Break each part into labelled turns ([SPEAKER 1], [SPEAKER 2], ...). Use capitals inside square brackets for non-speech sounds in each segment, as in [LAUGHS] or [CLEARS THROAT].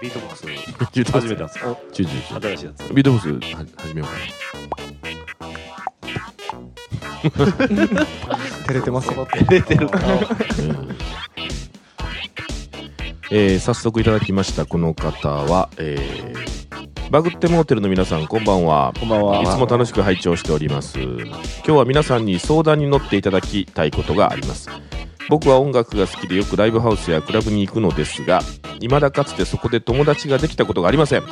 [SPEAKER 1] ビートボックスを
[SPEAKER 2] ビートボ
[SPEAKER 1] 始
[SPEAKER 2] ックス
[SPEAKER 1] めたんですよ。
[SPEAKER 2] チューチュー
[SPEAKER 1] 新しいやつ。
[SPEAKER 2] ビートボックスは始めようかな
[SPEAKER 3] 照れてますよ。
[SPEAKER 1] 出てる顔。
[SPEAKER 2] えー早速いただきましたこの方は、えーバグってモーテルの皆さんこんばんは
[SPEAKER 1] こんばん
[SPEAKER 2] いつ
[SPEAKER 1] は。
[SPEAKER 2] も楽しく拝聴しております今日は皆さんに相談に乗っていただきたいことがあります僕は音楽が好きでよくライブハウスやクラブに行くのですが未だかつてそこで友達ができたことがありません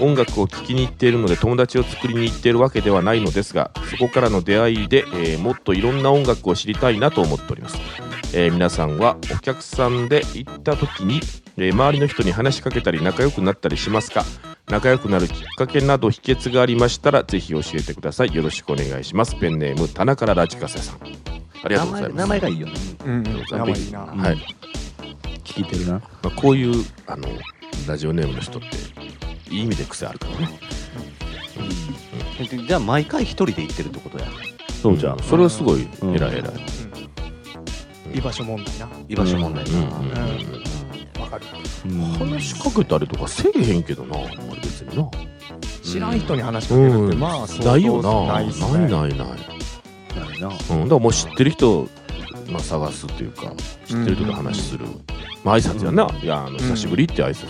[SPEAKER 2] 音楽を聴きに行っているので友達を作りに行っているわけではないのですがそこからの出会いで、えーもっといろんな音楽を知りたいなと思っております、えー皆さんはお客さんで行った時に、えー周りの人に話しかけたり仲良くなったりしますか仲良くなるきっかけなど秘訣がありましたらぜひ教えてくださいよろしくお願いしますペンネーム田中ラジカセさんあり
[SPEAKER 1] 名
[SPEAKER 2] がとうござ
[SPEAKER 1] 前
[SPEAKER 2] います
[SPEAKER 1] 名前がいいよね。
[SPEAKER 3] うん、やばいな。
[SPEAKER 2] はい
[SPEAKER 1] 聞いてるな。
[SPEAKER 2] まあ、こういうあのラジオネームの人っていい意味で癖あるからね
[SPEAKER 1] でじゃあ毎回一人で行ってるってことや。
[SPEAKER 2] そうじゃんそれはすごい
[SPEAKER 1] うん
[SPEAKER 2] 偉い偉い、
[SPEAKER 3] 居場所問題な。
[SPEAKER 1] 居場所問題
[SPEAKER 2] うん
[SPEAKER 1] な。
[SPEAKER 2] うんうん
[SPEAKER 3] わかる。
[SPEAKER 2] 話しかけたりとかせえへんけどなあんまり別にな
[SPEAKER 3] 知らん人に話しかけるって、まあ、そう
[SPEAKER 2] ないよな
[SPEAKER 3] ないっすね
[SPEAKER 2] ないないない、
[SPEAKER 1] ないな。
[SPEAKER 2] うん、だからもう知ってる人を、まあ、探すっていうか知ってる人と話する、まあ挨拶やな、いやあの久しぶりって挨拶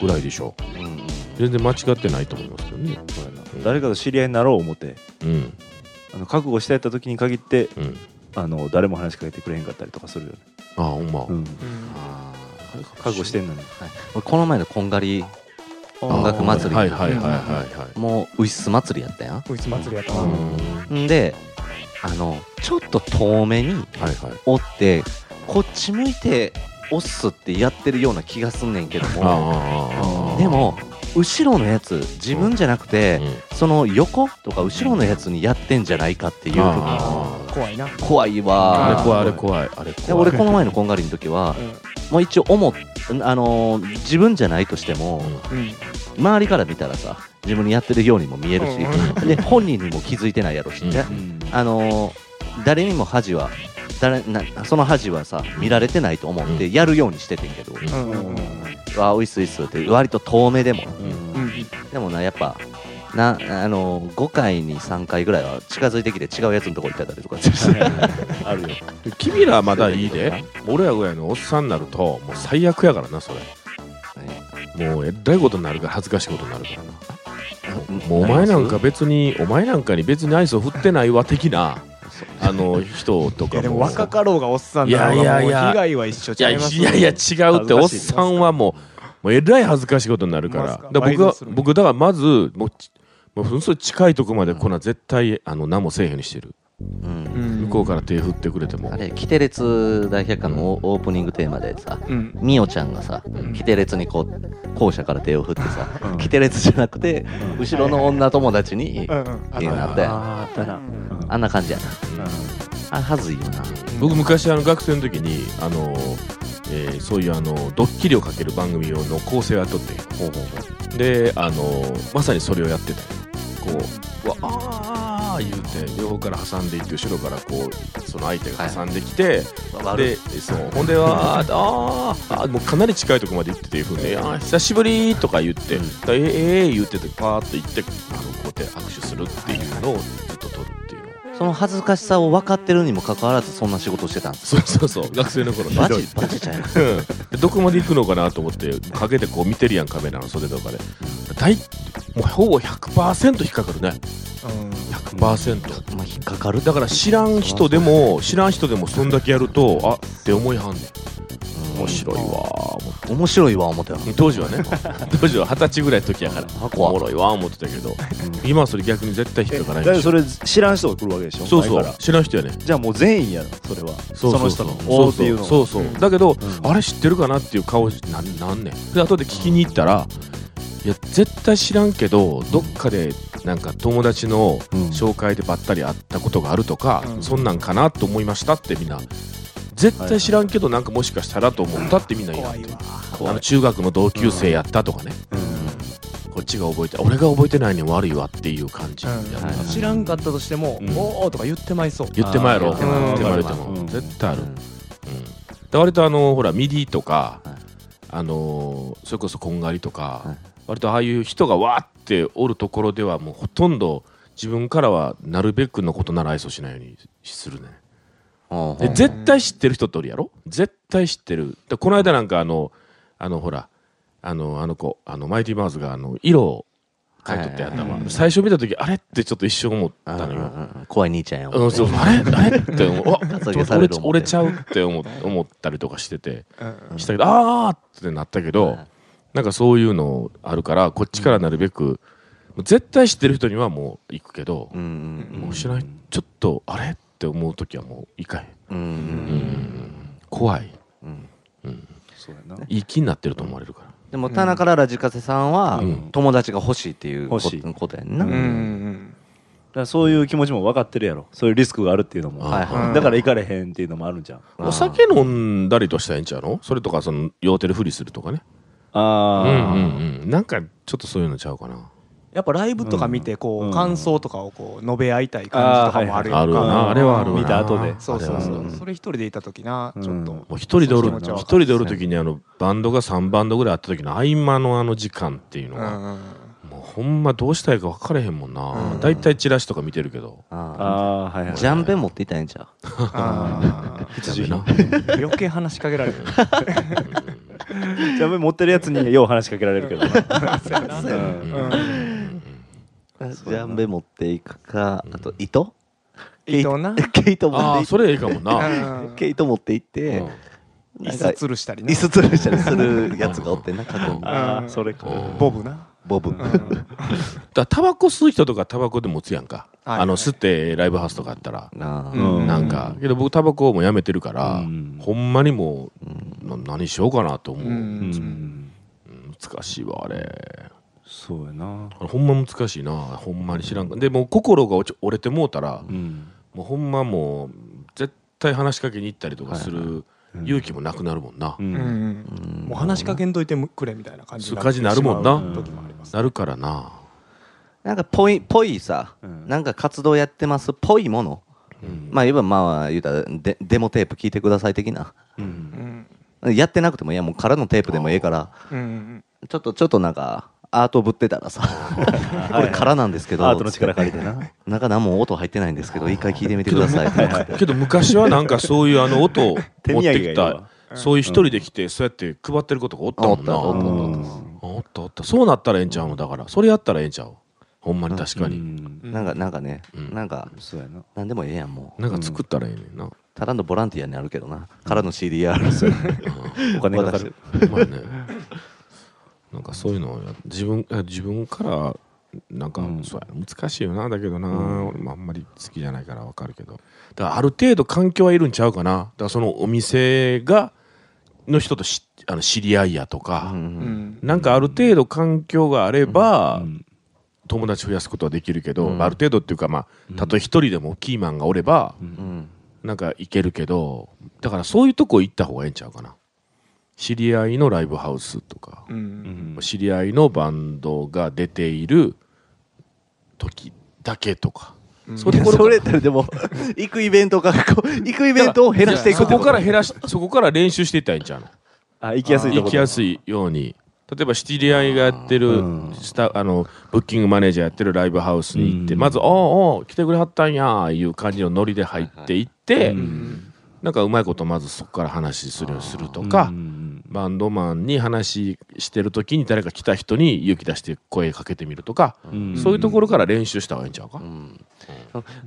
[SPEAKER 2] ぐらいでしょ
[SPEAKER 1] うんうん
[SPEAKER 2] 全然間違ってないと思いますけどね
[SPEAKER 1] そうやな誰かと知り合いになろう思って
[SPEAKER 2] うん
[SPEAKER 1] あの覚悟してやった時に限って
[SPEAKER 2] うん
[SPEAKER 1] あの誰も話しかけてくれへんかったりとかするよね、
[SPEAKER 2] ああほんま、
[SPEAKER 1] ん、
[SPEAKER 3] うん
[SPEAKER 2] あーあれかも
[SPEAKER 1] 覚悟してんのに
[SPEAKER 4] 俺この前のこんがり音楽祭り
[SPEAKER 2] はいはいはいはいはい
[SPEAKER 4] もうウイス祭りやったや
[SPEAKER 3] こいつ祭りやった
[SPEAKER 2] う
[SPEAKER 3] な。
[SPEAKER 2] ん
[SPEAKER 4] んんであのちょっと遠目に
[SPEAKER 2] はいはい
[SPEAKER 4] おってこっち向いて押すってやってるような気がすんねんけども
[SPEAKER 2] ああ
[SPEAKER 4] でも後ろのやつ自分じゃなくて、その横とか後ろのやつにやってんじゃないかっていう時
[SPEAKER 2] あー
[SPEAKER 3] 怖いな。
[SPEAKER 4] 怖い
[SPEAKER 2] あ
[SPEAKER 4] わ
[SPEAKER 2] れ
[SPEAKER 4] ー
[SPEAKER 2] 怖いあれ怖いあれ怖い
[SPEAKER 4] で俺この前のこんがりの時はもう一応思っあのー自分じゃないとしても、
[SPEAKER 3] うん。うん。
[SPEAKER 4] 周りから見たらさ自分にやってるようにも見えるし、
[SPEAKER 3] う
[SPEAKER 4] で本人にも気づいてないやろし、ね
[SPEAKER 1] うん
[SPEAKER 4] あのー誰にも恥は誰なその恥はさ見られてないと思ってやるようにしててんけど、
[SPEAKER 2] ん
[SPEAKER 3] うんうんうん
[SPEAKER 4] わあおいっすおいっすって割と遠目でも、
[SPEAKER 3] うん。
[SPEAKER 4] でもなやっぱなあのー、5回に3回ぐらいは近づいてきて違うやつのとこ行ったりとかして
[SPEAKER 1] あるよ
[SPEAKER 2] 君らはまだいいで俺らぐらいのおっさんになるともう最悪やからなそれもうえらいことになるから恥ずかしいことになるからなもうお前なんか別にお前なんかに別にアイスを振ってないわ的なあの人と
[SPEAKER 3] い
[SPEAKER 2] か
[SPEAKER 3] やでも若
[SPEAKER 2] い
[SPEAKER 3] かろうがおっさんだろうが
[SPEAKER 2] いやいやいや
[SPEAKER 3] もう被害は一緒ちゃ
[SPEAKER 2] や
[SPEAKER 3] います
[SPEAKER 2] いやいや違うってお
[SPEAKER 1] 恥ず
[SPEAKER 2] っ
[SPEAKER 1] かしい
[SPEAKER 2] さんはもうもうえらい恥ずかしいことになるからだから
[SPEAKER 3] まあ
[SPEAKER 2] 僕
[SPEAKER 3] 倍増
[SPEAKER 2] は
[SPEAKER 3] するね
[SPEAKER 2] 僕だからまずもうちもうすごい近いとこまでこんな絶対あの何もせえへんようにしてる
[SPEAKER 4] うん
[SPEAKER 3] 向
[SPEAKER 2] 向こうから手振ってくれても
[SPEAKER 4] あれ「キテレツ大百科」のオオープニングテーマでさ、
[SPEAKER 3] うん
[SPEAKER 4] ミオちゃんがさ、キテレツにこう校舎から手を振ってさ、キテレツじゃなくて、後ろの女友達に、
[SPEAKER 3] うんうん
[SPEAKER 4] っていうのあったよ
[SPEAKER 1] ああったな、うん
[SPEAKER 4] あんな感じやな。あ、はずいよな。
[SPEAKER 2] 僕昔あの学生の時にあの、えーそういうあのドッキリをかける番組用の構成をやっとってであのまさにそれをやってたこううわあー言うて両方から挟んでいって後ろからこうその相手が挟んできて、
[SPEAKER 4] 悪
[SPEAKER 2] で
[SPEAKER 4] い。
[SPEAKER 2] そうほんではあーあーあーもうかなり近いところまで行ってていうふうに「あー久しぶり」とか言って「
[SPEAKER 4] うん
[SPEAKER 2] だえーえー言っててパーッと行ってあのこうやって握手するっていうのをずっと撮るっていうの
[SPEAKER 4] その恥ずかしさを分かってるにもかかわらず、そんな仕事をしてたんです。
[SPEAKER 2] そうそうそう学生の頃
[SPEAKER 4] マ
[SPEAKER 2] ひどい
[SPEAKER 4] ジマジちゃうやん
[SPEAKER 2] うんどこまで行くのかなと思ってかけてこう見てるやんカメラの袖とかで大もうほぼ100%引っかかるね100%
[SPEAKER 4] まあ、引っかかる
[SPEAKER 2] だから知らん人でも知らん人でもそんだけやるとあって思いはんねん面白いわー思っ
[SPEAKER 4] 面白いわ、思ったよ。
[SPEAKER 2] て当時
[SPEAKER 1] [LAUGHS]
[SPEAKER 2] はね当時は二十歳ぐらいの時やから
[SPEAKER 4] 箱
[SPEAKER 2] おも
[SPEAKER 4] は。
[SPEAKER 2] ろいわー思ってたけ
[SPEAKER 1] [LAUGHS]
[SPEAKER 2] ど今はそれ逆に絶対引っかか
[SPEAKER 1] だ
[SPEAKER 2] ら
[SPEAKER 1] か
[SPEAKER 2] ない
[SPEAKER 1] らそれ知らん人が来るわけでしょ
[SPEAKER 2] そうそ
[SPEAKER 1] 前か
[SPEAKER 2] う
[SPEAKER 1] ら
[SPEAKER 2] 知らん人やね
[SPEAKER 1] じゃあもう全員やろそれは
[SPEAKER 2] そうそうそう
[SPEAKER 1] の人の「おーっていうの
[SPEAKER 2] そうそうそうだけど、
[SPEAKER 1] ん
[SPEAKER 2] あれ知ってるかなっていう顔になんなんねんで後で聞きに行ったらいや絶対知らんけどどっかでなんか友達の
[SPEAKER 1] うん
[SPEAKER 2] 紹介でばったり会ったことがあるとか、
[SPEAKER 3] うん
[SPEAKER 2] そんなんかなと思いましたってみんな絶対知らんけどなんかもしかしたらと思ったってみんな言いな
[SPEAKER 3] 怖いわ
[SPEAKER 2] あの中学の同級生やったとかね、こっちが覚えて俺が覚えてないの悪いわっていう感じやった、
[SPEAKER 4] うんはい
[SPEAKER 3] 知らんかったとしても
[SPEAKER 2] うん
[SPEAKER 3] 「おお」とか言ってまいそう
[SPEAKER 2] 言ってまえろ
[SPEAKER 4] あ
[SPEAKER 2] 言って
[SPEAKER 3] ー
[SPEAKER 2] まえろ
[SPEAKER 4] うん
[SPEAKER 2] 絶対ある、うん、で割とあのほらミディとか、
[SPEAKER 4] はい
[SPEAKER 2] あのーそれこそこんがりとか、
[SPEAKER 4] はい
[SPEAKER 2] 割とああいう人がわーっておるところではもうほとんど自分からはなるべくのことなら愛想しないようにするね
[SPEAKER 4] ほう
[SPEAKER 2] で絶対知ってる人っておるやろ絶対知ってるでこの間なんかあのあのほらあのあの子あのマイティマウスがあの色を描いとったやん
[SPEAKER 3] はいはいはい
[SPEAKER 2] 最初見た時あれってちょっと一瞬思っ
[SPEAKER 4] うん
[SPEAKER 2] たのよ
[SPEAKER 4] うんうん怖い兄ちゃんや
[SPEAKER 2] うん、そう
[SPEAKER 4] 思って
[SPEAKER 2] あれあれって思
[SPEAKER 4] [LAUGHS]
[SPEAKER 2] うわ
[SPEAKER 4] 下げされる思って
[SPEAKER 2] 俺ちゃうって思う思ったりとかしてて
[SPEAKER 3] うん
[SPEAKER 2] したけどあーってなったけどなんかそういうのあるからこっちからなるべく絶対知ってる人にはもう行くけど
[SPEAKER 4] う、んうん
[SPEAKER 2] もう知らないちょっとあれって思う時はもう行かへん、
[SPEAKER 4] うんうん
[SPEAKER 2] うん、怖い
[SPEAKER 4] うん
[SPEAKER 3] そうやな
[SPEAKER 2] いい気になってると思われるから
[SPEAKER 4] でも田中らラジカセさんは
[SPEAKER 2] うん
[SPEAKER 4] 友達が欲しいっていうこ
[SPEAKER 5] 欲しい
[SPEAKER 4] ことやんな
[SPEAKER 5] う
[SPEAKER 3] うんん
[SPEAKER 4] う
[SPEAKER 3] うんん
[SPEAKER 5] らそういう気持ちも分かってるやろそういうリスクがあるっていうのも、
[SPEAKER 4] はいはい
[SPEAKER 5] だから行かれへんっていうのもあるんじゃん
[SPEAKER 2] お酒飲んだりとしたらいいんちゃうのそれとかその酔うてるふりするとかねう
[SPEAKER 5] あ
[SPEAKER 2] ん
[SPEAKER 5] あ、
[SPEAKER 2] うんうんなんかちょっとそういうのちゃうかな
[SPEAKER 3] やっぱライブとか見て
[SPEAKER 5] う
[SPEAKER 3] こ
[SPEAKER 5] ん
[SPEAKER 3] う感想とかをこう述べ合いたい感じとかもあるや
[SPEAKER 2] あ
[SPEAKER 3] ん
[SPEAKER 2] る
[SPEAKER 3] か
[SPEAKER 2] よなあれはあるわな
[SPEAKER 5] 見た後で
[SPEAKER 3] そうそう
[SPEAKER 2] あ
[SPEAKER 3] そ
[SPEAKER 2] れはあ
[SPEAKER 3] う
[SPEAKER 2] る
[SPEAKER 3] それ一人でいた時なちょっと
[SPEAKER 2] もう一人でおる
[SPEAKER 3] そうそう気持ちは
[SPEAKER 2] 一
[SPEAKER 3] わかる
[SPEAKER 2] 人でおる時にあのバンドが3バンドぐらいあった時の合間のあの時間っていうの
[SPEAKER 3] う
[SPEAKER 2] が、
[SPEAKER 3] ん
[SPEAKER 2] もうほんまどうしたいか分かれへんもんな、
[SPEAKER 3] うん
[SPEAKER 2] だいたいチラシとか見てるけど
[SPEAKER 4] あ
[SPEAKER 5] ああーはいは
[SPEAKER 4] ー
[SPEAKER 5] い
[SPEAKER 4] ジャンベ持っていたんやんちゃう
[SPEAKER 3] あ
[SPEAKER 2] 必需な
[SPEAKER 3] ー余計話しかけられる
[SPEAKER 5] ジャンベ持ってるやつによう話しかけられるけどな、
[SPEAKER 4] そうや
[SPEAKER 5] うん
[SPEAKER 3] うん
[SPEAKER 4] なジャンベ持っていくかあと糸
[SPEAKER 3] 伊藤な
[SPEAKER 4] 毛糸持
[SPEAKER 2] あ
[SPEAKER 4] っ
[SPEAKER 2] あ
[SPEAKER 4] てい
[SPEAKER 2] それええかもな、
[SPEAKER 3] うん
[SPEAKER 4] 毛糸持っていって
[SPEAKER 3] 椅
[SPEAKER 4] なんか
[SPEAKER 3] 子吊るしたり
[SPEAKER 4] 椅
[SPEAKER 3] ね
[SPEAKER 4] 子つるしたりするやつがおってんな過去に
[SPEAKER 5] ああそれか、
[SPEAKER 2] うん
[SPEAKER 3] ボブな
[SPEAKER 4] ボブ
[SPEAKER 3] うん
[SPEAKER 2] だタバコ吸う人とかタバコで持つやんか、
[SPEAKER 3] はい
[SPEAKER 2] あの吸ってライブハウスとかあったら、
[SPEAKER 4] なあ
[SPEAKER 5] うん
[SPEAKER 2] なんかけど僕タバコもやめてるから、
[SPEAKER 5] うん
[SPEAKER 2] ほんまにも
[SPEAKER 4] うん
[SPEAKER 2] うな何しようかなと思う、
[SPEAKER 3] うん
[SPEAKER 5] うん、
[SPEAKER 2] 難しいわあれ
[SPEAKER 5] そうやな
[SPEAKER 2] あれほんま難しいなほんまに知らんかでもう心が落ち折れてもうたら、
[SPEAKER 5] うん
[SPEAKER 2] もうほんまもう絶対話しかけに行ったりとかする勇気もなくなるもんな、
[SPEAKER 5] うん
[SPEAKER 3] うんもう話しかけんといてくれみたいな感じ
[SPEAKER 2] そう感じになるもんな
[SPEAKER 3] 時もあります
[SPEAKER 2] なるからな
[SPEAKER 4] なんかぽいぽいさ
[SPEAKER 5] うん
[SPEAKER 4] なんか活動やってますぽいもの
[SPEAKER 2] うん
[SPEAKER 4] まあ言えばまあ言うたらデデモテープ聞いてください的な
[SPEAKER 5] うん
[SPEAKER 3] うん
[SPEAKER 4] やってなくてもいやもう空のテープでもええから
[SPEAKER 3] うん
[SPEAKER 4] ちょっとちょっとなんかアートぶってたらさこれ空なんですけど
[SPEAKER 5] アートの力借りてな
[SPEAKER 4] 中何も音入ってないんですけど一回聞いてみてくださいって言って
[SPEAKER 2] けど昔はなんかそういうあの音を
[SPEAKER 5] 手
[SPEAKER 2] 持っ
[SPEAKER 5] 土産が
[SPEAKER 2] て
[SPEAKER 5] い
[SPEAKER 2] き
[SPEAKER 5] る
[SPEAKER 2] た
[SPEAKER 5] わ
[SPEAKER 2] そういう一人で来てそうやって配ってることがおったもんな
[SPEAKER 4] あおったおった
[SPEAKER 5] うん
[SPEAKER 2] あおったおったそうなったらええんちゃうのだからそれやったらええんちゃうほんまに確か
[SPEAKER 5] う
[SPEAKER 2] に
[SPEAKER 5] ん
[SPEAKER 3] うん
[SPEAKER 4] なんかなんかね
[SPEAKER 2] うん
[SPEAKER 4] なんか
[SPEAKER 5] そうやな
[SPEAKER 4] 何でもええやんもう
[SPEAKER 2] なんか作ったらええねんな
[SPEAKER 4] ただのボランティアになるけどな空の CDR
[SPEAKER 5] お金かかる
[SPEAKER 2] まあねなんかそういうのをや自分あ自分からなんか、
[SPEAKER 5] うん
[SPEAKER 2] そうや難しいよなだけどな、俺もあんまり好きじゃないからわかるけどだからある程度環境はいるんちゃうかなだからそのお店がの人としあの知り合いやとか、
[SPEAKER 3] うんうん
[SPEAKER 2] なんかある程度環境があれば、
[SPEAKER 5] うん
[SPEAKER 2] 友達増やすことはできるけど、
[SPEAKER 4] うん
[SPEAKER 2] ある程度っていうかまあたとえ一人でもキーマンがおれば、
[SPEAKER 4] うん
[SPEAKER 2] なんか行けるけどだからそういうとこ行った方がええんちゃうかな知り合いのライブハウスとか、
[SPEAKER 3] うん
[SPEAKER 2] 知り合いのバンドが出ている時だけとか、そ
[SPEAKER 4] い
[SPEAKER 2] れ
[SPEAKER 4] や
[SPEAKER 2] これ
[SPEAKER 4] それってでも [LAUGHS] 行くイベントがこう行くイベントを減らしていく
[SPEAKER 2] そ
[SPEAKER 4] って
[SPEAKER 2] こ
[SPEAKER 4] と
[SPEAKER 2] から減らしそこから練習していったらいいんちゃうの
[SPEAKER 5] あ行きやすいとこ
[SPEAKER 2] 行きやすいように例えば知り合いがやってる
[SPEAKER 5] うん
[SPEAKER 2] スタあのブッキングマネージャーやってるライブハウスに行って、
[SPEAKER 5] うん
[SPEAKER 2] まず「おうおう来てくれはったんや」いう感じのノリで入っていって、
[SPEAKER 5] うん
[SPEAKER 2] なんかうまいことまずそこから話するようにすると
[SPEAKER 5] と
[SPEAKER 2] か、バンドマンに話してる時に誰か来た人に勇気出して声かけてみるとか、そういうところから練習した方がいいんちゃうか、
[SPEAKER 4] うん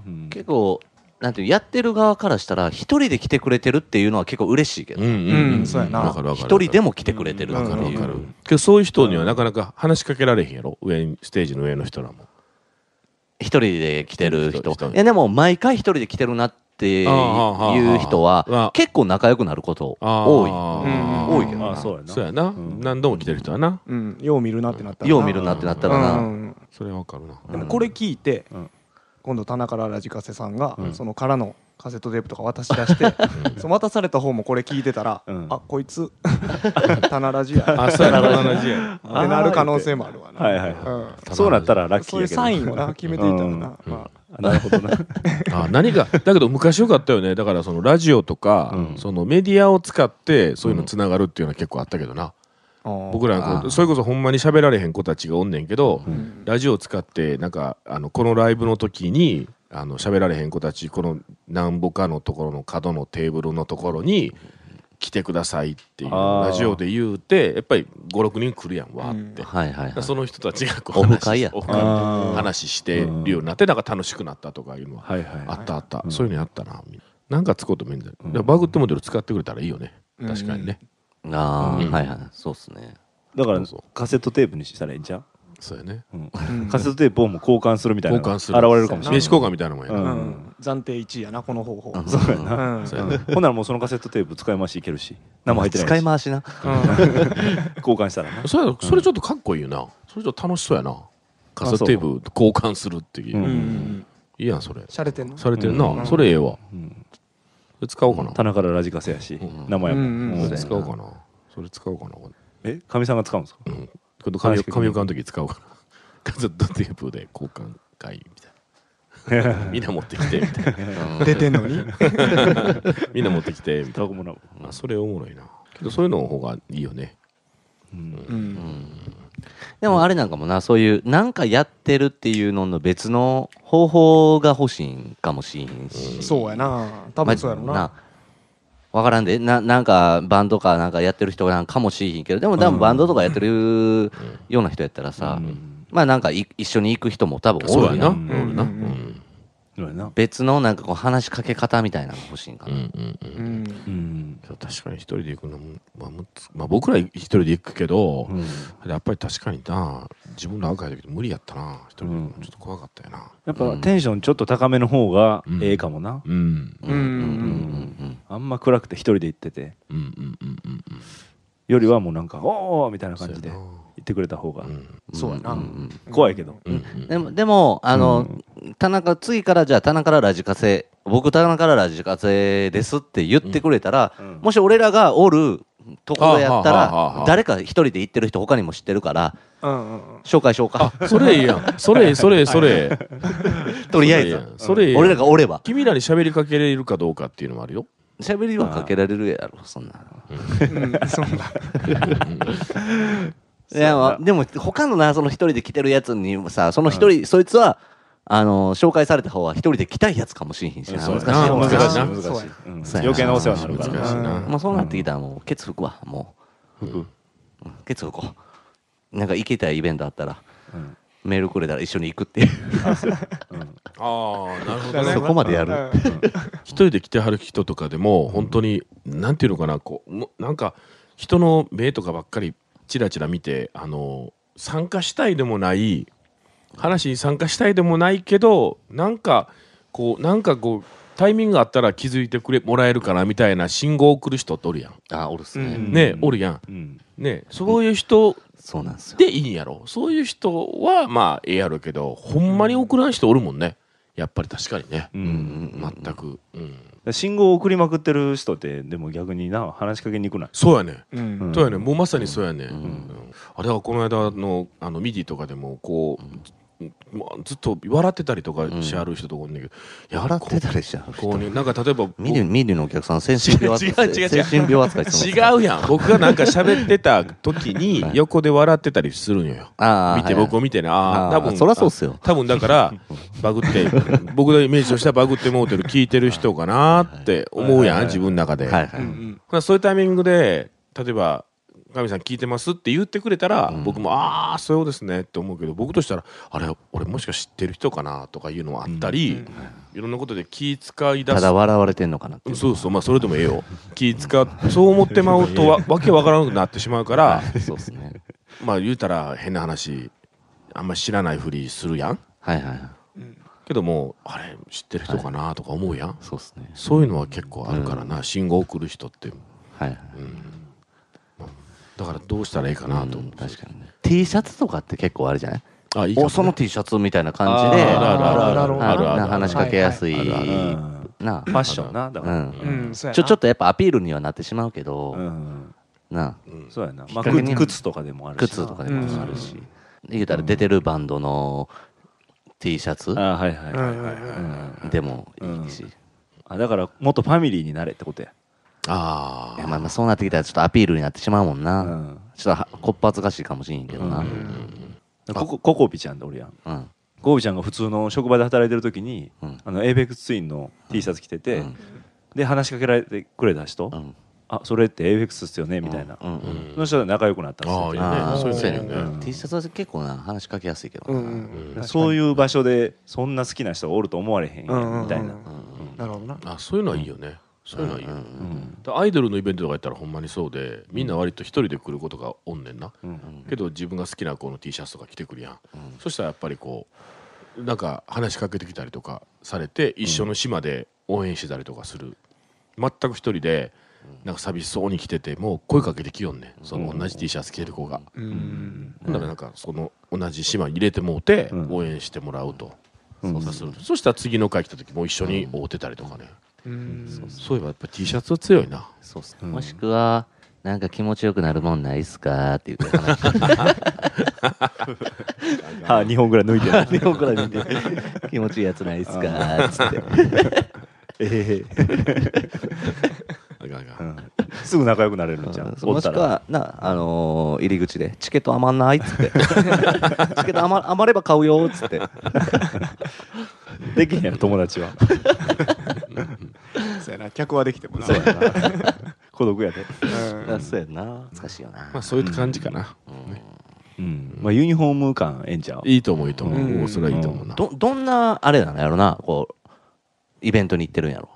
[SPEAKER 5] うん
[SPEAKER 4] 結構なんていうやってる側からしたら一人で来てくれてるっていうのは結構嬉しいけど
[SPEAKER 2] ん
[SPEAKER 3] うんそうやな
[SPEAKER 2] わかるわかる
[SPEAKER 4] 一人でも来てくれてるって
[SPEAKER 2] わかるわ
[SPEAKER 4] い
[SPEAKER 2] かる
[SPEAKER 4] う
[SPEAKER 2] けどそういう人にはなかなか話しかけられへんやろ上にステージの上の人らも
[SPEAKER 4] 一人で来てる人
[SPEAKER 2] 人
[SPEAKER 4] いやでも毎回一人で来てるなって
[SPEAKER 2] ああああああ
[SPEAKER 4] いう人
[SPEAKER 2] ああ
[SPEAKER 4] は結構仲良くなること多
[SPEAKER 3] い
[SPEAKER 2] あー
[SPEAKER 4] 多いけど
[SPEAKER 5] あそうやな
[SPEAKER 2] そうやな、
[SPEAKER 5] ん
[SPEAKER 2] 何度も来てる人はな
[SPEAKER 3] うんよう見るなってなった
[SPEAKER 4] い
[SPEAKER 3] ら
[SPEAKER 4] よう見るなってなったら
[SPEAKER 3] う
[SPEAKER 4] なん
[SPEAKER 2] それはわかるな
[SPEAKER 3] でもこれ聞いて、
[SPEAKER 5] うん
[SPEAKER 3] 今度田中らラジカセさんが、
[SPEAKER 5] うん
[SPEAKER 3] その空のカセットテープとか渡し出して、その渡された方もこれ聞いてたら、
[SPEAKER 5] うん
[SPEAKER 3] あこいつ [LAUGHS] 棚ラジや [LAUGHS] っ
[SPEAKER 2] あそうやな同じや
[SPEAKER 3] てなる可能性もあるわな、
[SPEAKER 5] はいはい
[SPEAKER 3] うん
[SPEAKER 5] はいそうなったらラッキ
[SPEAKER 3] そういう
[SPEAKER 5] ーやけど
[SPEAKER 3] サインをな決めていたらな、
[SPEAKER 5] うん
[SPEAKER 3] ま
[SPEAKER 5] [LAUGHS] あなるほどな
[SPEAKER 2] あ何かだけど昔よかったよねだからそのラジオとか、
[SPEAKER 5] うん
[SPEAKER 2] そのメディアを使ってそういうのつながるっていうのは結構あったけどな、僕らの
[SPEAKER 4] あ
[SPEAKER 2] こ
[SPEAKER 4] ー
[SPEAKER 2] うそれこそほんまに喋られへん子たちがおんねんけど、
[SPEAKER 3] うん
[SPEAKER 2] ラジオ使ってなんかあのこのライブの時にあの喋られへん子たちこのなんぼかのところの角のテーブルのところに来てくださいっていう
[SPEAKER 5] あー
[SPEAKER 2] ラジオで言うてやっぱり56人来るやんわーって、
[SPEAKER 4] はいはいはい
[SPEAKER 2] [LAUGHS] その人たちがこう
[SPEAKER 4] オフ会や
[SPEAKER 2] 話しオフ会
[SPEAKER 5] 話
[SPEAKER 2] 話してるようになってなんか楽しくなったとかいうのは
[SPEAKER 5] はいはい
[SPEAKER 2] あったあった、
[SPEAKER 5] うん
[SPEAKER 2] そういうのあったななんか使うとめんだよ、
[SPEAKER 5] うん
[SPEAKER 2] だからバグってモデル使ってくれたらいいよね
[SPEAKER 3] うん
[SPEAKER 2] 確かにね、
[SPEAKER 4] ああ、
[SPEAKER 2] うん
[SPEAKER 4] はいはいそうっすね
[SPEAKER 5] だから
[SPEAKER 2] そうそう
[SPEAKER 5] カセットテープにしたらいいんじゃん、
[SPEAKER 2] そうやね
[SPEAKER 5] うん
[SPEAKER 3] うん
[SPEAKER 5] カセットテープをもう交換するみたいな
[SPEAKER 2] 交換
[SPEAKER 5] のが現
[SPEAKER 2] する
[SPEAKER 5] れるかもしれない
[SPEAKER 2] 名刺交換みたいなもんや
[SPEAKER 5] う
[SPEAKER 2] な、
[SPEAKER 3] うん暫定1位やなこの方法
[SPEAKER 4] うん
[SPEAKER 5] そうや
[SPEAKER 3] う
[SPEAKER 5] な、
[SPEAKER 3] ん
[SPEAKER 2] そうや
[SPEAKER 5] う
[SPEAKER 2] ね
[SPEAKER 5] んほんならもうそのカセットテープ使い回しいけるし何も入ってないし
[SPEAKER 4] 使い回しな
[SPEAKER 5] 交換したらな
[SPEAKER 2] それそれちょっとかっこいいよなそれちょっと楽しそうやなカセットテープ交換するっていう、
[SPEAKER 5] う
[SPEAKER 3] うんん
[SPEAKER 2] いいやんそれ
[SPEAKER 3] しゃれてんの
[SPEAKER 2] されてるな、
[SPEAKER 5] うん
[SPEAKER 2] それええわ
[SPEAKER 5] うん
[SPEAKER 2] それ使おうかな、
[SPEAKER 5] 棚からラジカセやし、
[SPEAKER 2] うん
[SPEAKER 5] 名前も、
[SPEAKER 3] うんうん
[SPEAKER 5] う
[SPEAKER 2] そ
[SPEAKER 5] ん
[SPEAKER 2] れ使おうかなそれ使おうかな
[SPEAKER 5] えかみさんが使うんですか
[SPEAKER 2] うん今度髪を
[SPEAKER 5] 確かに
[SPEAKER 2] 髪を買う時使おうかな [LAUGHS] カセットテープで交換会みたい [LAUGHS] なみんな持ってきてみたいな
[SPEAKER 3] 出てんのに
[SPEAKER 2] みんな持ってきてみた
[SPEAKER 5] タ
[SPEAKER 2] い [LAUGHS]
[SPEAKER 5] バコもらう、
[SPEAKER 2] なあそれおもろいなけどそういうの方がいいよね
[SPEAKER 5] うん
[SPEAKER 3] うん
[SPEAKER 4] でもあれなんかもなそういうなんかやってるっていうのの別の方法が欲しいんかもしれんし、
[SPEAKER 3] そうやな多分そうやろ
[SPEAKER 4] ま
[SPEAKER 3] な
[SPEAKER 4] わからんでななんかバンドかなんかやってる人なんかもしれへんけどでも多分バンドとかやってるような人やったらさ、まあなんかい一緒に行く人も多分
[SPEAKER 2] そう
[SPEAKER 4] 多
[SPEAKER 2] や
[SPEAKER 4] い
[SPEAKER 2] な
[SPEAKER 4] な
[SPEAKER 2] お
[SPEAKER 5] ん
[SPEAKER 2] るなう
[SPEAKER 3] うん
[SPEAKER 2] ん
[SPEAKER 5] そうやな
[SPEAKER 4] 別のなんかこう話しかけ方みたいなのが欲しいんか
[SPEAKER 2] う
[SPEAKER 4] な、
[SPEAKER 2] んうんうん
[SPEAKER 3] うん
[SPEAKER 5] うん
[SPEAKER 2] そう確かに一人で行くのも、まあむつまあ、僕ら一人で行くけど、やっぱり確かにな自分ら若い時無理やったな一人で行くのちょっと怖かったよな
[SPEAKER 5] やっぱテンションちょっと高めの方が
[SPEAKER 2] うん
[SPEAKER 5] ええかもな、
[SPEAKER 2] うん
[SPEAKER 3] うんうん
[SPEAKER 5] あんま暗くて一人で行ってて
[SPEAKER 2] うんうんうんうんうん
[SPEAKER 5] よりはもうなんか「おお!」みたいな
[SPEAKER 2] そう
[SPEAKER 5] 感
[SPEAKER 2] や
[SPEAKER 5] じで
[SPEAKER 2] な
[SPEAKER 5] 行ってくれた方が
[SPEAKER 2] うん
[SPEAKER 3] そうやな
[SPEAKER 5] 怖いけど、
[SPEAKER 2] うんうん
[SPEAKER 4] でもでもあの、田中次からじゃあ田中からラジカセ僕田中からラジカセですって言ってくれたら、
[SPEAKER 5] うん
[SPEAKER 4] もし俺らがおるところやった
[SPEAKER 2] はあはあはあは
[SPEAKER 4] ら
[SPEAKER 2] あ
[SPEAKER 4] 誰か一人で行ってる人他にも知ってるから
[SPEAKER 3] うんうん
[SPEAKER 4] 紹介しようか
[SPEAKER 2] それええやんそれそれそれ
[SPEAKER 4] [LAUGHS] とりあえ
[SPEAKER 2] それええ
[SPEAKER 4] ず
[SPEAKER 2] やんそれええやん
[SPEAKER 4] 俺らがおれば
[SPEAKER 2] 君らに喋りかけれるかどうかっていうのもあるよ
[SPEAKER 4] 喋りはかけられるやろそんな
[SPEAKER 3] [LAUGHS] うんそんな
[SPEAKER 4] いやまあでも他のなその一人で来てるやつにもさその一人、そいつはあの紹介された方は一人で来たいやつかもしれへんしな
[SPEAKER 2] そうや
[SPEAKER 4] 難
[SPEAKER 2] な
[SPEAKER 4] しい
[SPEAKER 2] あー
[SPEAKER 4] もんな
[SPEAKER 2] 難しいな
[SPEAKER 5] 難
[SPEAKER 3] そう
[SPEAKER 5] し
[SPEAKER 3] や
[SPEAKER 5] い
[SPEAKER 3] な、
[SPEAKER 5] うん
[SPEAKER 4] そうやな
[SPEAKER 5] 余計なお世話になるから
[SPEAKER 2] 難しいな
[SPEAKER 4] もうそうなってきたらもうケツ吹くわも
[SPEAKER 5] 服
[SPEAKER 4] うケツ吹こうなんか行けたイベントあったら
[SPEAKER 5] うん
[SPEAKER 4] メールくれたら一緒に行くっていう
[SPEAKER 2] ああなるほど
[SPEAKER 3] なるほど
[SPEAKER 2] ね
[SPEAKER 4] そこまでやる
[SPEAKER 3] うん
[SPEAKER 2] 一人で来てはる人とかでも本当になんていうのかなこうもなんか人の目とかばっかりチラチラ見てあの参加したいでもない話に参加したいでもないけどなんかこうなんかこうタイミングがあったら気づいてくれもらえるかなみたいな信号を送る人っておるやん
[SPEAKER 4] あおるっす
[SPEAKER 3] う
[SPEAKER 4] ね
[SPEAKER 3] ん
[SPEAKER 2] ねおるやん
[SPEAKER 5] うん
[SPEAKER 2] ねそういう人
[SPEAKER 4] そうなんですよ
[SPEAKER 2] でいいんやろそういう人はまあええやろうけどほんまに送らん人おるもんねやっぱり確かにね
[SPEAKER 5] う
[SPEAKER 4] うん
[SPEAKER 5] ん
[SPEAKER 2] 全く、うん、
[SPEAKER 5] 信号を送りまくってる人ってでも逆にな話しかけにくない
[SPEAKER 2] そうやね
[SPEAKER 3] うん
[SPEAKER 5] うん
[SPEAKER 2] そうやねもうまさにそうやね、
[SPEAKER 4] ん
[SPEAKER 2] うんあれはこの間のあのミディとかでもこう、もうずっと笑ってたりとかしはる人とかおんねんけど、や
[SPEAKER 4] 笑ってたりしちゃう
[SPEAKER 2] こうねなんか例えば
[SPEAKER 4] ミリュミリュのお客さん精神病扱い
[SPEAKER 2] 違う違う違う
[SPEAKER 4] 精神病扱いしてます
[SPEAKER 2] 違うやん僕がなんか喋ってた時 [LAUGHS] に横で笑ってたりするんよ
[SPEAKER 4] ああ
[SPEAKER 2] 見て僕を見てねああ
[SPEAKER 4] あー
[SPEAKER 2] 多分
[SPEAKER 4] そらそうっすよ
[SPEAKER 2] 多分だから
[SPEAKER 4] [LAUGHS]
[SPEAKER 2] バグって僕のイメージとしてはバグってもうてる聞いてる人かなって思うやん自分の中で、
[SPEAKER 4] はいはい、
[SPEAKER 3] うん
[SPEAKER 2] まあそういうタイミングで例えば「神さん聞いてます?」って言ってくれたら、僕も「ああそうですね」って思うけど僕としたら「あれ俺もしか知ってる人かな?」とかいうのもあったり、いろんなことで気使い出
[SPEAKER 4] た
[SPEAKER 2] す
[SPEAKER 4] だ笑われてんのかなっていう
[SPEAKER 2] そうそうまあそれでもええよ気使っそう思ってまうとわわけわからなくなってしまうから
[SPEAKER 4] そうっすね
[SPEAKER 2] まあ言うたら変な話あんま知らないふりするやん
[SPEAKER 4] はいはいはい
[SPEAKER 2] けどもあれ知ってる人かなとか思うやん、
[SPEAKER 4] そうっすね
[SPEAKER 2] そういうのは結構あるからな、信号送る人って
[SPEAKER 4] はいはい
[SPEAKER 2] だからどうしたらいいかなと思って、
[SPEAKER 4] 確かにね T シャツとかって結構あるじゃない
[SPEAKER 2] あいいかも
[SPEAKER 4] おその T シャツみたいな感じで
[SPEAKER 2] あるあるあるある
[SPEAKER 4] な
[SPEAKER 2] あるある
[SPEAKER 4] な話しかけやすい
[SPEAKER 2] あるある
[SPEAKER 5] フ
[SPEAKER 4] な
[SPEAKER 5] ァッションなだか
[SPEAKER 4] う
[SPEAKER 5] ら
[SPEAKER 4] ん
[SPEAKER 3] うんそうやな
[SPEAKER 4] ちょちょっとやっぱアピールにはなってしまうけ
[SPEAKER 5] う
[SPEAKER 4] ど
[SPEAKER 5] ん
[SPEAKER 4] な
[SPEAKER 5] そうやなまあ
[SPEAKER 4] きっかけに
[SPEAKER 5] 靴靴とかでもあるしな
[SPEAKER 4] 靴とかでもあるし
[SPEAKER 5] うん
[SPEAKER 4] 言うたら出てるバンドの T シャツ
[SPEAKER 5] あはいはいはい
[SPEAKER 3] うんうん
[SPEAKER 5] うん
[SPEAKER 4] でもいいし
[SPEAKER 5] あだからもっとファミリーになれってことや
[SPEAKER 2] あ
[SPEAKER 4] いやまあまあそうなってきたらちょっとアピールになってしまうもん
[SPEAKER 5] う
[SPEAKER 4] なんちょっとこっぱずかしいかもしれんけどな、
[SPEAKER 5] う
[SPEAKER 4] うんん
[SPEAKER 5] ココココビちゃんでおるやんココビちゃんが普通の職場で働いてる時に、
[SPEAKER 4] うん
[SPEAKER 5] あのエイベックスツインの T シャツ着てて、
[SPEAKER 4] うん
[SPEAKER 5] で話しかけられてくれた人、
[SPEAKER 4] うん
[SPEAKER 5] あそれってエイベックスっすよねみたいな、
[SPEAKER 4] うんうん
[SPEAKER 2] うん
[SPEAKER 5] その人と仲良くなったんですよ
[SPEAKER 2] ああいいね
[SPEAKER 4] ああ
[SPEAKER 2] そう
[SPEAKER 4] そ
[SPEAKER 2] いう
[SPEAKER 4] う
[SPEAKER 2] の
[SPEAKER 4] やね、
[SPEAKER 5] いいねうん
[SPEAKER 4] T シャツは結構な話しかけやすいけど
[SPEAKER 3] う
[SPEAKER 4] な、
[SPEAKER 3] んうん
[SPEAKER 2] うん
[SPEAKER 3] 確かに
[SPEAKER 5] そういう場所でそんな好きな人がおると思われへんやんみた
[SPEAKER 3] うん
[SPEAKER 5] いな、
[SPEAKER 3] うんうんなるほどな
[SPEAKER 2] あそういうのはいいよね、そういうのはいいよ、
[SPEAKER 5] うん
[SPEAKER 2] だアイドルのイベントとかやったらほんまにそうでみんな割と一人で来ることがおんねんな、
[SPEAKER 5] うん
[SPEAKER 2] けど自分が好きな子の T シャツとか着てくるやん、そしたらやっぱりこうなんか話しかけてきたりとかされて一緒の島で応援してたりとかする、全く一人でなんか寂しそうに着ててもう声かけてきよんねんその同じ T シャツ着てる子が、
[SPEAKER 3] うん
[SPEAKER 2] ほんならなんかその同じ島に入れてもうて
[SPEAKER 5] うん
[SPEAKER 2] 応援してもらうと、
[SPEAKER 5] うん
[SPEAKER 2] そうするとそしたら次の回来た時も一緒に会うてたりとかね、
[SPEAKER 3] うん
[SPEAKER 2] そういえばやっぱ T シャツは強いな
[SPEAKER 4] そうっすねもしくはなんか気持ちよくなるもんないっすかっていうから [LAUGHS] 話
[SPEAKER 5] 歯2本ぐらい抜いて
[SPEAKER 4] 日
[SPEAKER 5] る
[SPEAKER 4] 本から見て [LAUGHS] 気持ちいいやつないっすかっつって
[SPEAKER 5] え
[SPEAKER 2] あかんあかん
[SPEAKER 5] えうんすぐ仲良くなれるんじゃんお
[SPEAKER 4] も
[SPEAKER 5] っ
[SPEAKER 4] したく
[SPEAKER 5] ら
[SPEAKER 4] はな、あのー入り口でチケット余んないっ [LAUGHS] つってチケット余余れば買うよっつって
[SPEAKER 5] できへんやろ友達は
[SPEAKER 3] そうやな客はできてもな
[SPEAKER 5] そうやな孤独やで、
[SPEAKER 3] うん
[SPEAKER 4] あそうやな懐かしいよな
[SPEAKER 2] まあそういう感じかな、
[SPEAKER 5] うんまあ、ユニフォーム感ええんちゃう
[SPEAKER 2] いいと思ういいと思う、
[SPEAKER 3] うん
[SPEAKER 2] おそれはいいと思うな、
[SPEAKER 4] どどんなあれなのやろなこうイベントに行ってるんやろ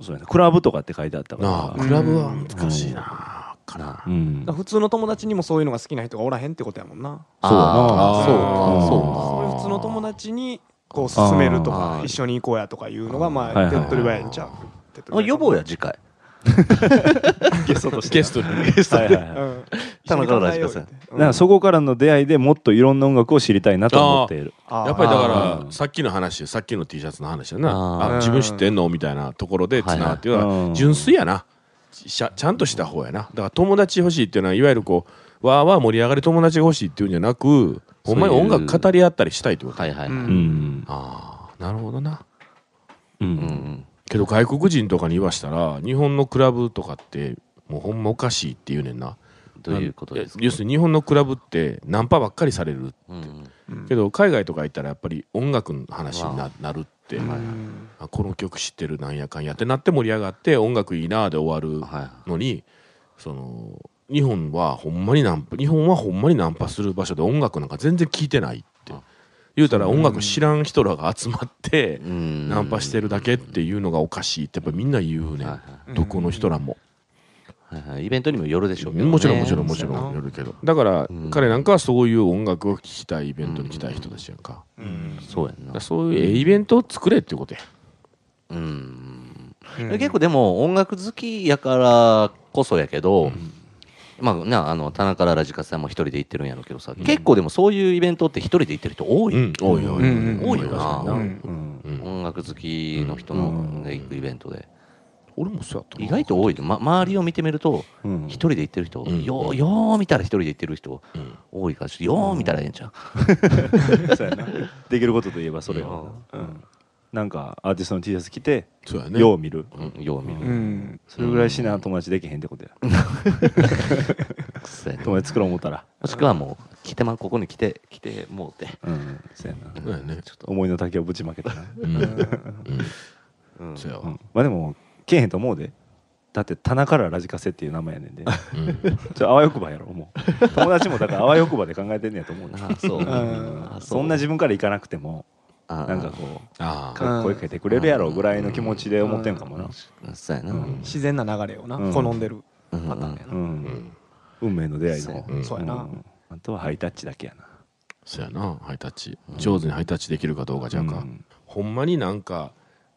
[SPEAKER 5] そうやなクラブとかって書いてあったか
[SPEAKER 2] なあ
[SPEAKER 5] ら
[SPEAKER 2] クラブは難しいな、かな
[SPEAKER 5] うん
[SPEAKER 3] 普通の友達にもそういうのが好きな人がおらへんってことやもんな
[SPEAKER 5] そうやな
[SPEAKER 4] あー
[SPEAKER 2] そう
[SPEAKER 4] そうか
[SPEAKER 5] かあ
[SPEAKER 3] そういう普通の友達にこう勧めると
[SPEAKER 4] あ
[SPEAKER 3] か
[SPEAKER 4] ー
[SPEAKER 3] 一緒に行こうやとかいうのがま
[SPEAKER 5] はい
[SPEAKER 3] あ
[SPEAKER 5] はい
[SPEAKER 3] 手
[SPEAKER 5] はい
[SPEAKER 3] っ取り早いんちゃう手っ取り早い
[SPEAKER 4] あ呼ぼうや次回
[SPEAKER 5] ゲストとして
[SPEAKER 2] ゲストに
[SPEAKER 5] はいはいはい
[SPEAKER 3] うん
[SPEAKER 4] 田中のラジカ
[SPEAKER 3] 一緒
[SPEAKER 4] さん
[SPEAKER 3] に考えようって
[SPEAKER 5] だからそこからの出会いでもっといろんな音楽を知りたいなと思っている
[SPEAKER 3] あー
[SPEAKER 2] やっぱりだ
[SPEAKER 5] あ
[SPEAKER 2] から
[SPEAKER 5] ー
[SPEAKER 2] さっきの話さっきの T シャツの話やな
[SPEAKER 4] あ
[SPEAKER 2] あ
[SPEAKER 3] ー
[SPEAKER 2] 自分知ってんのみたいなところでつながっていうの
[SPEAKER 5] はいは
[SPEAKER 2] はい純粋やなしゃちゃんとした方やなだから友達欲しいっていうのはいわゆるこうわーわー盛り上がる友達が欲しいっていうんじゃなくほんまに音楽語り合ったりしたいってこと
[SPEAKER 4] はいはいはい、
[SPEAKER 3] うん
[SPEAKER 5] うん
[SPEAKER 2] ああなるほどな
[SPEAKER 5] う
[SPEAKER 4] うんん
[SPEAKER 2] けど外国人とかに言わしたら日本のクラブとかってもうほんまおかしいって言うねんな
[SPEAKER 4] どういうことですか
[SPEAKER 2] 要するに日本のクラブってナンパばっかりされる
[SPEAKER 4] うん
[SPEAKER 2] けど海外とか行ったらやっぱり音楽の話にななるって、
[SPEAKER 3] うん
[SPEAKER 2] あこの曲知ってるなんやかんやってなって盛り上がって音楽いいなーで終わる
[SPEAKER 4] はい
[SPEAKER 2] のにその日本はほんまにナンパ日本はほんまにナンパする場所で音楽なんか全然聴いてないって言うたら音楽知らん人らが集まって
[SPEAKER 4] うん
[SPEAKER 2] ナンパしてるだけっていうのがおかしいってやっぱみんな言うね
[SPEAKER 4] は
[SPEAKER 2] んどこの人らも
[SPEAKER 4] はいはいイベントにもよるでしょうけど、ね、
[SPEAKER 2] もちろんもちろんもち
[SPEAKER 3] そうや
[SPEAKER 2] ろん
[SPEAKER 3] な
[SPEAKER 2] やるけどだから
[SPEAKER 4] うん
[SPEAKER 2] 彼なんかはそういう音楽を聴きたいイベントに来たい人たちやんか
[SPEAKER 3] うん
[SPEAKER 4] そうやん
[SPEAKER 2] だ
[SPEAKER 4] な
[SPEAKER 2] からそういうええイベントを作れっていうことや
[SPEAKER 4] うん、結構でも音楽好きやからこそやけど、まあなあの田中らラジカセさんも一人で行ってるんやろうけどさ、結構でもそういうイベントって一人で行ってる人多い、
[SPEAKER 2] うん多い多い
[SPEAKER 3] うん
[SPEAKER 4] 多いよな
[SPEAKER 2] 確かに
[SPEAKER 3] うん
[SPEAKER 5] うん
[SPEAKER 2] うん
[SPEAKER 4] 音楽好きの人の、ね行くイベントで
[SPEAKER 2] 俺もそうやったな
[SPEAKER 4] 意外と多い、ま、周りを見てみると
[SPEAKER 5] うん
[SPEAKER 4] 一人で行ってる人、
[SPEAKER 2] うん
[SPEAKER 4] ようよう見たら一人で行ってる人
[SPEAKER 2] うん
[SPEAKER 4] 多いからちょっとよう見たらええんちゃう、
[SPEAKER 5] [LAUGHS] そうやなできることといえばそれをなんかアーティストの T シャツ着て
[SPEAKER 2] そうやね
[SPEAKER 5] よう見る
[SPEAKER 4] うんよう見る、
[SPEAKER 3] うん
[SPEAKER 5] それぐらいしな友達できへんってことや
[SPEAKER 4] そうやな
[SPEAKER 5] 友達作ろう思ったら
[SPEAKER 4] もしくはもう来てまここに来て来てもうて、
[SPEAKER 5] うんそうやな
[SPEAKER 2] そうやね
[SPEAKER 5] ちょっと思いの丈をぶちまけたな
[SPEAKER 2] うん
[SPEAKER 4] うん
[SPEAKER 2] そうや
[SPEAKER 5] う
[SPEAKER 2] わ
[SPEAKER 5] んまあでもけえへんと思うでだって田中らラジカセっていう名前やねんで
[SPEAKER 2] うん
[SPEAKER 5] ちょあわよくばやろもう友達もだからあわよくばで考えてんねやと思うな
[SPEAKER 4] あ [LAUGHS] あそう
[SPEAKER 3] うん
[SPEAKER 4] あそう
[SPEAKER 5] そんな自分から行かなくても
[SPEAKER 4] ああ
[SPEAKER 5] なんかこう
[SPEAKER 2] ああ
[SPEAKER 5] か声かけてくれるやろぐらいの気持ちで思ってんかもな
[SPEAKER 4] そうやな、
[SPEAKER 5] うん
[SPEAKER 3] 自然な流れをな
[SPEAKER 5] うん
[SPEAKER 3] 好んでるパ
[SPEAKER 4] うん
[SPEAKER 3] ターンや
[SPEAKER 5] う
[SPEAKER 3] なん
[SPEAKER 2] ん
[SPEAKER 5] 運命の出会い
[SPEAKER 4] そう
[SPEAKER 5] の
[SPEAKER 4] や
[SPEAKER 2] うん
[SPEAKER 3] そうやな
[SPEAKER 5] うんあとはハイタッチだけやな
[SPEAKER 2] そうやなハイタッチ上手にハイタッチできるかどうかじゃんか、
[SPEAKER 5] うん
[SPEAKER 2] ほんまになんか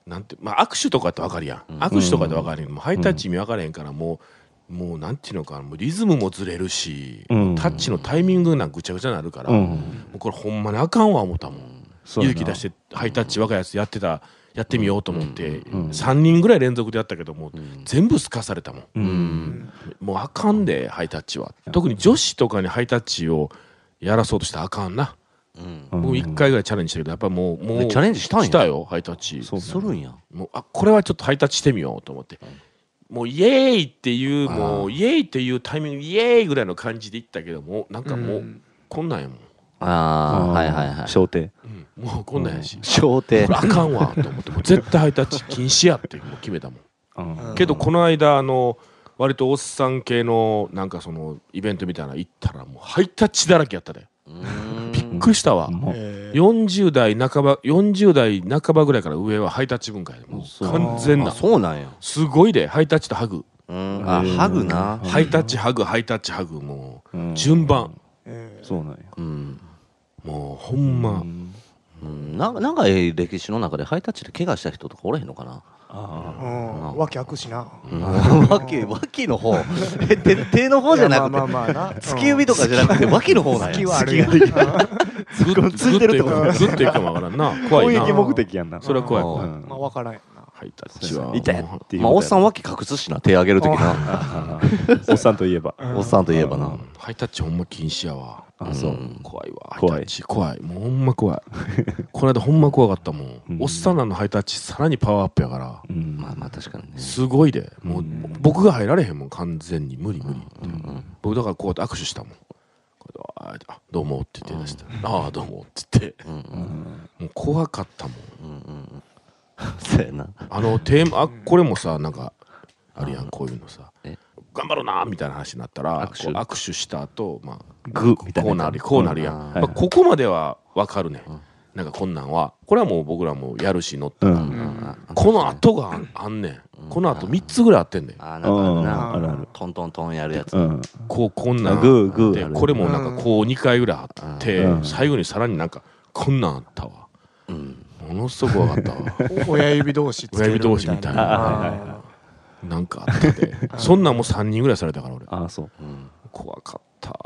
[SPEAKER 2] なんて、まあ、握手とかってわかるやん、握手とかってわかるやんもうハイタッチ意味わからへんからもうもうなんていうのかなもうリズムもずれるし、
[SPEAKER 5] うん
[SPEAKER 2] タッチのタイミングなんかぐちゃぐちゃになるから、
[SPEAKER 5] うん
[SPEAKER 2] もうこれほんまにあかんわ思ったもん、
[SPEAKER 5] そうやな
[SPEAKER 2] 勇気出してハイタッチ若いやつやってたやってみようと思って、
[SPEAKER 5] ん
[SPEAKER 2] 3人ぐらい連続でやったけども、全部すかされたもん
[SPEAKER 5] うん
[SPEAKER 2] もうあかんでハイタッチは特に女子とかにハイタッチをやらそうとしたらあかんな、
[SPEAKER 5] うん
[SPEAKER 2] 僕1回ぐらいチャレンジしたけどやっぱもうもう
[SPEAKER 4] えチャレンジしたんや
[SPEAKER 2] したよハイタッチ
[SPEAKER 5] そう
[SPEAKER 4] するんや
[SPEAKER 2] もうあこれはちょっとハイタッチしてみようと思って、もうイエーイっていうもうイエーイっていうタイミングイエーイぐらいの感じで行ったけどもなんかもうこんなんやもん、
[SPEAKER 4] ああ、はいはいはい。
[SPEAKER 5] 小手
[SPEAKER 2] うんもうこんなんやし、
[SPEAKER 4] 小手
[SPEAKER 2] これ。あかんわと思って [LAUGHS] もう絶対ハイタッチ禁止やってもう決めたもん
[SPEAKER 5] うん
[SPEAKER 2] けどこの間あの割とおっさん系のなんかそのイベントみたいなの行ったらもうハイタッチだらけやったで
[SPEAKER 4] び
[SPEAKER 2] びっくりしたわ、
[SPEAKER 5] もう
[SPEAKER 2] 40代半ば40代半ばぐらいから上はハイタッチ文化やでもう完全な
[SPEAKER 4] そうなんや。
[SPEAKER 2] すごいでハイタッチとハグ、
[SPEAKER 4] うん。あ、ハグな。
[SPEAKER 2] ハイタッチハグハイタッチハグもう、
[SPEAKER 5] うん
[SPEAKER 2] 順番
[SPEAKER 5] そうなんや
[SPEAKER 4] うん。
[SPEAKER 2] もうほんま、
[SPEAKER 4] うんな長い歴史の中でハイタッチで怪我した人とかおれへんのかな
[SPEAKER 5] あ
[SPEAKER 3] うんわけ開くしな
[SPEAKER 4] 脇、脇の方。え、手手の方じゃな
[SPEAKER 3] まあ
[SPEAKER 4] くて。
[SPEAKER 3] まあまあ
[SPEAKER 4] [LAUGHS]
[SPEAKER 3] な
[SPEAKER 4] 突き指とかじゃなくて脇の方なんや。
[SPEAKER 3] きはあるようん
[SPEAKER 2] ずっと
[SPEAKER 5] ついてるってこと
[SPEAKER 2] ずっといくかもわからんな
[SPEAKER 5] あ
[SPEAKER 2] 怖
[SPEAKER 5] 攻
[SPEAKER 2] いな
[SPEAKER 5] 撃目的やんな
[SPEAKER 2] それは怖い
[SPEAKER 4] うん
[SPEAKER 2] 怖い
[SPEAKER 5] うん
[SPEAKER 3] まあわからんやな
[SPEAKER 2] ハイタッチは
[SPEAKER 5] 痛いっていう
[SPEAKER 4] まあ、おっさん
[SPEAKER 5] は
[SPEAKER 4] 脇隠すしな、手上げるときな。
[SPEAKER 5] おっさんといえば
[SPEAKER 4] おっさんといえば
[SPEAKER 2] う。
[SPEAKER 4] なん
[SPEAKER 2] ハイタッチほんま禁止やわ
[SPEAKER 5] あそうん
[SPEAKER 2] 怖いわ
[SPEAKER 5] 怖い
[SPEAKER 2] ハイタッチ怖いもうほんま怖いこの間ほんま怖かったもん、
[SPEAKER 5] うん
[SPEAKER 2] おっさんらのハイタッチさらにパワーアップやから
[SPEAKER 5] うん
[SPEAKER 4] まあまあ、確かにね。
[SPEAKER 2] すごいでもう、僕が入られへんもん完全に無理無理、
[SPEAKER 4] うん
[SPEAKER 2] 僕だからこうやって握手したもんこうやってああどうもって言って出して、ああどうもって言って
[SPEAKER 4] うん
[SPEAKER 2] もう怖かったもん
[SPEAKER 4] うんうんうん。そうやな。
[SPEAKER 2] あのテーマあこれもさなんかあるやんこういうのさ
[SPEAKER 4] え
[SPEAKER 2] 頑張ろうなみたいな話になったら
[SPEAKER 4] 握手
[SPEAKER 2] こう握手した後まあ
[SPEAKER 5] グーみたいな
[SPEAKER 2] こうなるこうなるやん、
[SPEAKER 4] うん
[SPEAKER 2] まあ、ここまではわかるね、なんかこんなんはこれはもう僕らもやるし乗った、
[SPEAKER 5] うん
[SPEAKER 2] この後があんあんねん、この後3つぐらいあってんねん
[SPEAKER 4] あー、なんか
[SPEAKER 5] あ
[SPEAKER 4] ある
[SPEAKER 5] る
[SPEAKER 4] な
[SPEAKER 5] ある。
[SPEAKER 4] トントントンやるやつ。
[SPEAKER 5] うん
[SPEAKER 2] こうこんなん
[SPEAKER 5] あグーグー
[SPEAKER 2] で
[SPEAKER 5] ある
[SPEAKER 2] これもなんかこう2回ぐらいあって、
[SPEAKER 5] うん
[SPEAKER 2] 最後にさらになんかこんなんあったわ
[SPEAKER 4] うん。
[SPEAKER 2] ものすごく怖かったわ
[SPEAKER 3] [LAUGHS] お親指同士つける
[SPEAKER 2] 親指同士みたいな
[SPEAKER 3] あー
[SPEAKER 2] なんかあっててそんなんも3人ぐらいされたから俺
[SPEAKER 5] ああそう
[SPEAKER 4] うん
[SPEAKER 2] 怖かった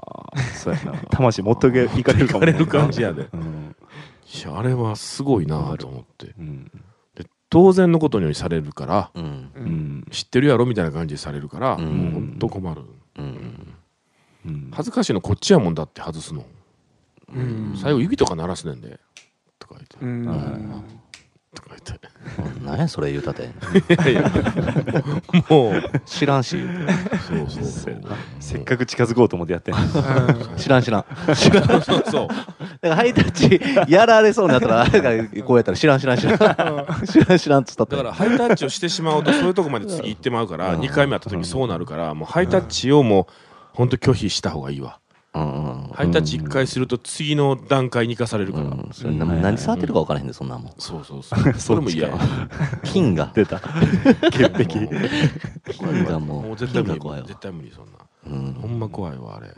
[SPEAKER 5] そうやな [LAUGHS] 魂持っとけいかれる [LAUGHS]
[SPEAKER 2] 行
[SPEAKER 5] かも
[SPEAKER 2] かれる感じやで
[SPEAKER 5] うん
[SPEAKER 2] いやあれはすごいなと思って
[SPEAKER 5] うん
[SPEAKER 2] で当然のことのようにされるから
[SPEAKER 4] うん。
[SPEAKER 5] うん
[SPEAKER 2] 知ってるやろみたいな感じでされるから、
[SPEAKER 4] うん
[SPEAKER 2] もうほんと困る
[SPEAKER 4] うん。
[SPEAKER 5] うん
[SPEAKER 2] 恥ずかしいのこっちやもんだって外すの、
[SPEAKER 3] うん
[SPEAKER 2] 最後指とか鳴らすねんでとか言って、
[SPEAKER 3] うん
[SPEAKER 2] とか言って
[SPEAKER 4] 何やそれ言うたて。
[SPEAKER 2] もう
[SPEAKER 4] 知らんし言うて。
[SPEAKER 2] そうそうそう
[SPEAKER 5] せっかく近づこうと思ってやってんのに
[SPEAKER 4] 知らん知らん。
[SPEAKER 2] そうそうそ
[SPEAKER 4] だか
[SPEAKER 2] う
[SPEAKER 4] らハイタッチやられそうになったら、あれがこうやったら知らん知らん知らん。知らん知らんっつったって。
[SPEAKER 2] だからハイタッチをしてしまうとそういうとこまで次行ってまうから2回目会った時そうなるからもうハイタッチをもうほんと拒否した方がいいわ
[SPEAKER 4] うんうん
[SPEAKER 2] ハイタッチ1回すると次の段階に行かされるから、
[SPEAKER 4] うん。それな何触ってるか分からへんで、そんなもん。
[SPEAKER 2] そうそうそうそれも嫌や
[SPEAKER 4] 金が。
[SPEAKER 5] [LAUGHS] 出た潔癖
[SPEAKER 4] 金がもう。
[SPEAKER 2] もう絶対
[SPEAKER 4] 金
[SPEAKER 2] 無
[SPEAKER 4] が
[SPEAKER 2] 理
[SPEAKER 4] 怖いわ。
[SPEAKER 2] 絶対無理そんな、
[SPEAKER 4] うん
[SPEAKER 2] ほんま怖いわあれ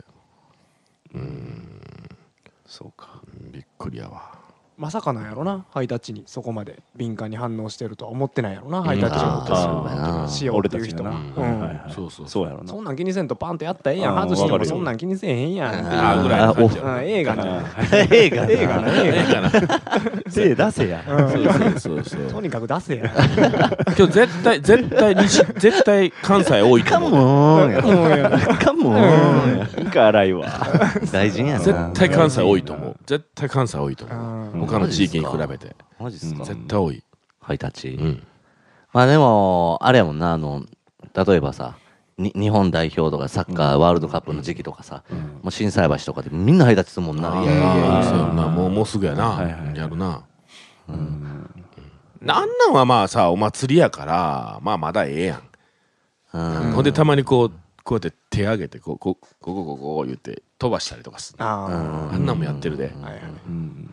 [SPEAKER 5] そうか
[SPEAKER 2] びっくりやわ
[SPEAKER 3] まさかなんやろなハイタッチにそこまで敏感に反応してるとは思ってないやろな
[SPEAKER 2] うん
[SPEAKER 3] ハイタッチ
[SPEAKER 4] あ
[SPEAKER 3] の
[SPEAKER 4] あ、そうや
[SPEAKER 3] こと
[SPEAKER 4] な。
[SPEAKER 3] しようっていう人も
[SPEAKER 5] 俺
[SPEAKER 2] たちが
[SPEAKER 3] うん
[SPEAKER 2] な
[SPEAKER 5] はいはい
[SPEAKER 2] そうそう
[SPEAKER 5] そうやろな
[SPEAKER 3] そんなん気にせんとパンってやったらええや
[SPEAKER 5] あ
[SPEAKER 3] ん
[SPEAKER 5] ー
[SPEAKER 3] 外して
[SPEAKER 5] わか
[SPEAKER 3] も
[SPEAKER 5] るよ
[SPEAKER 3] そんなん気にせえへんやんっていう
[SPEAKER 2] あーぐらいの感じや
[SPEAKER 3] うん映画な
[SPEAKER 4] 映画
[SPEAKER 3] 映画な映画
[SPEAKER 5] 手出せや
[SPEAKER 2] そうそうそうそ
[SPEAKER 3] と
[SPEAKER 2] う
[SPEAKER 3] にかく出せや
[SPEAKER 2] 今日絶対絶対に絶対関西多いと
[SPEAKER 4] カ
[SPEAKER 2] 思う
[SPEAKER 4] モンやカモン
[SPEAKER 5] なんか荒いわ
[SPEAKER 4] 大臣やな
[SPEAKER 2] 絶対関西多いと思う絶対関西多いと思
[SPEAKER 3] う
[SPEAKER 2] うん他の地域に比べて
[SPEAKER 4] マジっすか
[SPEAKER 2] 絶対多い
[SPEAKER 4] ハイタッチ、
[SPEAKER 2] うん
[SPEAKER 4] まあでもあれやもんなあの例えばさに日本代表とかサッカーワールドカップの時期とかさ、もう震災橋とかでみんなハイタッチするもんな
[SPEAKER 2] あーいやいやい
[SPEAKER 5] ー
[SPEAKER 2] やそうやなもうもうすぐやな、
[SPEAKER 5] はいはい
[SPEAKER 2] やるなうんなんなんはまあさお祭りやからまあまだええや
[SPEAKER 4] う
[SPEAKER 2] ん
[SPEAKER 4] ん
[SPEAKER 2] ほんでたまにこうこうやって手上げてこうこうこうこうこうこう言って飛ばしたりとかする
[SPEAKER 3] あ
[SPEAKER 2] あんなんもやってるで、
[SPEAKER 3] あはいはい
[SPEAKER 5] うん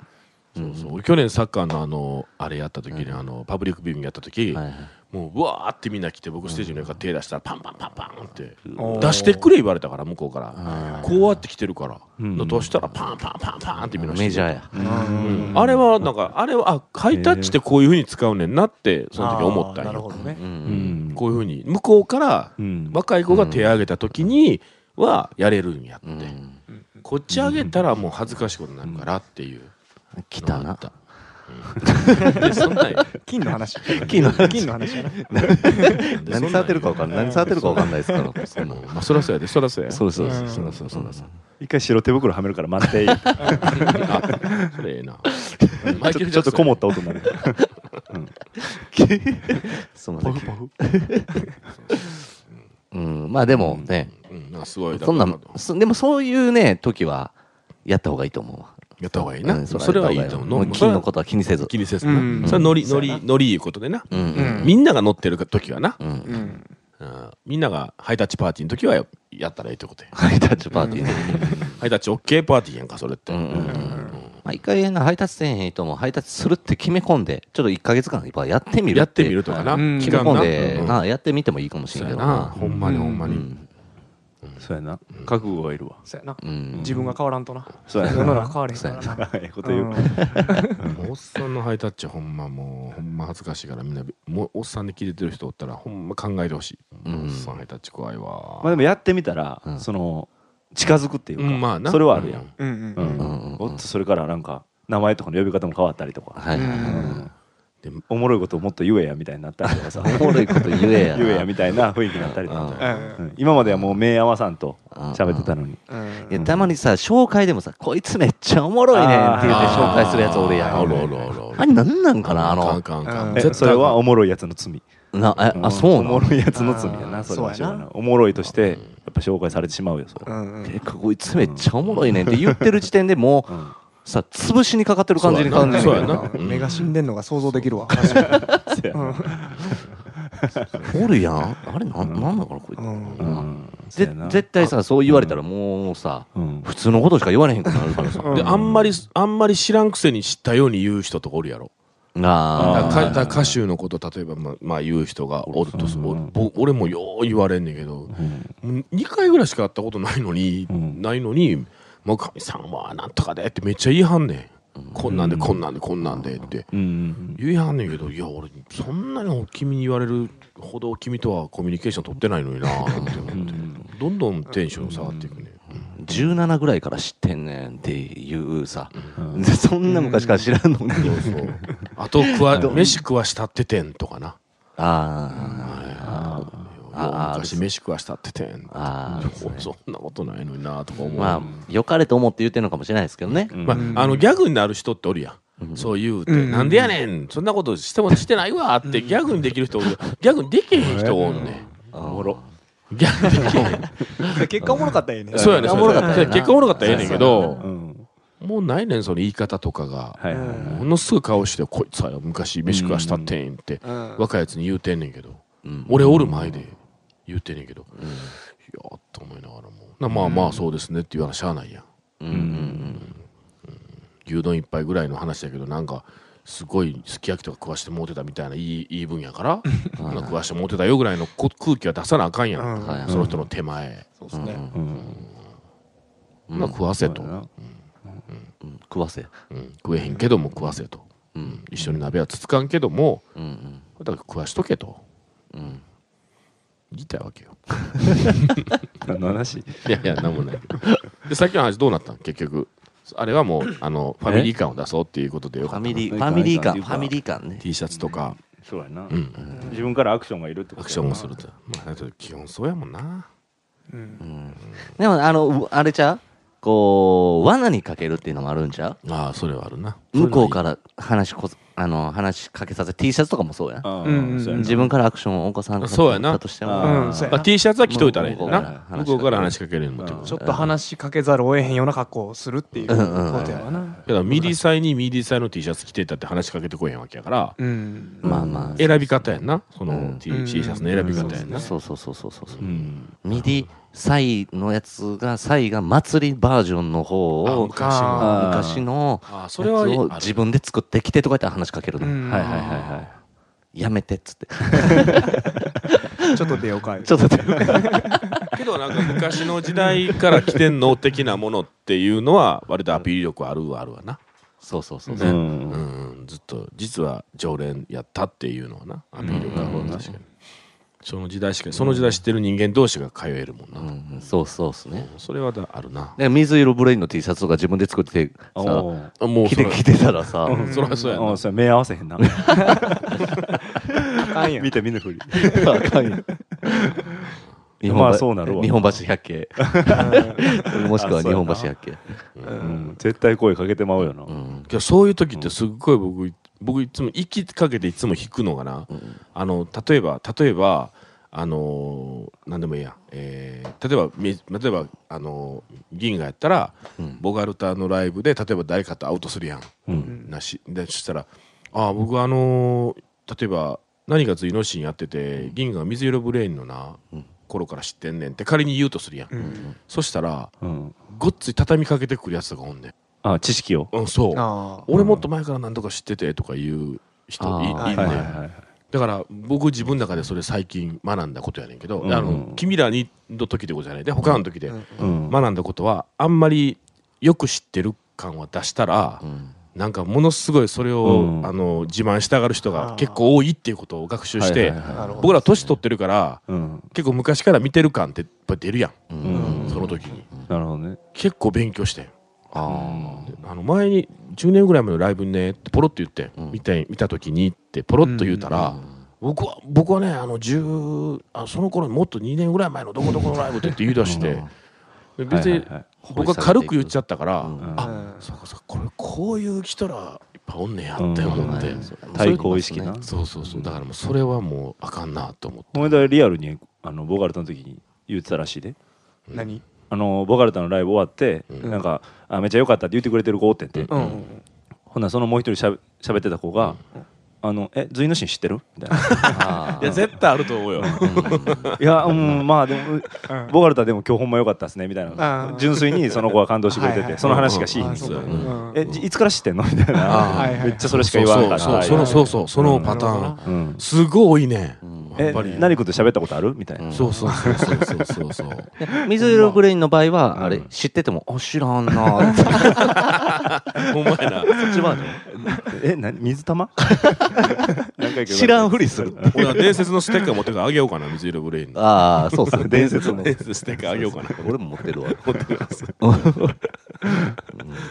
[SPEAKER 2] そうそう俺去年サッカーのあのあれやった時に、あのパブリックビューイングやった時、
[SPEAKER 4] はいはい
[SPEAKER 2] もううわーってみんな来て僕ステージの上から手出したらパンパンパンパンって
[SPEAKER 3] おー
[SPEAKER 2] 出してくれ言われたから向こうからこうやって来てるから、
[SPEAKER 5] ん
[SPEAKER 2] 出したらパンパンパンパンってみんなして
[SPEAKER 4] メジャーや、
[SPEAKER 2] うんあれはなんかあれはあハイタッチってこういうふうに使うねんなってその時思ったん
[SPEAKER 3] あーなる
[SPEAKER 2] よ
[SPEAKER 3] ほどね
[SPEAKER 5] うん
[SPEAKER 2] こういうふうに向こうから
[SPEAKER 5] うん
[SPEAKER 2] 若い子が手上げた時にはやれるんやって、
[SPEAKER 4] うん、
[SPEAKER 2] こっち上げたらもう恥ずかしいことになるからっていう
[SPEAKER 4] 来た
[SPEAKER 2] のがあ
[SPEAKER 4] な
[SPEAKER 2] った、うんでそんなんや
[SPEAKER 3] 金
[SPEAKER 2] [LAUGHS]
[SPEAKER 3] の話
[SPEAKER 4] 金の話
[SPEAKER 3] 金の話やな
[SPEAKER 2] で
[SPEAKER 4] 何触ってるか分かんない何触ってるか分かんないですから
[SPEAKER 2] そのまあそらそうやでそらそうや
[SPEAKER 4] そうそう
[SPEAKER 3] そう
[SPEAKER 2] そらそうそらそう
[SPEAKER 5] 一回白手袋はめるから待ってちょ
[SPEAKER 2] あそれええなマイケル
[SPEAKER 5] ちょっとこもった音になる
[SPEAKER 4] その時 [LAUGHS] うんまあでもね、
[SPEAKER 2] うん、なんかすごい
[SPEAKER 4] そんな
[SPEAKER 2] だから
[SPEAKER 4] そでもそういうね時はやった方がいいと思うわ
[SPEAKER 2] やった方がいい
[SPEAKER 4] うん
[SPEAKER 2] なそれはいいと
[SPEAKER 4] も
[SPEAKER 2] 思う
[SPEAKER 4] う金のことは気にせず
[SPEAKER 2] 気にせず
[SPEAKER 3] う
[SPEAKER 2] なんそれはノリ
[SPEAKER 3] そ
[SPEAKER 2] ノ
[SPEAKER 3] うやな
[SPEAKER 2] リノリいうことでな
[SPEAKER 4] うんうん
[SPEAKER 2] みんなが乗ってる時はな
[SPEAKER 4] うん
[SPEAKER 3] うん
[SPEAKER 2] うんみんながハイタッチパーティーの時はややったらいいってことや
[SPEAKER 4] ハイタッチパーティ
[SPEAKER 2] [LAUGHS]
[SPEAKER 4] ーね
[SPEAKER 2] ハイタッチ OK パーティーやんかそれって
[SPEAKER 4] うんうんうん
[SPEAKER 2] うん
[SPEAKER 4] 毎回な配達せえへん人も配達するって決め込んでちょっと1か月間やっぱやってみる
[SPEAKER 2] やってみるとかな
[SPEAKER 3] うん
[SPEAKER 2] 期
[SPEAKER 4] 決め
[SPEAKER 2] 間
[SPEAKER 4] 込
[SPEAKER 2] な
[SPEAKER 4] んで
[SPEAKER 2] うん
[SPEAKER 4] なやってみてもいいかもし
[SPEAKER 2] そ
[SPEAKER 4] れ
[SPEAKER 2] うんや
[SPEAKER 4] けど
[SPEAKER 2] な
[SPEAKER 4] な
[SPEAKER 2] ほんまにほんま
[SPEAKER 4] う
[SPEAKER 2] に
[SPEAKER 4] ん
[SPEAKER 5] そうやな覚悟がいるわ
[SPEAKER 3] そうやな
[SPEAKER 4] うん
[SPEAKER 3] 自分が変わらんとな
[SPEAKER 5] そうや
[SPEAKER 3] 世
[SPEAKER 5] な
[SPEAKER 3] の中変われへんからな
[SPEAKER 5] ええこと言う
[SPEAKER 2] おっさんのハイタッチほんまもうほんま恥ずかしいからみんなもうおっさんで聞いてる人おったらほんま考えてほしい
[SPEAKER 4] うん
[SPEAKER 2] おっさんハイタッチ怖いわ
[SPEAKER 5] まあでもやってみたら
[SPEAKER 4] うん
[SPEAKER 5] その近づくっていうか
[SPEAKER 2] うんまあな
[SPEAKER 5] それはあるやん
[SPEAKER 3] うんう
[SPEAKER 5] うんん
[SPEAKER 4] うんうんうん
[SPEAKER 5] おっとそれからなんか名前とかの呼び方も変わったりとか
[SPEAKER 4] はいはいは
[SPEAKER 5] でおもろいことをもっと言えやみたいになったりとかさ
[SPEAKER 4] いおもろいこと言えや
[SPEAKER 2] [LAUGHS]
[SPEAKER 4] な
[SPEAKER 5] 言えやみたいな雰囲気になったりと
[SPEAKER 4] う
[SPEAKER 5] か
[SPEAKER 4] ん
[SPEAKER 3] うん
[SPEAKER 5] うん今まではもう目合わさんと喋ってたのに
[SPEAKER 3] うん
[SPEAKER 4] いやたまにさ紹介でもさ「こいつめっちゃおもろいねん」って言って
[SPEAKER 2] あー
[SPEAKER 4] 紹介するやつおるやん
[SPEAKER 2] おるおるおるおる
[SPEAKER 4] あれなんなんかなあの
[SPEAKER 2] かんかんかん
[SPEAKER 3] うん
[SPEAKER 5] え
[SPEAKER 2] 絶対
[SPEAKER 5] それはおもろいやつの罪
[SPEAKER 4] なえ
[SPEAKER 5] うん
[SPEAKER 4] あそう
[SPEAKER 5] お
[SPEAKER 4] なの
[SPEAKER 5] もろいやつの罪やな
[SPEAKER 3] あー
[SPEAKER 5] それはしょうが
[SPEAKER 3] そう
[SPEAKER 5] な
[SPEAKER 3] や
[SPEAKER 5] いおもろいとしてやっぱ紹介されてしまうよそれ
[SPEAKER 3] う
[SPEAKER 5] は
[SPEAKER 3] んうん
[SPEAKER 4] てかこいつめっちゃおもろいねんって言ってる時点でもう
[SPEAKER 5] うん
[SPEAKER 4] さ潰しにかかってる感じに感じる
[SPEAKER 2] そう
[SPEAKER 4] よ
[SPEAKER 2] やな
[SPEAKER 3] うん目が死んでんのが想像できるわ
[SPEAKER 5] そうやな
[SPEAKER 4] おるやんあれなんなんだからこいつ
[SPEAKER 3] うん
[SPEAKER 5] うんそ
[SPEAKER 4] ぜ
[SPEAKER 5] うやな
[SPEAKER 4] 絶対さそう言われたらもうさ
[SPEAKER 5] うん
[SPEAKER 4] 普通のことしか言われへんくなるからさ
[SPEAKER 3] うん
[SPEAKER 2] であんまりあんまり知らんくせに知ったように言う人とかおるやろだ
[SPEAKER 4] な
[SPEAKER 2] か
[SPEAKER 4] あ
[SPEAKER 2] らだから歌手のこと例えばまあまあ言う人がおるとす
[SPEAKER 5] うん
[SPEAKER 2] ぼ俺もよう言われんねんけど2回ぐらいしか会ったことないのに
[SPEAKER 5] うん
[SPEAKER 2] ないのに「もうかみさんはなんとかで」ってめっちゃ言いはんねんこんなんでこんなんでこんなんでって
[SPEAKER 5] うんうん
[SPEAKER 2] 言いはんねんけどいや俺そんなに君に言われるほど君とはコミュニケーション取ってないのになって思ってどんどんテンション下がっていくね
[SPEAKER 4] 17ぐらいから知ってんねんっていうさ
[SPEAKER 5] うん
[SPEAKER 4] でそんな昔から知らんのに
[SPEAKER 2] そうそうあと食わ飯食わしたっててんとかな
[SPEAKER 4] ああー
[SPEAKER 2] 昔飯食わしたっててん
[SPEAKER 4] ああ
[SPEAKER 2] [LAUGHS]
[SPEAKER 4] ー
[SPEAKER 2] そそんなことないのになとか思う、
[SPEAKER 4] まあ良かれと思って言ってんのかもしれないですけどね
[SPEAKER 2] まあ、あのギャグになる人っておるやん、そう言うて、なんでやねんそんなことしてもしてな
[SPEAKER 4] [LAUGHS]
[SPEAKER 2] いわってギャグにできる人おるギャグにできへん人おんね
[SPEAKER 4] おもろ
[SPEAKER 2] んギャグできへん
[SPEAKER 3] で結果おもろかったらいいね
[SPEAKER 2] そうやね
[SPEAKER 4] お
[SPEAKER 2] そ
[SPEAKER 4] も
[SPEAKER 2] う
[SPEAKER 4] ろかっ
[SPEAKER 2] や
[SPEAKER 4] た
[SPEAKER 2] ね
[SPEAKER 4] よな
[SPEAKER 2] そうや結果おもろかったらええねんけど
[SPEAKER 5] うん
[SPEAKER 2] もうないねんその言い方とかが、
[SPEAKER 5] はいはいはい
[SPEAKER 2] ものすごい顔してこいつはよ昔飯食わしたってんって
[SPEAKER 3] うん
[SPEAKER 2] 若いやつに言うてんねんけど、俺おる前で言うてんねんけど、いやーっと思いながらもなまあまあそうですねって言わなしゃあないやん牛丼一杯ぐらいの話だけどなんかすごいすき焼きとか食わしてもうてたみたいないいいい分やからそんな食わしてもうてたよぐらいのこ空気は出さなあかんやん、
[SPEAKER 3] うん
[SPEAKER 4] はい
[SPEAKER 2] その人の手前、
[SPEAKER 3] そうですね
[SPEAKER 5] うん
[SPEAKER 2] そんな食わせと、
[SPEAKER 5] そうやな
[SPEAKER 4] うん食わせ
[SPEAKER 2] うん食えへんけども食わせと、うん一緒に鍋はつつかんけども
[SPEAKER 4] うんうん
[SPEAKER 2] だから食わしとけと
[SPEAKER 4] うん
[SPEAKER 2] 言いたいわけよ
[SPEAKER 5] 何の話
[SPEAKER 2] いやいやなんもないけどでさっきの話どうなったん結局あれはもうあのファミリー感を出そうっていうことでよ
[SPEAKER 4] フ
[SPEAKER 2] か
[SPEAKER 4] ァ
[SPEAKER 2] っ
[SPEAKER 4] ミ
[SPEAKER 2] た
[SPEAKER 4] リー
[SPEAKER 5] な
[SPEAKER 4] フ
[SPEAKER 5] んか
[SPEAKER 4] ァミリー感
[SPEAKER 5] なん
[SPEAKER 4] フ
[SPEAKER 5] か
[SPEAKER 4] ァミリー感ね
[SPEAKER 2] T シャツとか
[SPEAKER 5] そうやな
[SPEAKER 2] うん
[SPEAKER 5] 自分からアクションがいるってこと
[SPEAKER 2] アクションをするとまあ基本そうやもんな
[SPEAKER 3] うん
[SPEAKER 4] でもあのうあれちゃうこう罠にかけるっていうのもあるんちゃ
[SPEAKER 2] ああそれはあるな
[SPEAKER 4] う向こうから話こあの話しかけさせ T シャツとかもそうやん
[SPEAKER 5] あ
[SPEAKER 3] うんうん
[SPEAKER 5] ーそうやな
[SPEAKER 4] 自分からアクションを起こさんか
[SPEAKER 2] そうやな
[SPEAKER 4] ったとして
[SPEAKER 5] あー
[SPEAKER 4] も
[SPEAKER 3] うんそうや
[SPEAKER 2] まあ、T シャツは着といたらいい
[SPEAKER 4] 向こうから
[SPEAKER 2] な
[SPEAKER 4] 話しかけ
[SPEAKER 2] 向こうから話しかけるようになってくる
[SPEAKER 3] ちょっと話しかけざるを得へんような格好をするっていうことやわな
[SPEAKER 2] けどミリサイにミリサイの T シャツ着てたって話しかけてこいへんわけやから
[SPEAKER 3] うん
[SPEAKER 4] まあまあ
[SPEAKER 2] 選び方やんなその
[SPEAKER 4] ん
[SPEAKER 2] T, T シャツの選び方やんな
[SPEAKER 4] そうそうそうそうそうそう
[SPEAKER 5] うん
[SPEAKER 4] ミディサイのやつがサイが祭りバージョンの方
[SPEAKER 2] あ
[SPEAKER 4] を
[SPEAKER 2] 昔の
[SPEAKER 5] あー
[SPEAKER 4] 昔の
[SPEAKER 2] あーそ
[SPEAKER 4] や
[SPEAKER 2] れ
[SPEAKER 4] つ
[SPEAKER 2] は
[SPEAKER 4] を
[SPEAKER 2] ある
[SPEAKER 4] 自分で作ってきてとか言って話しかけるの
[SPEAKER 5] はいはいはいはい
[SPEAKER 4] やめてっつって
[SPEAKER 3] いちょっと出ようかい
[SPEAKER 4] ちょっと待って
[SPEAKER 2] けどなんか昔の時代から着てんの的なものっていうのは割とアピール力あるはあるわな
[SPEAKER 4] そうそうそう
[SPEAKER 5] う
[SPEAKER 4] そう、
[SPEAKER 2] うんんずっと実は常連やったっていうのはなアピール力あるわ確かにその時代しかその時代知ってる人間同士が通えるもんな、
[SPEAKER 4] うんうん、そうそうっすね
[SPEAKER 2] それはだあるな
[SPEAKER 4] で水色ブレインの T シャツとか自分で作って
[SPEAKER 5] あ
[SPEAKER 4] さ
[SPEAKER 5] おー
[SPEAKER 2] あもう
[SPEAKER 4] 着
[SPEAKER 2] そ
[SPEAKER 4] て
[SPEAKER 2] れ
[SPEAKER 4] 着てたらさ
[SPEAKER 2] それはそうやな
[SPEAKER 5] あそれ目合わせへんな
[SPEAKER 3] あかんやん
[SPEAKER 5] [LAUGHS] 見て見ぬふり
[SPEAKER 4] あかんやん [LAUGHS] 日本橋
[SPEAKER 5] まあそうなるわ
[SPEAKER 4] 日本橋百景 [LAUGHS] もしくは日本橋百景
[SPEAKER 5] うん絶対声かけてまうよな
[SPEAKER 4] うん
[SPEAKER 2] けどそういう時ってすっごい僕僕いつも息かけていつも弾くのがな、
[SPEAKER 4] ん
[SPEAKER 2] あの例えば例えばあのー何でもいいや、えー例えばみ例えばあのー銀河やったら、ボガルタのライブで例えば誰かとアウトするやん、なしでそしたら「ああ僕あのー例えば何月イノシンやってて銀河が水色ブレインのな、頃から知ってんねん」って仮に言うとするやん、そしたら
[SPEAKER 5] うん、
[SPEAKER 2] ごっつい畳みかけてくるやつとかおんねん、
[SPEAKER 5] あ知識を
[SPEAKER 2] うん、そう
[SPEAKER 3] あ
[SPEAKER 2] 俺もっと前から何とか知っててとか言う人いい
[SPEAKER 4] あー
[SPEAKER 2] いんだ
[SPEAKER 5] はい
[SPEAKER 2] よ
[SPEAKER 5] はいはい
[SPEAKER 2] だから僕自分の中でそれ最近学んだことやねんけど、
[SPEAKER 5] うん
[SPEAKER 2] あの君らにの時でございないで他の時で
[SPEAKER 3] うん
[SPEAKER 5] うん
[SPEAKER 2] 学んだことはあんまりよく知ってる感は出したら、
[SPEAKER 4] うん
[SPEAKER 2] なんかものすごいそれを、
[SPEAKER 5] うん
[SPEAKER 2] あの自慢したがる人
[SPEAKER 3] あ
[SPEAKER 2] が
[SPEAKER 3] ー
[SPEAKER 2] 結構多いっていうことを学習して、
[SPEAKER 5] はいはい
[SPEAKER 3] あな
[SPEAKER 5] は
[SPEAKER 3] るほど
[SPEAKER 2] 僕ら年取ってるから
[SPEAKER 5] いうん
[SPEAKER 2] 結構昔から見てる感ってやっぱ出るやん、
[SPEAKER 4] う
[SPEAKER 5] うんん
[SPEAKER 2] その時に
[SPEAKER 5] なるほどね
[SPEAKER 2] 結構勉強してん
[SPEAKER 4] あ
[SPEAKER 2] であの前に10年ぐらい前のライブにねってポロッと言って、
[SPEAKER 4] うん
[SPEAKER 2] 見て見た時にってポロッと言ったら、
[SPEAKER 4] あ
[SPEAKER 2] 僕は僕はねあの10あその頃にもっと2年ぐらい前のどこどこのライブって言って言い出して、で別に
[SPEAKER 5] はいはいはい
[SPEAKER 2] 僕は軽く言っちゃったから、
[SPEAKER 4] うん
[SPEAKER 5] うん
[SPEAKER 2] あそうかそうかこれこういう人らいっぱいおんねやって
[SPEAKER 5] うん
[SPEAKER 2] 思って、
[SPEAKER 4] うん
[SPEAKER 5] 対抗意識な
[SPEAKER 2] そうそうそうだからもうそれはもうあかんなと思って
[SPEAKER 5] この間リアルにあのボガルタの時に言ってたらしいで
[SPEAKER 3] 何
[SPEAKER 5] あのボガルタのライブ終わって、
[SPEAKER 2] うん
[SPEAKER 5] なんかあ「めっちゃ良かった」って言ってくれてる子おってんて、
[SPEAKER 2] うん
[SPEAKER 3] うんうん
[SPEAKER 5] ほんならそのもう一人しゃべ喋ってた子が「あのえ随のシーン知ってる?」みたいな
[SPEAKER 4] あ
[SPEAKER 2] [LAUGHS] いや絶対あると思うよ
[SPEAKER 5] いや、うん、まあでも、ボガルタでも今日ほんま良かったですねみたい
[SPEAKER 3] あ
[SPEAKER 5] な
[SPEAKER 3] ー
[SPEAKER 5] 純粋にその子は感動してくれて
[SPEAKER 3] はいは
[SPEAKER 5] て
[SPEAKER 3] い
[SPEAKER 5] その話がしいん
[SPEAKER 3] あ
[SPEAKER 5] で
[SPEAKER 3] そ
[SPEAKER 5] す
[SPEAKER 3] う
[SPEAKER 5] よ
[SPEAKER 3] か
[SPEAKER 2] うん
[SPEAKER 3] うん
[SPEAKER 5] えじいつから知ってんのみたい
[SPEAKER 2] あ
[SPEAKER 5] な
[SPEAKER 3] ー
[SPEAKER 5] めっちゃそれしか言わんかっ
[SPEAKER 2] そう
[SPEAKER 5] た
[SPEAKER 2] そうそうそうそうそのパタ
[SPEAKER 3] なる
[SPEAKER 2] ー
[SPEAKER 3] ほ
[SPEAKER 2] ン
[SPEAKER 5] うんうん
[SPEAKER 2] すごい多いね、や
[SPEAKER 5] え
[SPEAKER 2] っぱり
[SPEAKER 5] 何君と喋ったことあるみたいな
[SPEAKER 2] そうそうそうそうそうそうそう
[SPEAKER 4] 水色ブレインの場合は、あれ、知ってても、あ、知らんな [LAUGHS] ーって。
[SPEAKER 2] [LAUGHS] ほんまやな
[SPEAKER 4] 一番
[SPEAKER 5] えな水玉何回か
[SPEAKER 4] 知らんふりする。
[SPEAKER 2] 俺は伝説のステッカー持ってからあげようかな水色ブレインの
[SPEAKER 4] ああ、そうっす [LAUGHS] ね。
[SPEAKER 5] 伝説の
[SPEAKER 2] 伝説ステッカーあげようかな
[SPEAKER 4] 俺も持ってるわ。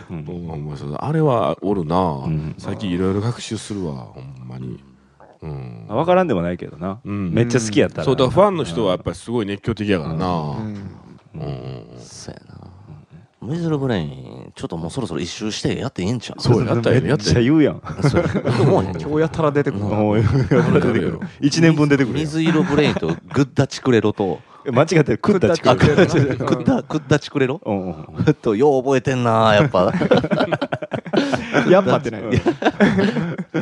[SPEAKER 2] ほんまほんまそうだあれはおるな、
[SPEAKER 5] ん
[SPEAKER 2] 最近いろいろ学習するわほんまに、うん
[SPEAKER 5] 分からんでもないけどな
[SPEAKER 2] うん
[SPEAKER 5] めっちゃ好きやったら
[SPEAKER 2] そうだからファンの人はやっぱりすごい熱狂的やからな、うん
[SPEAKER 4] そうやな。水色ブレイン、ちょっともうそろそろ一周してやっていいんちゃう
[SPEAKER 2] そうやったよね
[SPEAKER 5] め
[SPEAKER 2] や
[SPEAKER 5] っ
[SPEAKER 2] った
[SPEAKER 5] ち
[SPEAKER 2] よ
[SPEAKER 5] ゃ
[SPEAKER 2] ね
[SPEAKER 5] 言うやん
[SPEAKER 4] そうやなもうね
[SPEAKER 3] 今日やったら出てくるな
[SPEAKER 5] もう出てくる1年分出てくるやん
[SPEAKER 4] 水色ブレインとグッダチクレロと、
[SPEAKER 5] え [LAUGHS] 間違ってる食った
[SPEAKER 3] 食
[SPEAKER 5] 近
[SPEAKER 3] った
[SPEAKER 5] く
[SPEAKER 4] グッダ、グッダチクレロ
[SPEAKER 5] うんうんうん
[SPEAKER 4] と、よう覚えてんなー、やっ
[SPEAKER 5] [LAUGHS]
[SPEAKER 4] ぱ。
[SPEAKER 3] やっぱってない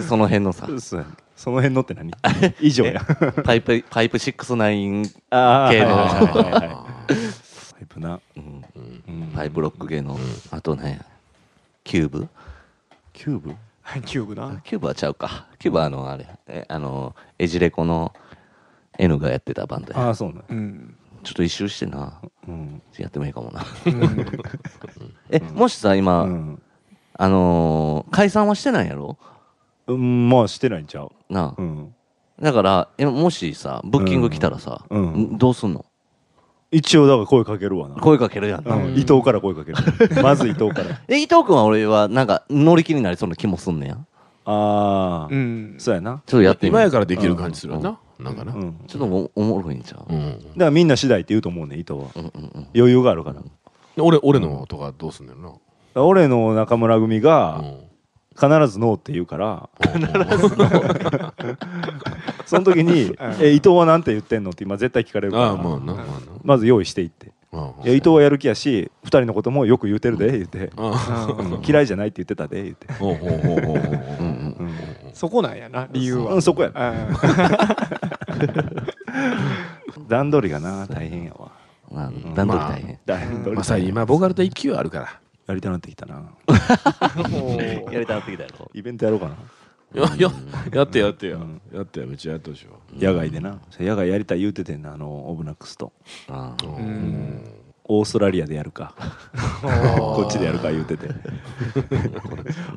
[SPEAKER 4] その辺のさ、
[SPEAKER 5] そうやその辺のって何以上や
[SPEAKER 4] パイプ、パイプ69、
[SPEAKER 5] あー
[SPEAKER 4] 系の
[SPEAKER 5] はいはいはいはいタイプな
[SPEAKER 4] うん
[SPEAKER 5] うん
[SPEAKER 4] パイプロック系の、あとね、キューブ
[SPEAKER 5] キューブ
[SPEAKER 3] キューブな
[SPEAKER 4] キューバはちゃうか。キューバはあの、あれ、えあの、エジレコの N がやってたバンド
[SPEAKER 5] あ
[SPEAKER 4] や。
[SPEAKER 5] あそうなん
[SPEAKER 3] うん
[SPEAKER 4] ちょっと一周してな。
[SPEAKER 5] うん
[SPEAKER 4] やってもいいかもな。
[SPEAKER 3] うん
[SPEAKER 4] え、もしさ、今、
[SPEAKER 5] うん
[SPEAKER 4] あのー解散はしてないやろ
[SPEAKER 5] うんまあしてないんちゃう
[SPEAKER 4] なあ、
[SPEAKER 5] うん
[SPEAKER 4] だから、えもしさ、ブッキング来たらさ、
[SPEAKER 5] うんうん
[SPEAKER 4] んどうすんの
[SPEAKER 5] 一応だから声かけるわな
[SPEAKER 4] 声かけるやんな。
[SPEAKER 5] うん伊藤から声かけるまず伊藤
[SPEAKER 4] [LAUGHS]
[SPEAKER 5] から
[SPEAKER 4] え、伊藤君は俺は、なんか、乗り気になりそうな気もすんねや。
[SPEAKER 5] あ
[SPEAKER 3] う
[SPEAKER 5] あ
[SPEAKER 3] ん
[SPEAKER 5] そうやな
[SPEAKER 4] ちょっとやってみ
[SPEAKER 2] 今や
[SPEAKER 4] る。ちょ
[SPEAKER 2] からできる感じするな、なんかな、
[SPEAKER 5] う
[SPEAKER 2] うん
[SPEAKER 5] んだか
[SPEAKER 4] っとおおもろいんちゃう、
[SPEAKER 5] らみんな次第って言うと思うね伊藤は
[SPEAKER 4] うん、うんうん
[SPEAKER 5] 余裕があるから
[SPEAKER 2] 俺俺のとかどうすんだよ
[SPEAKER 5] 俺の中村組
[SPEAKER 2] な、
[SPEAKER 5] が
[SPEAKER 2] うん
[SPEAKER 5] 必ずノーって言うからその時に「え伊藤はなんて言ってんの?」って今絶対聞かれるか
[SPEAKER 2] あ
[SPEAKER 5] ら
[SPEAKER 2] あまあな、まあ
[SPEAKER 5] まず用意していって
[SPEAKER 2] な、あ
[SPEAKER 5] 「
[SPEAKER 2] あ
[SPEAKER 5] いや伊藤はやる気やし2人のこともよく言うてるで」言って
[SPEAKER 2] あ
[SPEAKER 5] 「うん嫌いじゃないって言ってたで」言って
[SPEAKER 2] あおうおうおうおうおう
[SPEAKER 4] うんうん
[SPEAKER 3] そこなんやな理由は
[SPEAKER 5] うんそこや
[SPEAKER 3] う
[SPEAKER 5] 段取りがな大変やわ
[SPEAKER 4] まあ段取り大変。
[SPEAKER 5] 段取り
[SPEAKER 2] まあさ今ボーカルと勢いあるから
[SPEAKER 5] やりたなってきたなん
[SPEAKER 3] もう
[SPEAKER 4] やりたなってきたやろ。
[SPEAKER 5] イベントやろうかない
[SPEAKER 2] やいややってやってや、やってやめっちゃやってほしいわ
[SPEAKER 5] 野外でな野外やりたい言うててんなあのオブナックスと
[SPEAKER 4] ああ
[SPEAKER 3] うん
[SPEAKER 5] オーストラリアでやるかこっちでやるか言うてて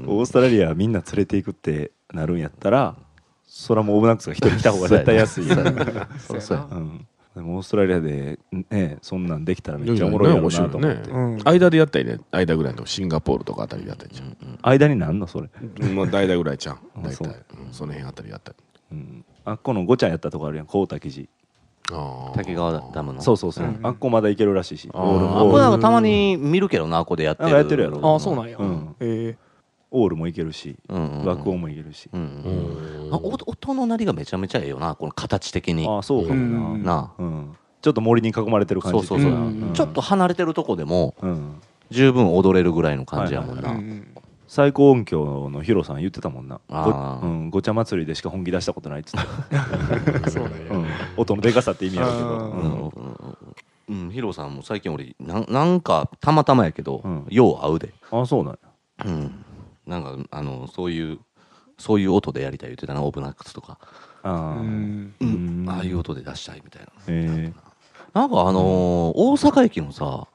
[SPEAKER 5] オーストラリアみんな連れていくってなるんやったらそらもうオブナックスが一人来た方が絶対安い [LAUGHS] よ
[SPEAKER 4] そうやなそうそうやな
[SPEAKER 5] うんでもオーストラリアでねそんなんできたらめっちゃおもろいやろ
[SPEAKER 2] 面
[SPEAKER 5] うな
[SPEAKER 2] 白
[SPEAKER 5] と
[SPEAKER 2] い
[SPEAKER 5] 思っ
[SPEAKER 2] ね
[SPEAKER 5] て、
[SPEAKER 3] うん
[SPEAKER 2] 間でやったりね間ぐらいのシンガポールとかあたりでやったりじゃん
[SPEAKER 5] 間になんのそれ、
[SPEAKER 2] [LAUGHS] まあ大体ぐらいちゃん
[SPEAKER 5] あ
[SPEAKER 2] 大
[SPEAKER 5] そう
[SPEAKER 2] 体うんその辺あたりやったり
[SPEAKER 5] うん、あっこのごちゃんやったとこあるやん高滝寺
[SPEAKER 2] あ
[SPEAKER 4] 竹川ダムの。
[SPEAKER 5] そうそうそう、あっこまだ行けるらしいし
[SPEAKER 4] あーあこれなんかたまに見るけどな、あこでやって
[SPEAKER 5] なん
[SPEAKER 4] る。
[SPEAKER 5] かやってるやろ
[SPEAKER 3] ああそうなんや
[SPEAKER 5] うん
[SPEAKER 3] ええ
[SPEAKER 5] オオールもいけるし、
[SPEAKER 4] うんうんうん
[SPEAKER 5] 爆音もいけるし、
[SPEAKER 4] うん
[SPEAKER 2] う
[SPEAKER 4] うん
[SPEAKER 2] ん
[SPEAKER 4] あお音の鳴りがめちゃめちゃええよなこの形的に
[SPEAKER 5] ああそうかもな、
[SPEAKER 4] な
[SPEAKER 5] うんちょっと森に囲まれてる感じ
[SPEAKER 4] そうそう
[SPEAKER 3] そう
[SPEAKER 4] あ
[SPEAKER 3] うん
[SPEAKER 4] ちょっと、離れてるとこでも
[SPEAKER 5] うんうん
[SPEAKER 4] 十分踊れるぐらいの感じやもん
[SPEAKER 3] う
[SPEAKER 4] な、
[SPEAKER 3] ん
[SPEAKER 5] 最高音響のヒロさん言ってたもんな
[SPEAKER 4] あー
[SPEAKER 5] ご,、うん、ごちゃ祭りでしか本気出したことないっつって、
[SPEAKER 3] そうなんや
[SPEAKER 5] うん、 [LAUGHS] 音のでかさって意味やるけど、
[SPEAKER 3] あ
[SPEAKER 5] う
[SPEAKER 3] ー
[SPEAKER 4] うんんうん、ヒロさんも最近俺なんなんかたまたまやけど、
[SPEAKER 5] うん
[SPEAKER 4] よう合うで、
[SPEAKER 5] ああそうなんや
[SPEAKER 4] うん、なんかあのそういうそういう音でやりたい言ってたなオープナックスとか、
[SPEAKER 5] あ
[SPEAKER 3] う
[SPEAKER 5] ー
[SPEAKER 3] ん
[SPEAKER 5] うん
[SPEAKER 4] ああいう音で出したいみたいな
[SPEAKER 5] え
[SPEAKER 4] なんかあのー大阪駅のさ、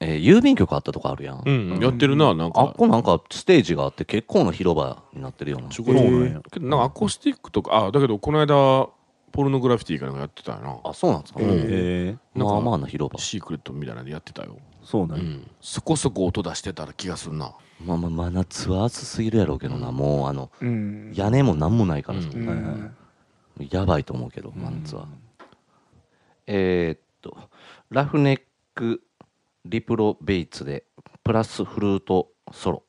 [SPEAKER 4] えー郵便局あったとこあるやん、
[SPEAKER 2] うんやってるななん
[SPEAKER 4] あっ
[SPEAKER 2] か
[SPEAKER 4] こなんかステージがあって結構な広場になってるような
[SPEAKER 2] す
[SPEAKER 5] ー、そ
[SPEAKER 2] ご
[SPEAKER 5] う
[SPEAKER 2] い
[SPEAKER 5] なんや
[SPEAKER 2] けどなんかアコースティックとかあだけどこの間ポルノグラフィティかなんかやってたよな
[SPEAKER 4] あそうなんですか、
[SPEAKER 2] うん
[SPEAKER 5] えー、
[SPEAKER 2] なん
[SPEAKER 4] ま
[SPEAKER 2] か
[SPEAKER 4] あまあな広場
[SPEAKER 2] シークレットみたいなのでやってたよ、
[SPEAKER 5] そうなん
[SPEAKER 2] う
[SPEAKER 5] や、
[SPEAKER 2] ん、そこそこ音出してたら気がするな
[SPEAKER 4] まあまあ真夏は暑すぎるやろうけどな、もうあの
[SPEAKER 3] うん
[SPEAKER 4] 屋根も何もないからさ、
[SPEAKER 2] う
[SPEAKER 5] はいは
[SPEAKER 4] やばいと思うけど真夏は、えーっとラフネックリプロベイツでプラスフルートソロ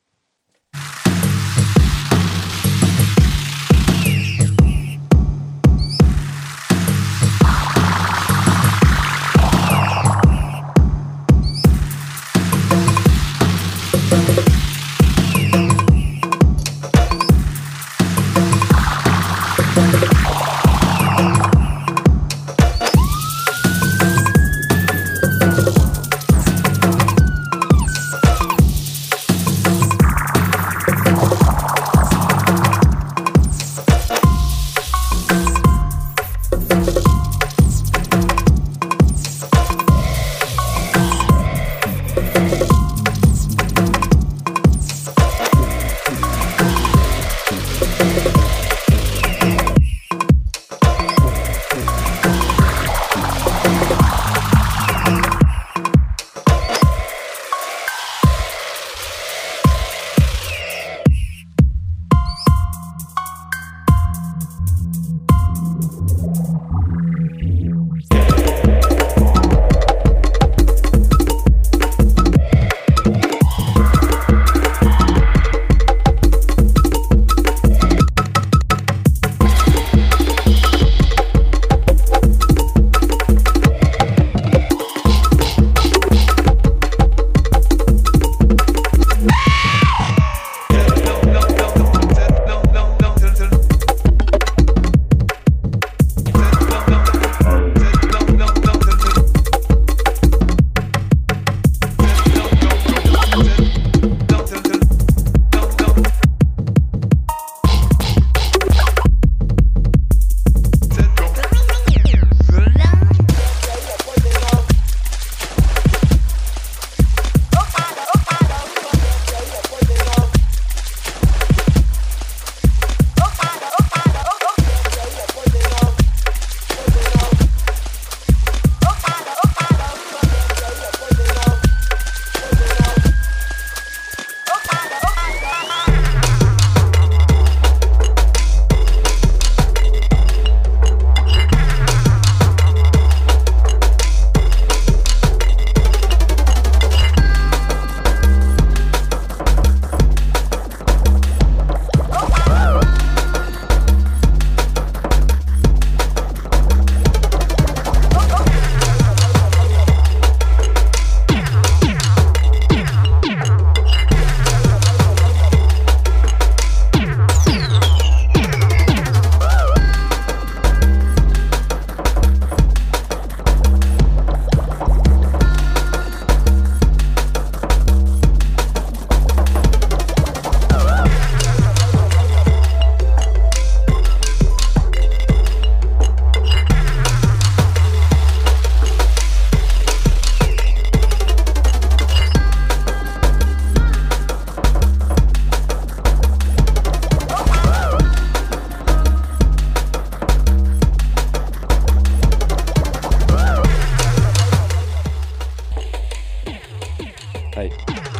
[SPEAKER 5] はい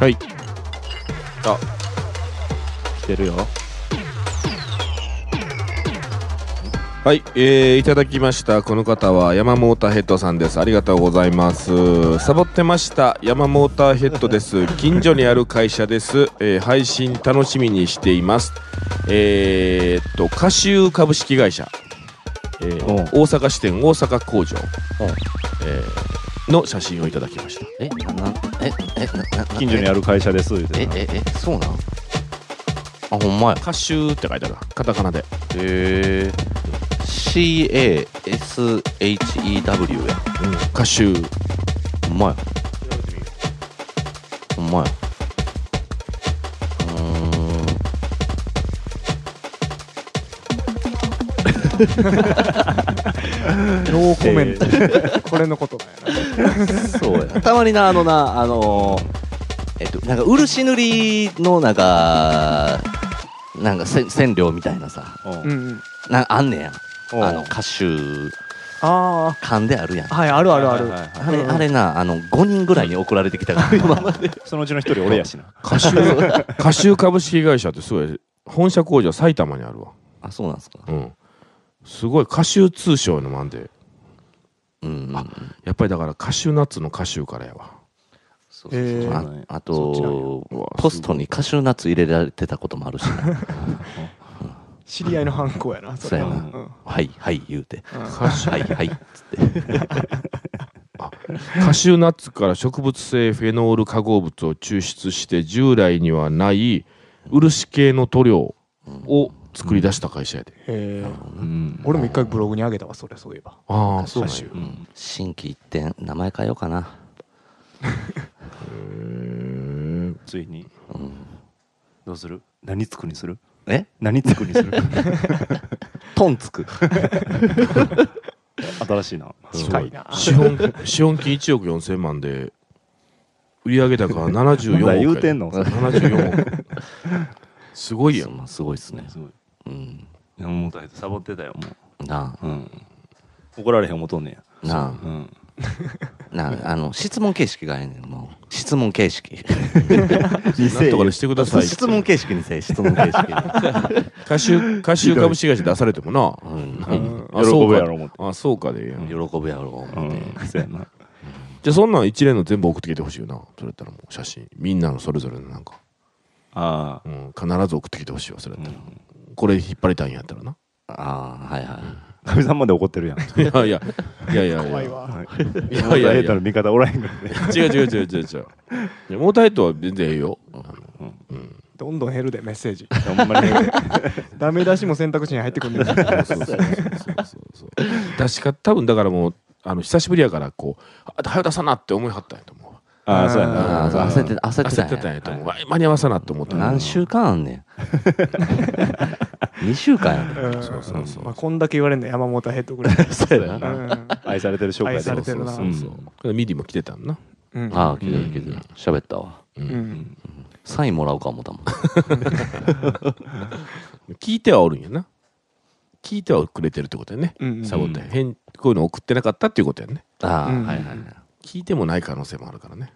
[SPEAKER 2] はいあ
[SPEAKER 5] 来てるよ
[SPEAKER 2] はい、えーいただきましたこの方は山モーターヘッドさんですありがとうございますサボってました山モーターヘッドです近所にある会社です、えー配信楽しみにしていますえーっと歌集株式会社、えー
[SPEAKER 5] うん
[SPEAKER 2] 大阪支店大阪工場、えーの写真をいただきました
[SPEAKER 4] えななええななな
[SPEAKER 5] 近所にある会社です言う
[SPEAKER 4] え
[SPEAKER 5] てな
[SPEAKER 4] えええそうなんあほんまや
[SPEAKER 2] 歌集って書いてあるなカタカナで
[SPEAKER 4] へえ CASHEW や
[SPEAKER 2] 歌集
[SPEAKER 4] ほんまやほんまやうーん
[SPEAKER 3] ノーコメント。これのことだよな。
[SPEAKER 4] そうやなたまになあのなあのーえっとなんか漆塗りのなんかなんかせ染料みたいなさ
[SPEAKER 5] う
[SPEAKER 3] うんんうん。
[SPEAKER 4] なあんねや
[SPEAKER 5] うん
[SPEAKER 4] あの歌手
[SPEAKER 3] あ
[SPEAKER 4] 缶であるやん
[SPEAKER 3] あ。はい、あるあるあ
[SPEAKER 5] はいはい
[SPEAKER 3] る。
[SPEAKER 5] はい
[SPEAKER 4] あれあれなあの5人ぐらいに送られてきたから今まで
[SPEAKER 5] そのうちの一人俺やしな
[SPEAKER 2] 歌集歌集株式会社ってすごい本社工場埼玉にあるわ
[SPEAKER 4] [LAUGHS] あそうなんですか
[SPEAKER 2] うん、すごい歌集通称のもあんで
[SPEAKER 4] うん
[SPEAKER 2] あやっぱりだからカシューナッツのカシューからやわ
[SPEAKER 4] そうそう
[SPEAKER 3] へ
[SPEAKER 4] そう
[SPEAKER 3] ー
[SPEAKER 4] ああと
[SPEAKER 2] うわ
[SPEAKER 4] ポストにカシューナッツ入れられてたこともあるしな
[SPEAKER 3] 知り合いの犯行やな。
[SPEAKER 4] そう
[SPEAKER 3] れ
[SPEAKER 4] や
[SPEAKER 3] は
[SPEAKER 4] な
[SPEAKER 5] うん
[SPEAKER 3] うん
[SPEAKER 4] はいはい言うて
[SPEAKER 3] うん
[SPEAKER 4] はいはいっつって
[SPEAKER 2] カシューナッツから植物性フェノール化合物を抽出して従来にはない漆系の塗料を作り出した会社やで、
[SPEAKER 3] へえ。
[SPEAKER 5] うん
[SPEAKER 3] 俺も一回ブログにあげたわ、それ、そういえば。
[SPEAKER 2] ああそうなんや
[SPEAKER 3] 歌集
[SPEAKER 5] うん
[SPEAKER 4] 新規一点名前変えようかな
[SPEAKER 2] へえ
[SPEAKER 5] ついにどうする何つくにする
[SPEAKER 4] え
[SPEAKER 5] 何つくに
[SPEAKER 4] [LAUGHS]
[SPEAKER 5] する
[SPEAKER 4] トンつく
[SPEAKER 5] [LAUGHS] 新しいな
[SPEAKER 3] 近いな。
[SPEAKER 2] 資本資本金1億4000万で売上高は74億
[SPEAKER 5] まだ
[SPEAKER 2] や
[SPEAKER 5] 言うてんの
[SPEAKER 2] 74億すごいやん
[SPEAKER 4] まあすごいですね
[SPEAKER 5] すごい
[SPEAKER 4] うん
[SPEAKER 5] 山本太サボってたよも
[SPEAKER 4] な
[SPEAKER 5] ううん怒られへん思とんねや
[SPEAKER 4] あな
[SPEAKER 5] うん
[SPEAKER 4] あなああの質問形式がええねんもう質問形式
[SPEAKER 2] なんとかしてくださいって
[SPEAKER 4] 質問形式にせえ質問形式に
[SPEAKER 2] 歌集歌集株式会社出されてもな
[SPEAKER 4] うん
[SPEAKER 3] うん
[SPEAKER 2] あそう
[SPEAKER 5] 喜ぶ
[SPEAKER 2] か
[SPEAKER 5] やろ思って
[SPEAKER 2] あそうかでええやん
[SPEAKER 4] 喜ぶやろ
[SPEAKER 5] う
[SPEAKER 4] 思って、
[SPEAKER 5] んそうやな
[SPEAKER 2] じゃあそんなん一連の全部送ってきてほしいよなそれやったらもう写真みんなのそれぞれのなんか、
[SPEAKER 5] あ
[SPEAKER 2] うん、必ず送ってきてほしいわそれや
[SPEAKER 5] あ
[SPEAKER 2] ったら、これ引っ張りたいんやったらな
[SPEAKER 4] ああはいはい
[SPEAKER 5] かみさんまで怒ってるやん
[SPEAKER 2] いやいやいやいやい
[SPEAKER 3] 怖
[SPEAKER 2] や
[SPEAKER 3] いわ。
[SPEAKER 2] いやい
[SPEAKER 5] [LAUGHS]
[SPEAKER 2] やいや
[SPEAKER 5] の味方おらへんからね
[SPEAKER 2] 違う違う違う違う違ういやモーターヘッドは全然ええよあの
[SPEAKER 3] どんどん減るで、メッセージ。 [LAUGHS]
[SPEAKER 5] ほんまに
[SPEAKER 3] ダメ出しも選択肢に入ってくるんだよ。
[SPEAKER 2] そうそうそうそうそう出し方多分だからもうあの久しぶりやからこうあ早出さなって思いはったんやと思うわ
[SPEAKER 5] ああそうやな
[SPEAKER 4] ああそう焦ってた焦ってた
[SPEAKER 2] 焦
[SPEAKER 4] ん
[SPEAKER 2] っ
[SPEAKER 4] や
[SPEAKER 2] てたんやと思う、わ間に合わさなって思ったんや
[SPEAKER 4] 何週間あんねん2週間やねん
[SPEAKER 3] うん
[SPEAKER 2] そうそうそう
[SPEAKER 3] まあ、こんだけ言われるの山本ヘッドぐらい。
[SPEAKER 5] そうや
[SPEAKER 3] う
[SPEAKER 5] な、
[SPEAKER 3] ん
[SPEAKER 5] 愛されてる紹介
[SPEAKER 3] 愛されてるな
[SPEAKER 2] そうそうそうミディも来てたんな
[SPEAKER 3] うん
[SPEAKER 4] ああ聞いてる聞いてる喋ったわ
[SPEAKER 3] うん
[SPEAKER 4] サインもらおうか思ったもん
[SPEAKER 2] 聞いてはおるんやな聞いてはくれてるってことやね、
[SPEAKER 3] うんうん
[SPEAKER 2] サボって変こういうの送ってなかったっていうことやね
[SPEAKER 4] ああ、
[SPEAKER 3] うん
[SPEAKER 4] はいはいはい
[SPEAKER 2] 聞いてもない可能性もあるからね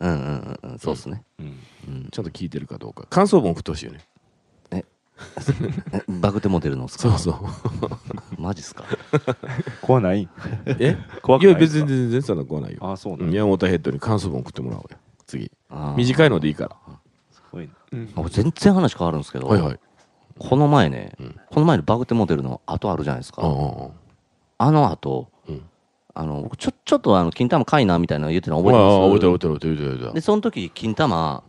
[SPEAKER 4] うんうんうんうんそうっすね、
[SPEAKER 5] うん
[SPEAKER 4] うん、
[SPEAKER 2] ちゃんと聞いてるかどうか感想文送ってほしいよね
[SPEAKER 4] えバグってモデルのっすか
[SPEAKER 2] そうそう
[SPEAKER 4] マジっすか
[SPEAKER 5] 怖ない
[SPEAKER 2] [LAUGHS] え
[SPEAKER 5] 怖
[SPEAKER 2] い
[SPEAKER 5] くない
[SPEAKER 2] や別に全然そんな怖ないよ
[SPEAKER 5] ああそうな
[SPEAKER 2] うんん
[SPEAKER 5] だ
[SPEAKER 2] 山本ヘッドに感想文送ってもらおうよ次
[SPEAKER 4] ああ
[SPEAKER 2] 短いのでいいか
[SPEAKER 5] すごいな
[SPEAKER 3] うん
[SPEAKER 4] あ全然話変わるんですけど、
[SPEAKER 2] らはいはい
[SPEAKER 4] この前ね、
[SPEAKER 2] ん
[SPEAKER 4] この前のバグってモデルの後あるじゃないですか、
[SPEAKER 2] ああ
[SPEAKER 4] あの後、
[SPEAKER 2] うん
[SPEAKER 4] あの僕ちょちょっとあの金玉かいなみたいなの言ってたの覚えてます
[SPEAKER 2] ああ覚えてる覚えてる覚えてる覚えて
[SPEAKER 4] で
[SPEAKER 2] る
[SPEAKER 4] その時金玉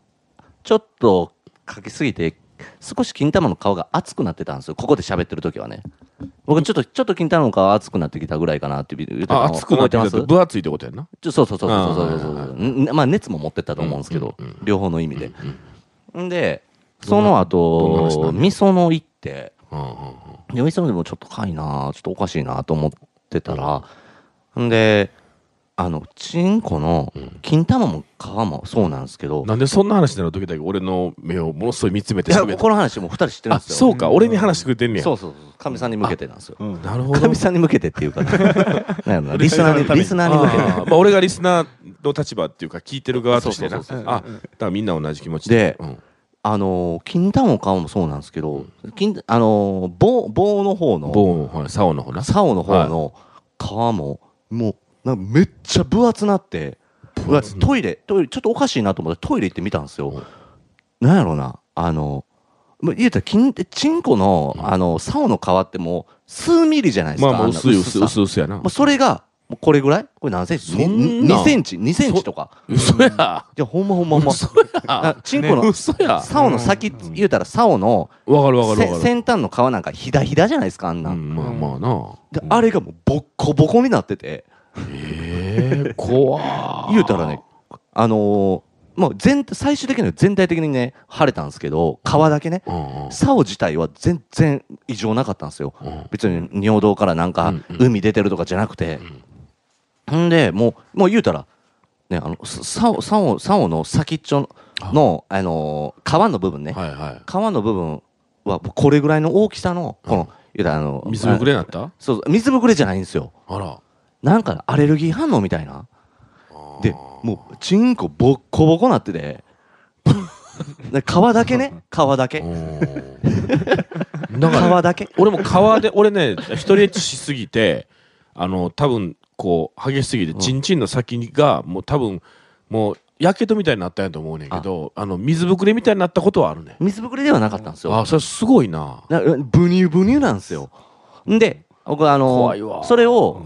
[SPEAKER 4] ちょっとかけすぎて少し金玉の顔が熱くなってたんですよここで喋ってる時はね僕ちょっとちょっと金玉の顔熱くなってきたぐらいかなって言ってたの
[SPEAKER 2] あ熱くな
[SPEAKER 4] 覚
[SPEAKER 2] っ
[SPEAKER 4] え
[SPEAKER 2] て
[SPEAKER 4] てま
[SPEAKER 2] るっ
[SPEAKER 4] す
[SPEAKER 2] て分厚いってことやんな
[SPEAKER 4] ちょそうそうそうそうそうそう
[SPEAKER 2] あーはい
[SPEAKER 4] そう、
[SPEAKER 2] は
[SPEAKER 4] んまあ熱も持ってったと思うんですけど、
[SPEAKER 2] うんうん
[SPEAKER 4] 両方の意味で、んでその
[SPEAKER 2] どんな話な
[SPEAKER 4] 後
[SPEAKER 2] んだ
[SPEAKER 4] みその行って
[SPEAKER 2] うんうんうん
[SPEAKER 4] でみそのでもちょっとかいなちょっとおかしいなと思ってたら、んであのチンコの金玉も皮もそうなんですけど、
[SPEAKER 2] なんでそんな話なの時だけ俺の目をものすごい見つめて
[SPEAKER 4] いや
[SPEAKER 2] 喋って
[SPEAKER 4] この話もう二人知ってるん
[SPEAKER 2] あ
[SPEAKER 4] ですよ
[SPEAKER 2] そうか俺に話してくれてんねや
[SPEAKER 4] そうそうそうかみさんに向けてなんですよ
[SPEAKER 5] うん
[SPEAKER 2] なるほ
[SPEAKER 4] か
[SPEAKER 2] ど
[SPEAKER 4] みさんに向けてっていうか
[SPEAKER 2] [LAUGHS]
[SPEAKER 4] ななんやろなリスナーにリスナーに向けて
[SPEAKER 2] あーまあ、俺がリスナーの立場っていうか聞いてる側として
[SPEAKER 4] そ
[SPEAKER 2] な
[SPEAKER 4] うそう
[SPEAKER 3] そうそう
[SPEAKER 2] あだからみんな同じ気持ち
[SPEAKER 4] で
[SPEAKER 2] うん
[SPEAKER 4] あの金玉を買うのもそうなんですけど金あの棒棒の方の
[SPEAKER 2] 棒の方ね竿の方な
[SPEAKER 4] 竿の方の皮も、もうなんかめっちゃ分厚なってうわトイレトイレちょっとおかしいなと思ってトイレ行ってみたんですよ、なんやろうなあのまあ言うたら金チンコの、
[SPEAKER 2] うん
[SPEAKER 4] あの竿の皮ってもう数ミリじゃないです
[SPEAKER 2] ま
[SPEAKER 4] か、
[SPEAKER 2] あまあ
[SPEAKER 4] んな
[SPEAKER 2] 薄い薄
[SPEAKER 4] さ
[SPEAKER 2] い薄い薄いやな
[SPEAKER 4] もうそれがもうこれぐらいこれ何センチ
[SPEAKER 2] そんな
[SPEAKER 4] 2, センチ2センチとか
[SPEAKER 2] 嘘 [LAUGHS] や
[SPEAKER 4] いやほんまほんまほんま
[SPEAKER 2] 嘘や
[SPEAKER 4] あチンコの、
[SPEAKER 2] 嘘や
[SPEAKER 4] 竿の先言うたら竿の
[SPEAKER 2] わかるわかる
[SPEAKER 4] せ
[SPEAKER 2] わかる
[SPEAKER 4] 先端の皮なんかひだひだじゃないですかあん
[SPEAKER 2] う
[SPEAKER 4] な、
[SPEAKER 2] んまあまあな
[SPEAKER 4] であれがもうボッコボコになってて
[SPEAKER 2] ええ怖
[SPEAKER 4] [LAUGHS] 言うたらねあのーまあ、全最終的には全体的にね晴れたんですけど皮だけね
[SPEAKER 2] うんうん
[SPEAKER 4] 竿自体は全然異常なかったんですよ
[SPEAKER 2] うん
[SPEAKER 4] 別に尿道からなん
[SPEAKER 2] う
[SPEAKER 4] か
[SPEAKER 2] んうん
[SPEAKER 4] 海出てるとかじゃなくて、んでもうもう言うたらねあのさ竿竿竿の先っちょの、あのー皮の部分ね、
[SPEAKER 2] はいは
[SPEAKER 4] 皮の部分はこれぐらいの大きさのこの、言うたらあの
[SPEAKER 2] い水ぶくれになった
[SPEAKER 4] そうそう水ぶくれじゃないんですよ
[SPEAKER 2] あら
[SPEAKER 4] なんかアレルギー反応みたいなでもうチンコボッコボコなってて [LAUGHS] で皮だけね皮だけ [LAUGHS]
[SPEAKER 2] うんだから
[SPEAKER 4] 皮だけ
[SPEAKER 2] 俺も川で俺ね一人エッチしすぎてあの多分こう激しすぎて
[SPEAKER 4] ん
[SPEAKER 2] チンチンの先がもう多分もうやけどみたいになったんやと思うねんけどあの水ぶくれみたいになったことはあるね
[SPEAKER 4] 水ぶくれではなかったんですよ
[SPEAKER 2] あそれすごいな
[SPEAKER 4] なブニュブニュなんですよんで僕あの
[SPEAKER 2] 怖いわ
[SPEAKER 4] それを、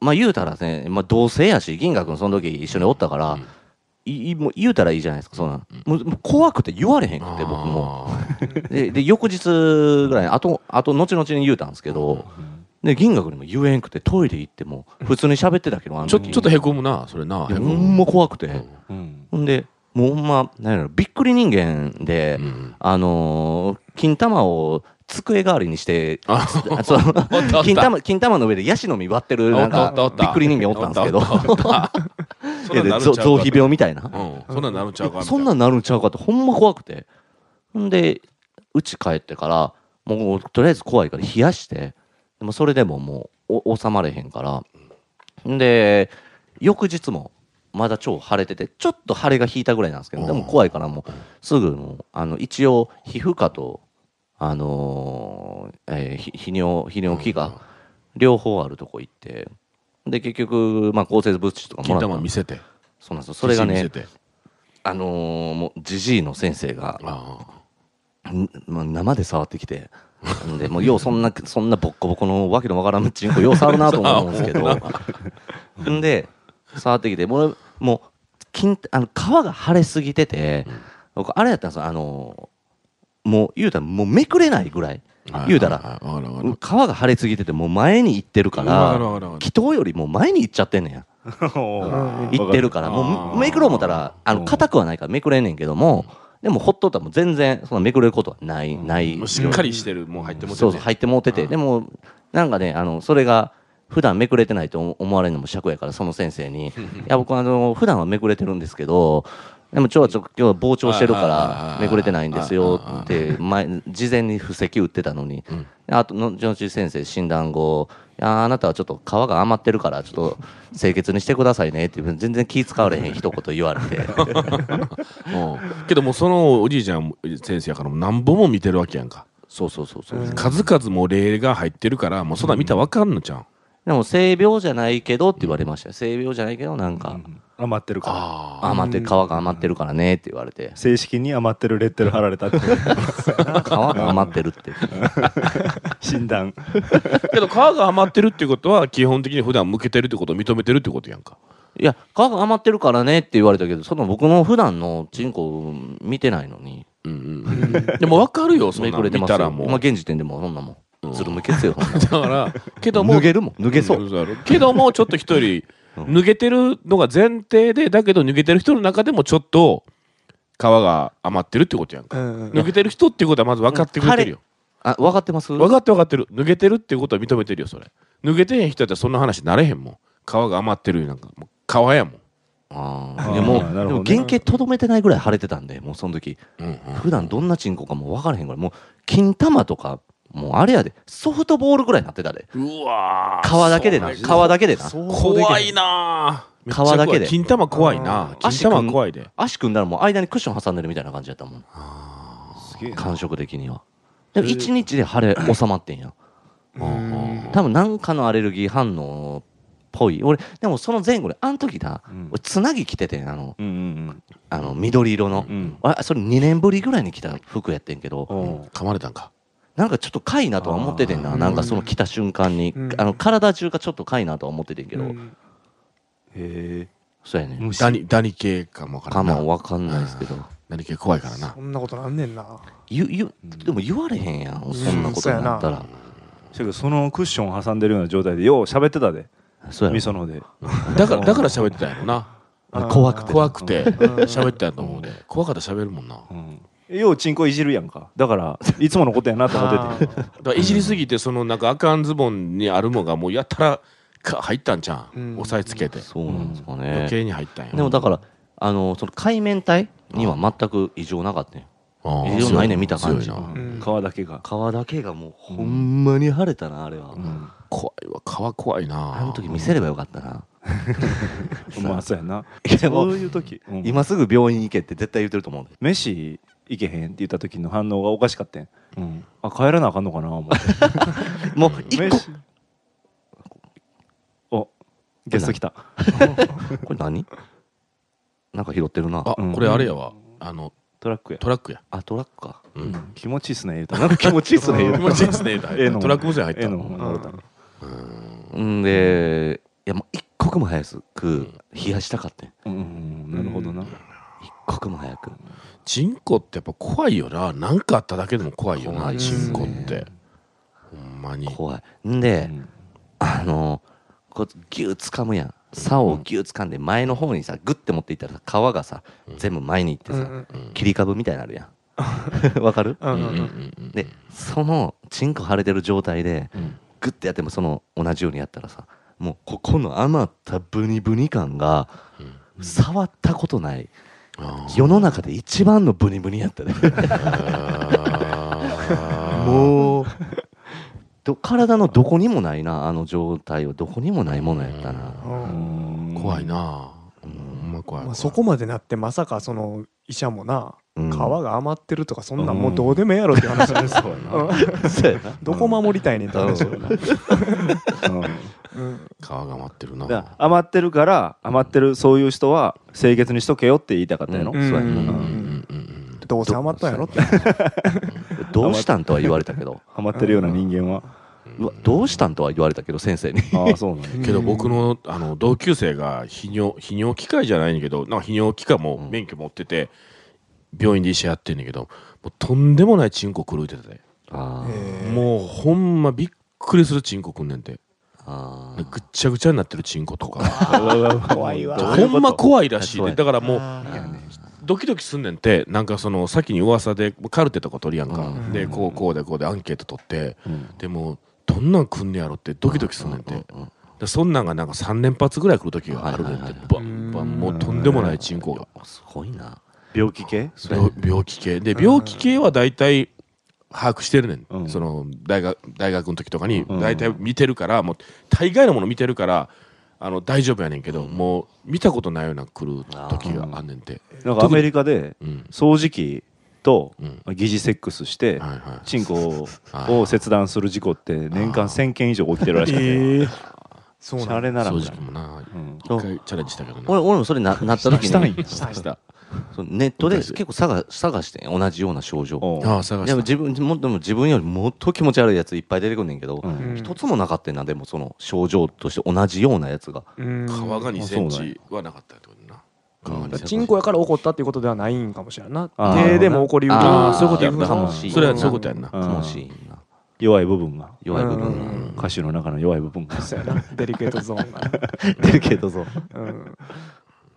[SPEAKER 4] まあ言うたらね、まあ、同性やし銀河君その時一緒におったから、
[SPEAKER 2] うん
[SPEAKER 4] いいもう言うたらいいじゃないですかそんなん、もうもう怖くて言われへんくて僕もでで翌日ぐらいあとあと後々に言うたんですけど、で銀河にも言えんくてトイレ行っても普通に喋ってたけどあの
[SPEAKER 2] ちょ
[SPEAKER 4] 時
[SPEAKER 2] ちょっとへこむなそれない
[SPEAKER 4] やほ
[SPEAKER 2] へこむ
[SPEAKER 4] んま怖くて、
[SPEAKER 5] うん
[SPEAKER 4] ほんでもうほんまなんやろびっくり人間で、
[SPEAKER 2] うん
[SPEAKER 4] あのー金玉を机代わりにして
[SPEAKER 2] あ
[SPEAKER 4] あ [LAUGHS] そう
[SPEAKER 2] おったおった
[SPEAKER 4] 金玉金玉の上でヤシの実割ってる
[SPEAKER 2] お
[SPEAKER 4] な
[SPEAKER 2] っ
[SPEAKER 4] ん
[SPEAKER 2] たお
[SPEAKER 4] か
[SPEAKER 2] ったおった
[SPEAKER 4] びっくり人間おったんですけど [LAUGHS]
[SPEAKER 2] おったおったおった
[SPEAKER 4] いやでぞ
[SPEAKER 2] そ
[SPEAKER 4] 臓
[SPEAKER 2] んなんなるんち
[SPEAKER 4] 皮
[SPEAKER 2] ゃうか
[SPEAKER 4] 病みたいな、
[SPEAKER 2] うんそんなんなるんちゃうか
[SPEAKER 4] そんなんなるんちゃうかってほんま怖くてほんでうち帰ってからもうとりあえず怖いから冷やしてでもそれでももうお収まれへんからんで翌日もまだ超腫れててちょっと腫れが引いたぐらいなんですけどでも怖いからもうすぐもうあの一応皮膚科とあのーえーひ泌尿泌尿器科両方あるとこ行ってで結局まあ抗生物質とか
[SPEAKER 2] 金
[SPEAKER 4] もらっ
[SPEAKER 2] 玉
[SPEAKER 4] たん
[SPEAKER 2] 見
[SPEAKER 4] です
[SPEAKER 2] せて
[SPEAKER 4] そうなんですよそれがね
[SPEAKER 2] 見せて
[SPEAKER 4] あのーもうじじいの先生が、
[SPEAKER 2] ああ
[SPEAKER 4] んまあ、生で触ってきて、んでもうようそんな、そんなボッコボコのわけのわからんチンコ、よう触るなと思うんですけど、んで、触ってきて、もう、もう金あの皮が腫れすぎてて、僕、あれやったんですよ、あのーもう言うたら、もうめくれないぐらい、言うたら、
[SPEAKER 2] はいはいはいわかるわか
[SPEAKER 4] 皮
[SPEAKER 2] る
[SPEAKER 4] が腫れすぎてて、もう前に行ってるか
[SPEAKER 2] わ
[SPEAKER 4] ら
[SPEAKER 2] かるわかるわ、か
[SPEAKER 4] 祈祷よりも前に行っちゃってんねや。行ってるから
[SPEAKER 2] あー
[SPEAKER 4] もうめくろう思ったらあ
[SPEAKER 5] う
[SPEAKER 4] の
[SPEAKER 5] ん
[SPEAKER 4] 硬くはないからめくれんねんけどもでもほっとったらもう全然そのめくれることはないない
[SPEAKER 2] もうしっかりしてるもう入っても
[SPEAKER 4] そうそう入ってもうててでもなんかねあのそれが普段めくれてないと思思われるのも尺やからその先生にいや僕あの普段はめくれてるんですけどでも今日はちょ今日は膨張してるからめくれてないんですよって前事前に布石打ってたのにあとの上司先生診断後いやあなたはちょっと皮が余ってるからちょっと清潔にしてくださいねって全然気使われへん一言言われて
[SPEAKER 2] うんけどもうそのおじいちゃん先生やからもう何本も見てるわけやんか
[SPEAKER 4] そうそうそうそう
[SPEAKER 2] 数々もう例が入ってるからもうそんなん見たらわかんのじゃん
[SPEAKER 4] でも性病じゃないけどって言われましたよ性病じゃないけどなんか。
[SPEAKER 5] 余ってるから
[SPEAKER 2] あ
[SPEAKER 4] 余ってる皮が余ってるからねって言われて
[SPEAKER 5] 正式に余ってるレッテル貼られたっていう [LAUGHS]
[SPEAKER 4] 皮が余ってるって
[SPEAKER 5] 診断
[SPEAKER 2] あ [LAUGHS] けど皮が余ってるっていうことは基本的に普段向けてるってことを認めてるってことやんか
[SPEAKER 4] いや皮が余ってるからねって言われたけどその僕の普段のチンコ見てないのに
[SPEAKER 2] うんうんでもわかるよそん
[SPEAKER 4] め
[SPEAKER 2] な
[SPEAKER 4] く
[SPEAKER 2] ん
[SPEAKER 4] れて
[SPEAKER 2] 見
[SPEAKER 4] ます
[SPEAKER 2] た
[SPEAKER 4] よ
[SPEAKER 2] ら
[SPEAKER 4] も
[SPEAKER 2] も
[SPEAKER 4] う
[SPEAKER 2] う
[SPEAKER 4] 今現時点でもうそんなもんずるむけっすよそんな
[SPEAKER 2] だ [LAUGHS] からけど
[SPEAKER 4] もん脱
[SPEAKER 2] も
[SPEAKER 4] げるもん脱げそう
[SPEAKER 2] うんやろけどもちょっと一人脱げてるのが前提でだけど脱げてる人の中でもちょっと皮が余ってるってことやんか
[SPEAKER 3] うんうん
[SPEAKER 2] 脱げてる人っていうことはまず分かってくれてるよ
[SPEAKER 4] あ分かってます
[SPEAKER 2] 分かって分かってる脱げてるっていうことは認めてるよそれ脱げてへん人だったらそんな話なれへんもん皮が余ってるよなんかもう皮やも
[SPEAKER 4] あ
[SPEAKER 2] ん
[SPEAKER 5] あ
[SPEAKER 4] あ
[SPEAKER 5] ー
[SPEAKER 4] でも
[SPEAKER 5] なるほ
[SPEAKER 4] で
[SPEAKER 5] どね
[SPEAKER 4] も原型とどめてないぐらい腫れてたんでもうその時
[SPEAKER 2] うんうん
[SPEAKER 4] 普段どんなチンコかもう分からへんぐらいもう金玉とかもうあれやでソフトボールぐらいなってたで
[SPEAKER 2] うわー
[SPEAKER 4] 皮だけでな皮だけでな
[SPEAKER 2] そうなんや怖いなめっちゃ
[SPEAKER 4] 皮だ
[SPEAKER 2] 怖
[SPEAKER 4] け
[SPEAKER 2] い
[SPEAKER 4] で
[SPEAKER 2] 金玉怖いな
[SPEAKER 4] あー
[SPEAKER 2] 金玉怖いで
[SPEAKER 4] 足組んだらもう間にクッション挟んでるみたいな感じやったもん
[SPEAKER 5] すげえな
[SPEAKER 4] 感触的にはでも1日で腫れ [CLEARS THROAT] 収まってんや
[SPEAKER 2] うん
[SPEAKER 4] 多分なんかのアレルギー反応っぽい俺でもその前後であの時だ、
[SPEAKER 5] うん
[SPEAKER 4] 俺つなぎ着ててんあの
[SPEAKER 5] うんうん
[SPEAKER 4] あの緑色の、
[SPEAKER 5] うん
[SPEAKER 4] あそれ2年ぶりぐらいに着た服やってんけど、
[SPEAKER 5] うん
[SPEAKER 2] 噛まれたんか
[SPEAKER 4] なんかちょっとかいなとは思っててんな
[SPEAKER 3] あー
[SPEAKER 4] なんかその着た瞬間に、
[SPEAKER 3] うん
[SPEAKER 4] あの体中がちょっとかいなとは思っててんけど、
[SPEAKER 3] うん
[SPEAKER 5] へ
[SPEAKER 4] そうや
[SPEAKER 5] え
[SPEAKER 4] ね
[SPEAKER 5] 虫
[SPEAKER 2] ダニダニ系かもわから
[SPEAKER 4] 我
[SPEAKER 2] んな
[SPEAKER 4] 慢わかんないですけど
[SPEAKER 2] ダニ系怖いからな
[SPEAKER 3] そんなことなんねんな
[SPEAKER 4] ゆゆでも言われへんやん、そんなことになったら、
[SPEAKER 5] そやけどそのクッションを挟んでるような状態でよう喋ってたで
[SPEAKER 4] そうや
[SPEAKER 5] みそので
[SPEAKER 2] だからだから喋ってたんやろな
[SPEAKER 4] ろ怖くて
[SPEAKER 2] 怖くて
[SPEAKER 3] ん
[SPEAKER 2] 喋ってたと思うで怖かったら喋るもんな
[SPEAKER 5] うんようチンコいじるやんかだからいつものことやなと思ってて
[SPEAKER 3] あ
[SPEAKER 2] だからいじりすぎてそのなんかアカンズボンにあるもんがもうやったらか入ったんじゃ
[SPEAKER 3] うんん
[SPEAKER 2] 押さえつけて
[SPEAKER 4] そうなんですかね
[SPEAKER 2] 余、計に入ったんや
[SPEAKER 4] でもだからあのその海面体には全く異常なかったんよ
[SPEAKER 2] あー
[SPEAKER 4] 異常ないね見た感じ
[SPEAKER 2] 強いな
[SPEAKER 3] うん
[SPEAKER 5] うん皮だけが
[SPEAKER 4] 皮だけがもうほんまに腫れたなあれは、
[SPEAKER 5] うん
[SPEAKER 2] 怖いわ皮怖いな
[SPEAKER 4] あの時見せればよかったな、
[SPEAKER 5] まあそうやない
[SPEAKER 4] やも
[SPEAKER 5] そうういう時うん
[SPEAKER 4] 今すぐ病院行けって絶対言ってると思うんで
[SPEAKER 5] 飯行けへんって言った時の反応がおかしかったんうんあ帰らなあかんのかな思って
[SPEAKER 4] もう一個
[SPEAKER 5] 飯おゲスト来た
[SPEAKER 4] [LAUGHS] これ何なんか拾ってるな
[SPEAKER 2] あ
[SPEAKER 5] うん
[SPEAKER 2] これあれやわあの
[SPEAKER 5] トラックや
[SPEAKER 2] トラックや
[SPEAKER 4] あトラックか
[SPEAKER 5] うん気持ちいいっすね言うたなんか気持ちいいっすね言う
[SPEAKER 2] 気
[SPEAKER 5] た
[SPEAKER 2] 持ちいいですねト
[SPEAKER 5] ええの
[SPEAKER 2] ラック無線入っ
[SPEAKER 5] ええ
[SPEAKER 2] た
[SPEAKER 5] の乗れた
[SPEAKER 4] んでいやもう一刻も早く冷やしたかったんよ
[SPEAKER 5] うんうんうんなるほどな
[SPEAKER 4] 一刻も早く
[SPEAKER 2] チンコってやっぱ怖いよな何かあっただけでも怖いよ
[SPEAKER 4] 怖
[SPEAKER 2] ない
[SPEAKER 4] っ
[SPEAKER 2] チ
[SPEAKER 3] す
[SPEAKER 2] ン
[SPEAKER 3] ね
[SPEAKER 2] コってほんまに
[SPEAKER 4] 怖いんで、あのこうギュー掴むやん竿をギュー掴んで前の方にさグッて持っていったらさ皮がさ全部前に行って
[SPEAKER 3] うんう
[SPEAKER 4] さ、
[SPEAKER 3] ん
[SPEAKER 4] 切り株みたいになるや
[SPEAKER 2] [LAUGHS]
[SPEAKER 4] んわかる、
[SPEAKER 3] うんう
[SPEAKER 2] うんうん
[SPEAKER 3] ん
[SPEAKER 2] うん
[SPEAKER 4] でそのチンコ腫れてる状態でグッてやってもその同じようにやったらさもうここの余ったブニブニ感が触ったことない
[SPEAKER 2] あー
[SPEAKER 4] 世の中で一番のブニブニやったね [LAUGHS] もうど体のどこにもないなあの状態はどこにもないものやったな、
[SPEAKER 3] うん
[SPEAKER 2] 怖いなほんま怖い
[SPEAKER 3] ま
[SPEAKER 2] 怖
[SPEAKER 3] あ
[SPEAKER 2] い
[SPEAKER 3] そこまでなってまさかその医者もな
[SPEAKER 4] うん
[SPEAKER 3] 皮が余ってるとかそんなんもうどうでもええやろって話です
[SPEAKER 5] そうやな
[SPEAKER 4] そうやな
[SPEAKER 3] どこ守りたいねんって話よなうん
[SPEAKER 2] 皮が待ってるな
[SPEAKER 5] だから余ってるから余ってるそういう人は清潔にしとけよって言いたかったやろ
[SPEAKER 4] うんそうやな
[SPEAKER 3] うん
[SPEAKER 2] うんうんうん
[SPEAKER 3] どうせ余ったんやろって
[SPEAKER 4] [LAUGHS] どうしたんとは言われたけど、
[SPEAKER 5] 余ってるような人間は
[SPEAKER 4] うわどうしたんとは言われたけど、先生に。
[SPEAKER 5] ああそうなの
[SPEAKER 2] けど僕のあの同級生が泌尿泌尿機械じゃないんだけどなんか泌尿機械も
[SPEAKER 4] うん
[SPEAKER 2] 免許持ってて、病院で医者やってんだけどもうとんでもないチンコ狂いてたで、
[SPEAKER 4] [LAUGHS] あ
[SPEAKER 2] もうほんまびっくりするチンコくんねんて
[SPEAKER 4] あ
[SPEAKER 2] ぐっちゃぐちゃになってるチンコとか
[SPEAKER 3] [LAUGHS] 怖いわ
[SPEAKER 5] どう
[SPEAKER 2] ほんま怖いらしい
[SPEAKER 4] そう
[SPEAKER 2] で
[SPEAKER 4] や
[SPEAKER 2] だからもう
[SPEAKER 3] あー
[SPEAKER 2] ドキドキすんねんてなんかその先に噂でカルテとか取りやんか、
[SPEAKER 4] うん
[SPEAKER 2] でこうこうでこうでアンケート取って、
[SPEAKER 5] うん
[SPEAKER 2] でもどんなんくんねやろってドキドキすんねんて、
[SPEAKER 4] うんうん
[SPEAKER 2] でそんなんがなんか3連発ぐらい来る時があるねん
[SPEAKER 4] はいはい
[SPEAKER 2] て
[SPEAKER 4] はい
[SPEAKER 2] バンバンもうとんでもないチンコが
[SPEAKER 4] すごいな。
[SPEAKER 5] 病気系
[SPEAKER 2] 病病気系で病気系は大体把握してるねん、
[SPEAKER 5] うん
[SPEAKER 2] その大学大学の時とかに
[SPEAKER 5] ん
[SPEAKER 2] 大体見てるからもう大概のもの見てるからあの大丈夫やねんけど、もう見たことないような来る時があんねんて、
[SPEAKER 5] なんかアメリカで
[SPEAKER 2] うん
[SPEAKER 5] 掃除機と
[SPEAKER 2] う
[SPEAKER 5] 疑似セックスして、
[SPEAKER 2] はいはい
[SPEAKER 5] チンコ
[SPEAKER 2] あー
[SPEAKER 5] を切断する事故って年間1000件以上起きてるらしくて、
[SPEAKER 3] ええそう
[SPEAKER 5] シ
[SPEAKER 3] な
[SPEAKER 5] ャ
[SPEAKER 3] んだ
[SPEAKER 5] レならん
[SPEAKER 2] 正
[SPEAKER 5] ぐらい
[SPEAKER 2] 直もな
[SPEAKER 5] う
[SPEAKER 2] 一
[SPEAKER 5] ん
[SPEAKER 2] 回チャレンジしたけどな
[SPEAKER 4] 俺俺もそ [LAUGHS] れななった時
[SPEAKER 5] したいん
[SPEAKER 4] に
[SPEAKER 5] や
[SPEAKER 3] した
[SPEAKER 2] した
[SPEAKER 4] そうネットで結構探探してん同じような症状。
[SPEAKER 5] おう
[SPEAKER 2] ああ探
[SPEAKER 4] いや
[SPEAKER 2] した
[SPEAKER 4] 自分もでも自分よりもっと気持ち悪いやついっぱい出てくんねんけど、
[SPEAKER 5] うん
[SPEAKER 4] 一つもなかったんなでもその症状として同じようなやつが
[SPEAKER 3] うん
[SPEAKER 2] 皮が2センチはなかったってことな皮が2センチ
[SPEAKER 3] チンコやから怒ったっていうことではないんかもしれんな
[SPEAKER 5] あー
[SPEAKER 3] 手でも怒りうる
[SPEAKER 2] あーそういうことやった
[SPEAKER 4] かもしれんな
[SPEAKER 2] それはそういうことやんな
[SPEAKER 4] かもしれんな
[SPEAKER 5] 弱い部分が
[SPEAKER 4] 弱い部分
[SPEAKER 3] う
[SPEAKER 4] が
[SPEAKER 5] 歌手の中の弱い部
[SPEAKER 2] [LAUGHS]
[SPEAKER 5] 分が
[SPEAKER 3] そうやなデリケートゾーンが
[SPEAKER 5] [LAUGHS]
[SPEAKER 4] 出るけどぞ
[SPEAKER 3] うん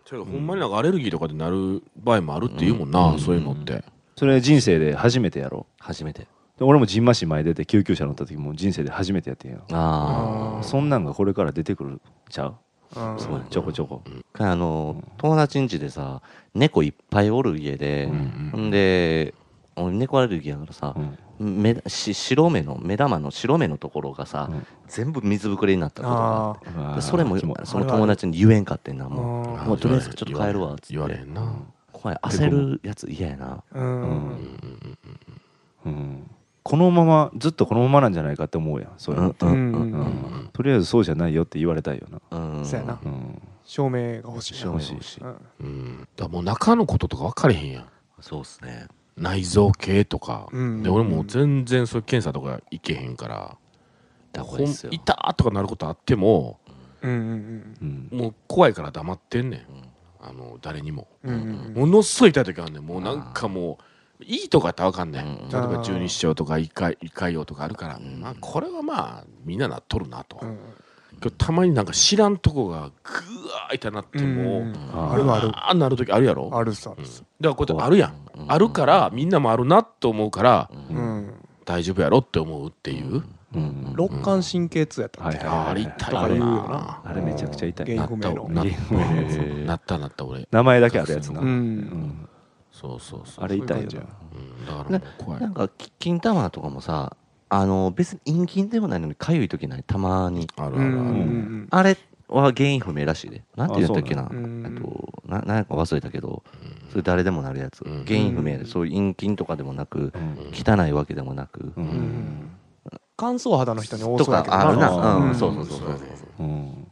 [SPEAKER 2] それほんまになんかアレルギーとかでなる場合もあるっていうもんな、そういうのって、
[SPEAKER 5] それ人生で初めてやろ
[SPEAKER 4] 初めて
[SPEAKER 5] で俺もじんましん前出て救急車乗った時も人生で初めてやってんや
[SPEAKER 4] あ
[SPEAKER 5] そんなんがこれから出てくるちゃう
[SPEAKER 3] う
[SPEAKER 4] あ
[SPEAKER 3] ん
[SPEAKER 4] そうやね
[SPEAKER 5] ちょこちょこ
[SPEAKER 4] あの友達ん家でさ猫いっぱいおる家で、ん、で俺猫アレルギーやからさ、
[SPEAKER 5] うん
[SPEAKER 4] 目し白目の目玉の白目のところがさ、
[SPEAKER 5] うん
[SPEAKER 4] 全部水ぶくれになったことがあって
[SPEAKER 5] あー
[SPEAKER 4] でそれも
[SPEAKER 5] キモ
[SPEAKER 4] その友達に言えんかってんなもう
[SPEAKER 3] あ
[SPEAKER 4] もうとりあえずちょっと帰るわっつって
[SPEAKER 2] 言われへんな
[SPEAKER 4] 怖い焦るやつ嫌やな
[SPEAKER 3] ーうん
[SPEAKER 5] うんうんこのままずっとこのままなんじゃないかって思うやんそういうのって、
[SPEAKER 4] う
[SPEAKER 3] うんん
[SPEAKER 5] う
[SPEAKER 3] うんん
[SPEAKER 5] とりあえずそうじゃないよって言われたいよな、
[SPEAKER 4] うん
[SPEAKER 3] そうやな
[SPEAKER 5] うん、
[SPEAKER 3] 証明が欲しいな
[SPEAKER 4] 証明欲しい
[SPEAKER 3] うん
[SPEAKER 2] うんだからもう中のこととか分かれへんやん
[SPEAKER 4] そうっすね
[SPEAKER 2] 内臓系とか、
[SPEAKER 3] うん
[SPEAKER 2] で俺もう全然そういう検査とか行けへんから、
[SPEAKER 4] だこ
[SPEAKER 2] ほん
[SPEAKER 4] で
[SPEAKER 2] い
[SPEAKER 4] すよ
[SPEAKER 2] たーとかなることあっても
[SPEAKER 3] うんうん
[SPEAKER 5] うん
[SPEAKER 2] もう怖いから黙ってんねん、あの誰にも、
[SPEAKER 3] うんうん
[SPEAKER 2] ものすごい痛い時あんねんもうなんかもういいとかやったら分かんねん、
[SPEAKER 4] うん
[SPEAKER 2] 例えば
[SPEAKER 3] あー
[SPEAKER 2] 十二指腸とか胃潰胃潰瘍とかあるから、まあ、これはまあみんななっとるなと、
[SPEAKER 3] うん
[SPEAKER 2] けどたまになんか知らんとこがぐわーいたなってもう、
[SPEAKER 3] うん
[SPEAKER 5] あー
[SPEAKER 3] あるある
[SPEAKER 2] あーなる時あるやろ
[SPEAKER 3] あるさ
[SPEAKER 2] だからこうやってあるやん、あるからみんなもあるなと思うから、
[SPEAKER 3] うん
[SPEAKER 2] 大丈夫やろって思うっていう、
[SPEAKER 5] うん
[SPEAKER 3] 肋間神経痛やったっけ
[SPEAKER 5] はいはい
[SPEAKER 2] あーあれ痛い
[SPEAKER 3] とか言
[SPEAKER 2] よ
[SPEAKER 3] うよ
[SPEAKER 2] な
[SPEAKER 5] あれめちゃくちゃ痛い
[SPEAKER 2] なっ
[SPEAKER 3] 原因不
[SPEAKER 2] た
[SPEAKER 3] 明の
[SPEAKER 2] なった
[SPEAKER 5] ー
[SPEAKER 2] なったなった俺
[SPEAKER 5] 名前だけあるやつな、
[SPEAKER 2] う
[SPEAKER 3] うん
[SPEAKER 2] そうそうそう
[SPEAKER 5] あれ痛いよ
[SPEAKER 3] そういう感じや
[SPEAKER 5] な
[SPEAKER 2] うんだからもう怖い
[SPEAKER 4] なんかき金玉とかもさあの別に陰菌でもないのに痒い時ないたまに
[SPEAKER 2] あるあ
[SPEAKER 3] う
[SPEAKER 2] るあ
[SPEAKER 3] ん
[SPEAKER 2] る
[SPEAKER 3] うんうん
[SPEAKER 4] あれは原因不明らしいでなんて言うんだっけなあ
[SPEAKER 5] あ
[SPEAKER 3] そうなんだうん
[SPEAKER 4] とななんやか忘れたけどそれ誰でもなるやつ
[SPEAKER 2] うん
[SPEAKER 4] 原因不明
[SPEAKER 3] う
[SPEAKER 4] で
[SPEAKER 3] ん
[SPEAKER 4] そういう陰菌とかでもなく
[SPEAKER 5] うん
[SPEAKER 4] 汚いわけでもなく
[SPEAKER 5] うん
[SPEAKER 3] うんうん乾燥肌の人に多
[SPEAKER 4] と
[SPEAKER 3] そうや
[SPEAKER 4] か
[SPEAKER 3] けど
[SPEAKER 4] あるな
[SPEAKER 5] うん
[SPEAKER 4] うんそうそうそうそう
[SPEAKER 5] うん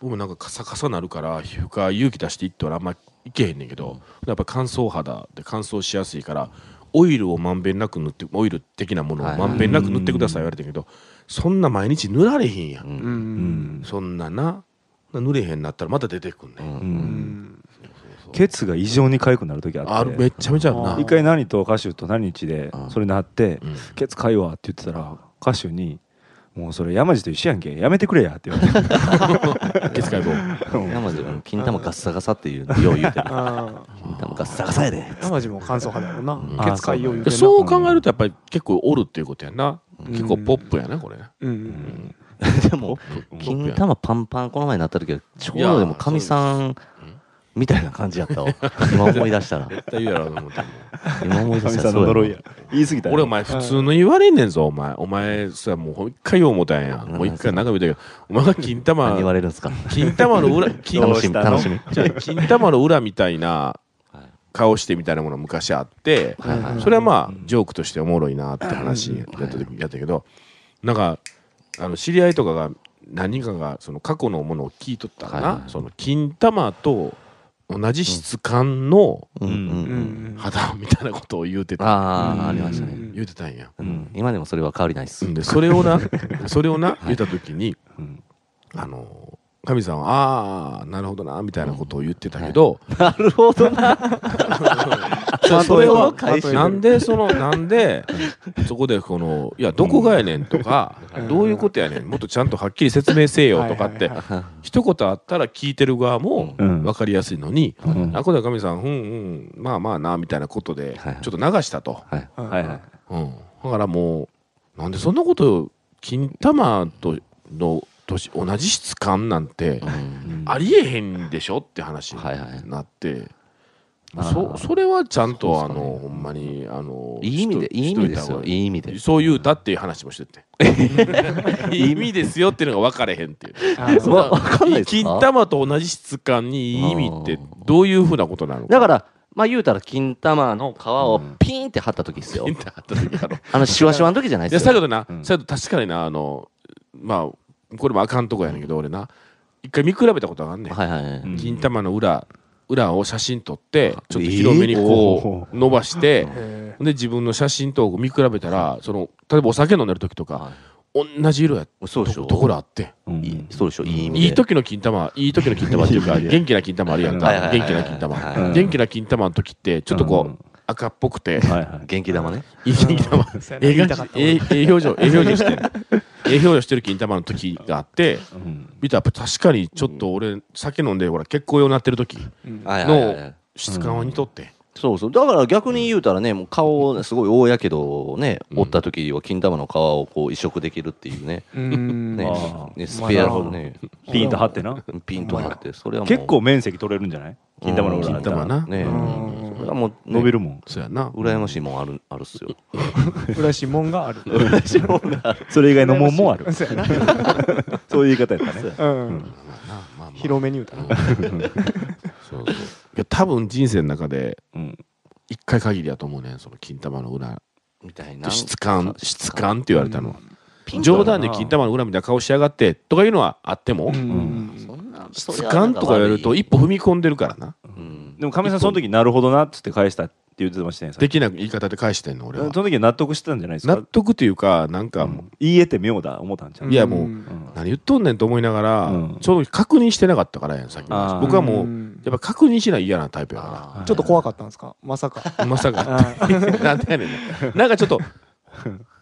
[SPEAKER 2] 僕もなんかカサカサなるから皮膚科勇気出していったらあんまいけへんねんけどやっぱ乾燥肌で乾燥しやすいからオイルをまんべんなく塗ってオイル的なものをまんべんなく塗ってください言われてんけどそんな毎日塗られへんやん
[SPEAKER 3] うん
[SPEAKER 5] うん
[SPEAKER 2] そんなな塗れへんなったらまた出てくんねん
[SPEAKER 4] うん
[SPEAKER 5] うん
[SPEAKER 2] そう
[SPEAKER 5] ケツが異常に痒くなる時あって
[SPEAKER 2] あるめっちゃめちゃあるな
[SPEAKER 5] 一回何と歌手と何日で
[SPEAKER 4] うん
[SPEAKER 5] それなって
[SPEAKER 2] うん
[SPEAKER 5] 「ケツかいわ」って言ってたら歌手に「もうそれ山路と一緒やんけやめてくれや」って言われて
[SPEAKER 2] ケツ解剖
[SPEAKER 4] 山地君金玉ガッサガサっていうのよう言うてる
[SPEAKER 3] ああ
[SPEAKER 4] 金玉ガッサガサやで
[SPEAKER 3] 山地も乾燥肌やもん
[SPEAKER 2] ん
[SPEAKER 3] な血管用言う
[SPEAKER 2] で
[SPEAKER 3] て
[SPEAKER 2] そう考えるとやっぱり結構おるっていうことやな、結構ポップやなこれ
[SPEAKER 3] うんうん
[SPEAKER 4] でも
[SPEAKER 2] うん
[SPEAKER 4] 金玉パンパンこの前になった時はちょうどでもかみさんみたいな感じやったわ今思い出したら
[SPEAKER 2] 絶対言うやろうと思って
[SPEAKER 4] 今思い出
[SPEAKER 5] [LAUGHS] 神
[SPEAKER 4] したら
[SPEAKER 5] さん
[SPEAKER 4] そ
[SPEAKER 5] の
[SPEAKER 4] うや
[SPEAKER 5] 呪
[SPEAKER 4] わ
[SPEAKER 5] いや言い過ぎた
[SPEAKER 2] 俺お前普通の言われんねんぞお前お前さもう一回よう思ったんやもう一回中見たけどお前が金
[SPEAKER 4] 何言わ
[SPEAKER 2] 玉
[SPEAKER 4] れるんすか
[SPEAKER 2] 金玉の裏金
[SPEAKER 4] 楽しみ楽しみ
[SPEAKER 2] じゃあ金玉の裏みたいな
[SPEAKER 4] はい
[SPEAKER 2] 顔してみたいなもの昔あって、
[SPEAKER 4] はいはい
[SPEAKER 2] それはまあジョークとしておもろいなって話やった時やったけどなんかあの知り合いとかが何人かがその過去のものを聞いとったかな、
[SPEAKER 4] はいはい
[SPEAKER 2] その金玉と同じ質感の
[SPEAKER 4] うんうん
[SPEAKER 3] うんう
[SPEAKER 4] うん
[SPEAKER 3] ん
[SPEAKER 2] 肌みたいなことを言うてた、
[SPEAKER 4] ああありましたね
[SPEAKER 2] 言うてたんや、
[SPEAKER 4] うん今でもそれは変わりないっ [LAUGHS] す
[SPEAKER 2] でそれをなそれをな言った時に、
[SPEAKER 5] ん
[SPEAKER 2] あの神さんは「ああなるほどな」みたいなことを言ってたけど、
[SPEAKER 4] なるほど
[SPEAKER 2] [LAUGHS]
[SPEAKER 4] な
[SPEAKER 2] そそれは
[SPEAKER 3] 例える
[SPEAKER 2] なんでそのなんでそこでこのいやどこがやねんとか、どういうことやねんもっとちゃんとはっきり説明せよとかって、
[SPEAKER 3] はいはい
[SPEAKER 2] 一言あったら聞いてる側も
[SPEAKER 5] うん
[SPEAKER 2] 分かりやすいのに、
[SPEAKER 5] ん
[SPEAKER 2] あこで神さんうんうんまあまあなみたいなことで
[SPEAKER 4] はいはい
[SPEAKER 2] ちょっと流したと、
[SPEAKER 4] はい
[SPEAKER 3] うん
[SPEAKER 5] はいはい
[SPEAKER 2] うん、だからもうなんでそんなこと金玉との年同じ質感なんて
[SPEAKER 4] うん
[SPEAKER 2] ありえへんでしょって話に
[SPEAKER 4] はいはい
[SPEAKER 2] なって、
[SPEAKER 4] あー
[SPEAKER 2] そそれはちゃんと
[SPEAKER 4] そ
[SPEAKER 2] あ
[SPEAKER 4] うですかね
[SPEAKER 2] のほんまにあの
[SPEAKER 4] いい意味で
[SPEAKER 2] しと
[SPEAKER 4] いい意味です
[SPEAKER 2] し
[SPEAKER 4] よいい意味で
[SPEAKER 2] とた方がそう言うたっていう話もして
[SPEAKER 4] [LAUGHS]
[SPEAKER 2] ていい意味ですよっていうのが分かれへんっていう
[SPEAKER 3] あ
[SPEAKER 2] [LAUGHS]
[SPEAKER 3] ー
[SPEAKER 4] そう [LAUGHS] わわかんないですか
[SPEAKER 2] 金玉と同じ質感にいい意味ってどういうふうなことなのか
[SPEAKER 4] だ
[SPEAKER 2] [LAUGHS]
[SPEAKER 4] からまあ言うたら金玉の皮をピーンって貼った時っすよ
[SPEAKER 2] ピンって貼った時だろ
[SPEAKER 4] あのシワシワの時じゃない
[SPEAKER 2] いや
[SPEAKER 4] っすよ
[SPEAKER 2] 最後でな、最後確かになあのまあこれもあかんとこやねんけど、俺な一回見比べたことがあんねん、
[SPEAKER 4] はいはいはい
[SPEAKER 2] 金玉の裏裏を写真撮ってちょっと広めにこう伸ばして、
[SPEAKER 3] へ
[SPEAKER 2] で自分の写真と見比べたらその例えばお酒飲んでる時とか、同じ色や
[SPEAKER 4] そうでし
[SPEAKER 2] と
[SPEAKER 4] ょ
[SPEAKER 2] ところあって
[SPEAKER 5] うん
[SPEAKER 4] いいそうでしょいい意味で
[SPEAKER 2] いい時の金玉いい時の金玉っていうか元気な金玉あるやんか
[SPEAKER 4] はいはいはい
[SPEAKER 2] 元
[SPEAKER 4] はい
[SPEAKER 2] 気な金
[SPEAKER 4] はい
[SPEAKER 5] は
[SPEAKER 2] 玉
[SPEAKER 5] い
[SPEAKER 2] 元気な金玉の時ってちょっとこ
[SPEAKER 5] う
[SPEAKER 2] う赤っぽく
[SPEAKER 4] [LAUGHS]
[SPEAKER 2] て
[SPEAKER 5] はいはい
[SPEAKER 4] 元気玉ね
[SPEAKER 2] いい [LAUGHS] 金玉
[SPEAKER 3] そうやな
[SPEAKER 2] ええ
[SPEAKER 3] 言
[SPEAKER 2] が
[SPEAKER 3] いたかった [LAUGHS]
[SPEAKER 2] ええええ表情ええ表情してるええ表情してる金玉の時があって
[SPEAKER 5] うん
[SPEAKER 2] 見たらやっぱ確かにちょっと俺酒飲んでほら結構用になってる時
[SPEAKER 4] はいはいはいは
[SPEAKER 2] の
[SPEAKER 4] い
[SPEAKER 2] 質感を似とって
[SPEAKER 4] そうそうだから逆に言うたらねもう顔をすごい大やけどをね折った時は金玉の皮をこう移植できるっていうね,、
[SPEAKER 3] うん
[SPEAKER 4] ね
[SPEAKER 5] あー
[SPEAKER 4] ねスペアをね
[SPEAKER 5] [LAUGHS] ピンと張ってな
[SPEAKER 4] ピンと張ってそれはもう
[SPEAKER 5] [LAUGHS] 結構面積取れるんじゃない金玉の裏
[SPEAKER 2] 金
[SPEAKER 5] だった
[SPEAKER 2] 玉
[SPEAKER 5] ら
[SPEAKER 2] な。
[SPEAKER 4] ね
[SPEAKER 3] うん
[SPEAKER 4] それはもう、ね、
[SPEAKER 5] 伸びるもん
[SPEAKER 2] そうやな。
[SPEAKER 4] 羨ましいもんあるあるっすよ
[SPEAKER 3] 嬉しいもんがある。
[SPEAKER 5] それ以外のもんもある [LAUGHS]
[SPEAKER 3] そうやな
[SPEAKER 5] そういう言い方やったね
[SPEAKER 3] うん。
[SPEAKER 2] まあまあ
[SPEAKER 3] 広めに歌う。
[SPEAKER 2] そうそういや多分人生の中で
[SPEAKER 5] うん
[SPEAKER 2] 一回限りだと思うねんその金玉の裏
[SPEAKER 4] みたいな
[SPEAKER 2] で質感質感って言われたのは、
[SPEAKER 4] ピンと
[SPEAKER 2] 冗談で金玉の裏みたいな顔しやがってとかいうのはあっても、
[SPEAKER 4] そんなそれ
[SPEAKER 2] 質
[SPEAKER 4] はな
[SPEAKER 2] 感
[SPEAKER 4] ん悪い
[SPEAKER 2] とか言われると一歩踏み込んでるからな、
[SPEAKER 4] うん
[SPEAKER 5] でも亀井さんその時なるほどなっつって返したって言ってましたねさっ
[SPEAKER 2] で
[SPEAKER 5] き
[SPEAKER 2] きない言い方で返してんの俺は、
[SPEAKER 5] その時は納得してたんじゃないですか
[SPEAKER 2] 納得というかなんかもう、
[SPEAKER 5] 言い得て妙だ思ったんちゃう
[SPEAKER 2] いやもう
[SPEAKER 5] うん
[SPEAKER 2] 何言っとんねんと思いながら、
[SPEAKER 5] うん
[SPEAKER 2] ちょうど確認してなかったからやんさっきの
[SPEAKER 5] あ
[SPEAKER 2] 話
[SPEAKER 5] ー
[SPEAKER 2] 僕はもう、
[SPEAKER 3] うん
[SPEAKER 2] やっぱ確認しない嫌なタイプやか
[SPEAKER 4] あー
[SPEAKER 3] ちょっと怖かったんですかまさか。
[SPEAKER 2] らまさか [LAUGHS] なんでやねんなんかちょっと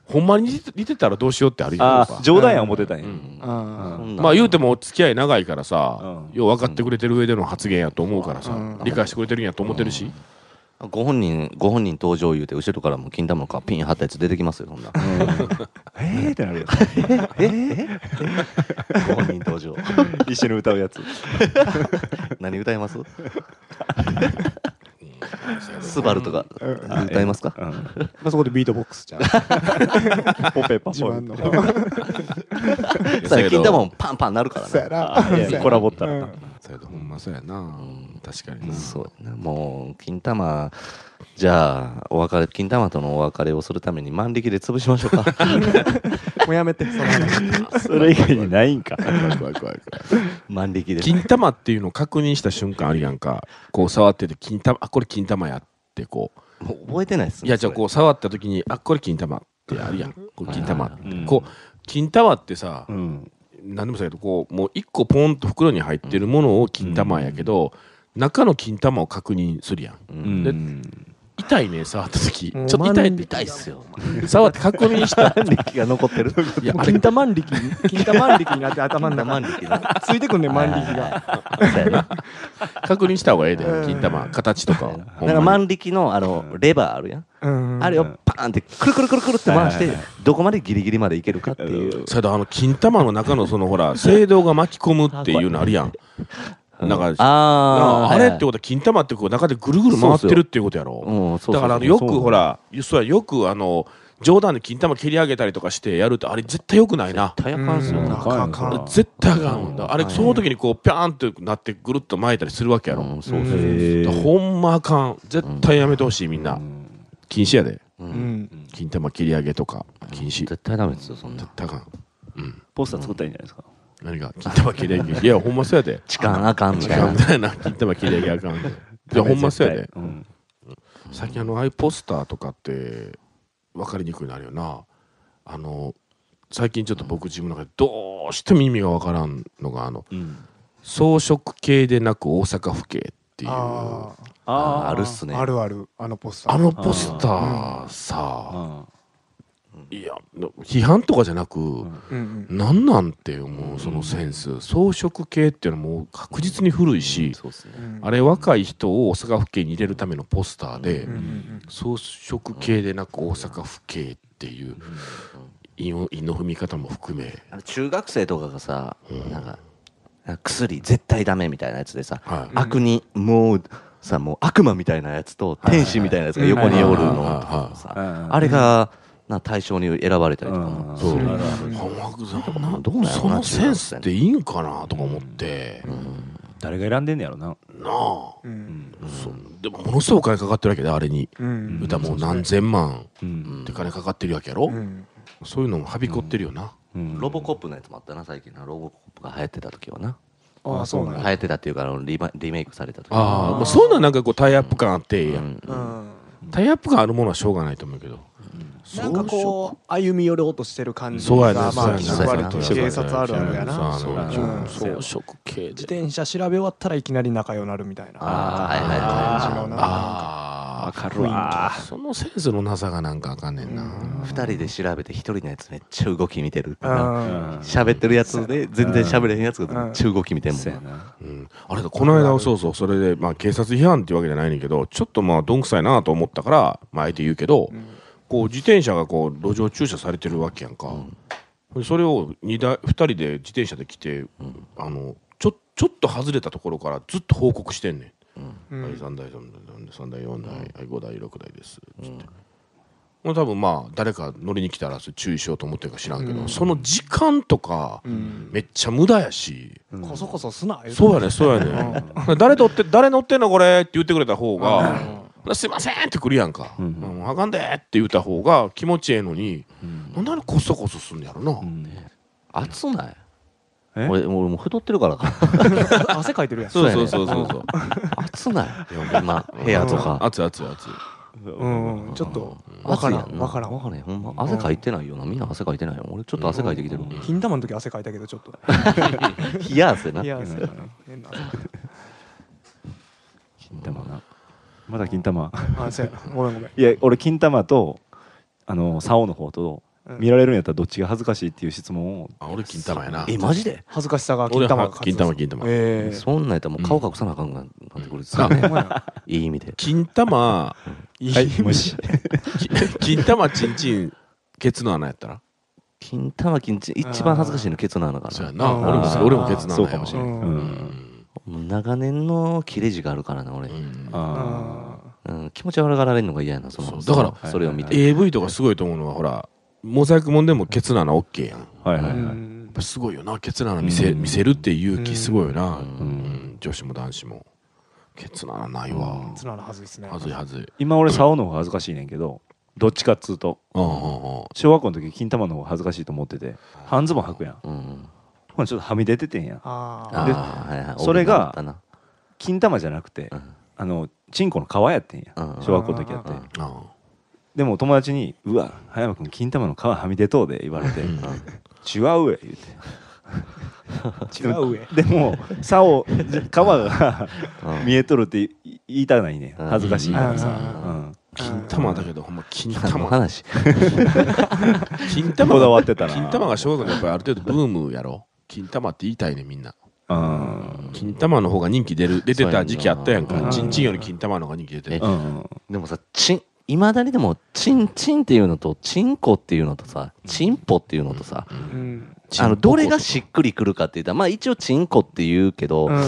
[SPEAKER 2] ほんまに似て似てたらどうしようってあるよ
[SPEAKER 5] あ
[SPEAKER 2] 僕は
[SPEAKER 5] ー冗談や思ってたんや
[SPEAKER 2] うん
[SPEAKER 3] あ
[SPEAKER 4] そんな
[SPEAKER 2] まあ言うてもお付き合い長いからさ、
[SPEAKER 5] うん
[SPEAKER 2] よう分かってくれてる上での発言やと思うからさ、
[SPEAKER 3] うん
[SPEAKER 2] 理解してくれてるんやと思ってるし、
[SPEAKER 4] ご本人ご本人登場言うて後ろからも金玉の皮ピン張ったやつ出てきますよそんな
[SPEAKER 5] [LAUGHS] えーってなるよ
[SPEAKER 4] ご本人登場
[SPEAKER 5] [LAUGHS]
[SPEAKER 2] [LAUGHS]
[SPEAKER 5] 一緒に歌うやつ
[SPEAKER 4] 何歌い
[SPEAKER 2] [LAUGHS]
[SPEAKER 4] ますスバルとか歌いますか
[SPEAKER 5] うん
[SPEAKER 3] まあそこでビートボックスじゃん。
[SPEAKER 5] [LAUGHS] ポペパ
[SPEAKER 3] 自
[SPEAKER 5] ポ
[SPEAKER 3] 慢
[SPEAKER 5] ペ
[SPEAKER 3] の。 [LAUGHS]
[SPEAKER 4] そしたら金玉もパンパンなるから
[SPEAKER 3] そうや
[SPEAKER 4] な
[SPEAKER 5] あ
[SPEAKER 3] な。
[SPEAKER 5] いやコラボったらな
[SPEAKER 2] そうやとほんまそうやな、確かにな
[SPEAKER 4] そうやなもう金玉じゃあお別れ金玉とのお別れをするために万力で潰しましょうか
[SPEAKER 2] [LAUGHS]
[SPEAKER 3] [LAUGHS] もうやめて。その
[SPEAKER 5] それ以外にないんか
[SPEAKER 2] 怖い怖い怖い怖い
[SPEAKER 4] 万力で
[SPEAKER 2] 金玉っていうのを確認した瞬間あるやんかこう触ってて金玉あこれ金玉やってこう
[SPEAKER 4] もう覚えてないっすね
[SPEAKER 2] いやじゃあこ
[SPEAKER 4] う
[SPEAKER 2] う触った時にあこれ金玉ってあるやんこれ金玉って、
[SPEAKER 5] いはいはい
[SPEAKER 2] こう金玉ってさ、
[SPEAKER 5] うん
[SPEAKER 2] 何でもそうやけどこうもう一個ポンと袋に入ってるものを金玉やけど、中の金玉を確認するやん
[SPEAKER 5] うん
[SPEAKER 2] 痛いね触った時ちょ
[SPEAKER 3] もう
[SPEAKER 2] っと痛いって
[SPEAKER 4] 痛いっすよ
[SPEAKER 2] 触って確認した
[SPEAKER 4] 力が残ってる [LAUGHS]
[SPEAKER 2] いやあれ
[SPEAKER 3] 金玉万力に、金玉万力になって頭の
[SPEAKER 4] 金玉 [LAUGHS] 万
[SPEAKER 3] 中に
[SPEAKER 4] 力な
[SPEAKER 3] ついてくんね、万力が。
[SPEAKER 4] そうやな
[SPEAKER 2] 確認した方がええで
[SPEAKER 3] うん
[SPEAKER 2] 金玉形とかを
[SPEAKER 4] だ
[SPEAKER 2] ほ
[SPEAKER 4] から
[SPEAKER 2] んまに
[SPEAKER 4] 万力のあのレバーあるやん
[SPEAKER 3] うん
[SPEAKER 4] あれをパーンってくるくるくるくるって回し
[SPEAKER 5] は
[SPEAKER 4] て
[SPEAKER 5] いはい
[SPEAKER 4] どこまでギリギリまでいけるかっていう
[SPEAKER 2] それとあの金玉の中のそのほら青銅が巻き込むっていうのあるやんなんか
[SPEAKER 4] あ
[SPEAKER 2] あ
[SPEAKER 4] ー
[SPEAKER 2] あ
[SPEAKER 4] は
[SPEAKER 2] れ
[SPEAKER 4] い
[SPEAKER 2] っ
[SPEAKER 4] はい
[SPEAKER 2] てことは金玉ってこう中でぐるぐる回ってるっていうことや
[SPEAKER 4] うん
[SPEAKER 2] ろ
[SPEAKER 4] そうそうそう
[SPEAKER 2] だからあのよく
[SPEAKER 5] そう
[SPEAKER 2] ほらそうやよくあの冗談で金玉蹴り上げたりとかしてやるとあれ絶対よくないな
[SPEAKER 4] タイヤカンスよ
[SPEAKER 3] うん
[SPEAKER 4] な
[SPEAKER 3] あかん
[SPEAKER 2] 絶対あかんもんだあれ
[SPEAKER 4] はい
[SPEAKER 2] その時にこうピャーンってなってぐるっと巻いたりするわけやろ
[SPEAKER 4] うんそう
[SPEAKER 3] うん
[SPEAKER 4] そう
[SPEAKER 5] へー
[SPEAKER 2] ほんまあかん絶対やめてほしいみんな禁止やで
[SPEAKER 3] うん。
[SPEAKER 2] 金玉切り上げとか禁止
[SPEAKER 4] 絶対ダメですよそんな
[SPEAKER 2] たかん
[SPEAKER 5] ポスター作ったらいいんじゃないですか
[SPEAKER 2] 何が金玉切り上げいやほんまそうや
[SPEAKER 4] [LAUGHS]
[SPEAKER 2] で
[SPEAKER 4] 痴漢あかんみ
[SPEAKER 2] 時
[SPEAKER 4] たいな
[SPEAKER 2] 間みた [LAUGHS] いな金玉切り上げあかんいやほんまそうやで
[SPEAKER 5] うん
[SPEAKER 2] 最近あのアイポスターとかって分かりにくいのあるよなあの最近ちょっと僕自分の中でどうしても意味が分からんのがあの装飾系でなく大阪府警っていうあ
[SPEAKER 3] あ
[SPEAKER 4] あーあ
[SPEAKER 5] あ
[SPEAKER 4] るっすね
[SPEAKER 3] あ。あるある。あのポスター。
[SPEAKER 2] のポスターさ
[SPEAKER 5] あ
[SPEAKER 2] いや批判とかじゃなく
[SPEAKER 3] うんうん。
[SPEAKER 2] なんなんて思うそのセンス装飾系っていうのも確実に古いし
[SPEAKER 4] そうっすね
[SPEAKER 3] うん
[SPEAKER 2] あれ若い人を大阪府警に入れるためのポスターで
[SPEAKER 3] うんうん
[SPEAKER 2] 装飾系でなく大阪府警っていう韻を韻の踏み方も含め
[SPEAKER 4] あの中学生とかがさなんかなんか薬絶対ダメみたいなやつでさ
[SPEAKER 2] はい
[SPEAKER 4] 悪人もうさもう悪魔みたいなやつと天使みたいなやつが横におる
[SPEAKER 2] は
[SPEAKER 4] の
[SPEAKER 2] いはいはいはい
[SPEAKER 4] さ
[SPEAKER 5] はいはい
[SPEAKER 4] あれがな対象に選ばれたりとかも
[SPEAKER 5] あ
[SPEAKER 2] そううん
[SPEAKER 4] な
[SPEAKER 2] 浜さん
[SPEAKER 4] どうなんやろ
[SPEAKER 2] そ
[SPEAKER 4] な
[SPEAKER 2] のセンスっていいんかなとか思って
[SPEAKER 5] 誰が選んでんねやろな
[SPEAKER 2] なあ
[SPEAKER 3] うん。
[SPEAKER 2] そうでもものすごいお金かかってるわけであれに
[SPEAKER 3] うん
[SPEAKER 2] 歌もう何千万
[SPEAKER 5] うん
[SPEAKER 2] って金かかってるわけやろ
[SPEAKER 3] うん。
[SPEAKER 2] そういうのもはびこってるよな
[SPEAKER 4] ロボコップのやつもあったな最近なロボコップが流行ってた時はな
[SPEAKER 3] ああ、そうなん
[SPEAKER 4] 流
[SPEAKER 3] だ。
[SPEAKER 4] 行ってたっていうかあのリマリメイクされた時
[SPEAKER 2] ああまあそういうのはなんかこうタイアップ感あってええや
[SPEAKER 4] うんん
[SPEAKER 3] うん。
[SPEAKER 2] タイアップ感あるものはしょうがないと思うけど
[SPEAKER 3] なんかこう歩み寄ろうとしてる感じ
[SPEAKER 2] そうや
[SPEAKER 3] が
[SPEAKER 2] ね
[SPEAKER 3] まあ
[SPEAKER 2] そう
[SPEAKER 3] わ
[SPEAKER 2] や
[SPEAKER 3] れ
[SPEAKER 2] ね
[SPEAKER 3] と警察あるあるやな
[SPEAKER 2] そう
[SPEAKER 5] やね
[SPEAKER 2] そう
[SPEAKER 5] うん
[SPEAKER 2] 装飾系
[SPEAKER 3] 自
[SPEAKER 2] で
[SPEAKER 3] 転車調べ終わったらいきなり仲良くなるみたいな
[SPEAKER 4] あーはいはいはい
[SPEAKER 3] 感じのな
[SPEAKER 2] あ
[SPEAKER 5] かるわ
[SPEAKER 2] あそのセンスのなさがなんかあかんねんな
[SPEAKER 4] 二人で調べて一人のやつめっちゃ動き見てるって
[SPEAKER 3] う
[SPEAKER 4] なん喋ってるやつで全然喋れへんやつがめっちゃ動き見てんもん
[SPEAKER 5] そうや
[SPEAKER 4] な
[SPEAKER 5] な
[SPEAKER 2] うん
[SPEAKER 4] あれだ
[SPEAKER 2] この間そうそうそれで、まあ、警察批判っていうわけじゃないねんけどちょっとまあどんくさいなと思ったから、まあ、あえて言うけど、こう自転車がこう路上駐車されてるわけやんか、それを 2, 台二人で自転車で来て、あのちょちょっと外れたところからずっと報告してんねん、はい、3台3台4台、はい、5台6台ですつって、もう多分まあ誰か乗りに来たらそれ注意しようと思ってるか知らんけど、その時間とか、めっちゃ無駄やし、
[SPEAKER 3] こそこそすな言て
[SPEAKER 2] そうやねそうやね誰乗って誰乗ってんのこれって言ってくれた方が「すいません」ってくるやんか「うんあかんで」って言った方が気持ちええのに、なんであれこそこそすんのやろな、
[SPEAKER 4] 暑ない
[SPEAKER 5] え
[SPEAKER 4] 俺俺もう太ってるからか
[SPEAKER 3] 汗かいてるやん
[SPEAKER 4] そうやね
[SPEAKER 2] そう
[SPEAKER 4] 暑ない今部屋とか
[SPEAKER 2] 熱い熱い熱い
[SPEAKER 3] うんちょっとわから
[SPEAKER 4] 暑い
[SPEAKER 3] ん
[SPEAKER 4] や
[SPEAKER 3] わからん
[SPEAKER 4] わからんほんま汗かいてないよなみんな汗かいてないよ俺ちょっと汗かいてきてる
[SPEAKER 3] 金玉の時汗かいたけどちょっと
[SPEAKER 4] 冷や汗ない
[SPEAKER 3] やそうやな変な汗かい
[SPEAKER 5] 金玉なまだ金玉
[SPEAKER 3] たあそうやなごめんごめん
[SPEAKER 5] いや俺金玉とあの竿の方と
[SPEAKER 3] うん
[SPEAKER 5] 見られるんやったらどっちが恥ずかしいっていう質問を
[SPEAKER 2] あ俺金玉やな
[SPEAKER 4] えマジで
[SPEAKER 3] 恥ずかしさが金
[SPEAKER 2] 俺
[SPEAKER 3] 玉が
[SPEAKER 2] は金玉金玉
[SPEAKER 3] ええ
[SPEAKER 4] そんなんやったらもう顔隠さなあかんがなってくるっすよね
[SPEAKER 3] ほんまやな
[SPEAKER 4] いい意味で
[SPEAKER 2] 金玉
[SPEAKER 3] いい
[SPEAKER 5] はい無視
[SPEAKER 2] き [LAUGHS] 金玉ちんちんケツの穴やったら
[SPEAKER 4] 金玉金ち一番恥ずかしいのケツの穴か
[SPEAKER 2] そうや
[SPEAKER 4] な
[SPEAKER 2] な俺もそれ俺もケツの穴
[SPEAKER 5] そう
[SPEAKER 2] や
[SPEAKER 5] かもしれない、
[SPEAKER 3] うん
[SPEAKER 5] う、
[SPEAKER 3] うん
[SPEAKER 4] もう長年の切れ字があるからな俺、
[SPEAKER 2] うん
[SPEAKER 5] あ
[SPEAKER 3] あ
[SPEAKER 4] うん、気持ち悪がられるのが嫌やなそ
[SPEAKER 2] そ
[SPEAKER 4] の
[SPEAKER 2] うだから
[SPEAKER 4] それを見て、
[SPEAKER 2] AV とかすごいと思うのはほらモザイクもんでもケツの穴 OK やん
[SPEAKER 5] あはい
[SPEAKER 3] ー
[SPEAKER 5] は
[SPEAKER 3] う
[SPEAKER 5] いはい、
[SPEAKER 3] ん
[SPEAKER 2] やっぱすごいよなケツの穴見せ,、見せるっていう勇気すごいよな、うん
[SPEAKER 5] ん
[SPEAKER 2] 女子も男子もケツの穴ないわ、
[SPEAKER 3] つなのはずいですね
[SPEAKER 2] はずいはずい
[SPEAKER 5] 今俺竿の方が恥ずかしいねんけどどっちかっつうと
[SPEAKER 2] うんうんうん
[SPEAKER 5] 小学校の時金玉の方が恥ずかしいと思ってて半ズボン履くやん
[SPEAKER 4] うん、
[SPEAKER 5] ほんちょっとはみ出ててんやん
[SPEAKER 3] あ
[SPEAKER 4] あ
[SPEAKER 3] あ
[SPEAKER 4] ーはいはい
[SPEAKER 5] それが
[SPEAKER 4] 多くなかっ
[SPEAKER 5] 金玉じゃなくて
[SPEAKER 4] たな
[SPEAKER 5] あのチンコの皮やってんや
[SPEAKER 4] うん
[SPEAKER 5] 小学校の時やって
[SPEAKER 4] うん
[SPEAKER 2] あ
[SPEAKER 5] でも友達に「うわ葉山君金玉の皮はみ出とうで」言われて
[SPEAKER 4] うん
[SPEAKER 5] 「違うえ」言うて
[SPEAKER 3] 違うえ
[SPEAKER 5] でも竿皮が
[SPEAKER 4] うん
[SPEAKER 5] 見えとるって言いたないねん
[SPEAKER 4] うん
[SPEAKER 5] 恥ずかしいからさ、
[SPEAKER 3] う
[SPEAKER 2] ー金玉だけどほんま金
[SPEAKER 4] 何の
[SPEAKER 2] 玉
[SPEAKER 4] 話
[SPEAKER 2] 金
[SPEAKER 5] うん、
[SPEAKER 2] 玉
[SPEAKER 5] こだわ
[SPEAKER 2] が
[SPEAKER 5] ってたな
[SPEAKER 2] 金玉が小学校のやっぱりある程度ブームやろ金玉って言いたいねみんな
[SPEAKER 5] うん
[SPEAKER 2] 金玉の方が人気出る出てた時期あったやん
[SPEAKER 4] そうや
[SPEAKER 2] か
[SPEAKER 3] な
[SPEAKER 2] ちんちんより金玉の方が人気出て
[SPEAKER 5] う
[SPEAKER 2] た
[SPEAKER 5] ん
[SPEAKER 4] でもさチンいまだにでもチンチンっていうのとチンコっていうのとさチンポっていうのとさ、
[SPEAKER 3] うん
[SPEAKER 4] あのどれが
[SPEAKER 2] チ
[SPEAKER 4] しっくりくるかって言ったらまあ一応チンコって言うけど、
[SPEAKER 3] うん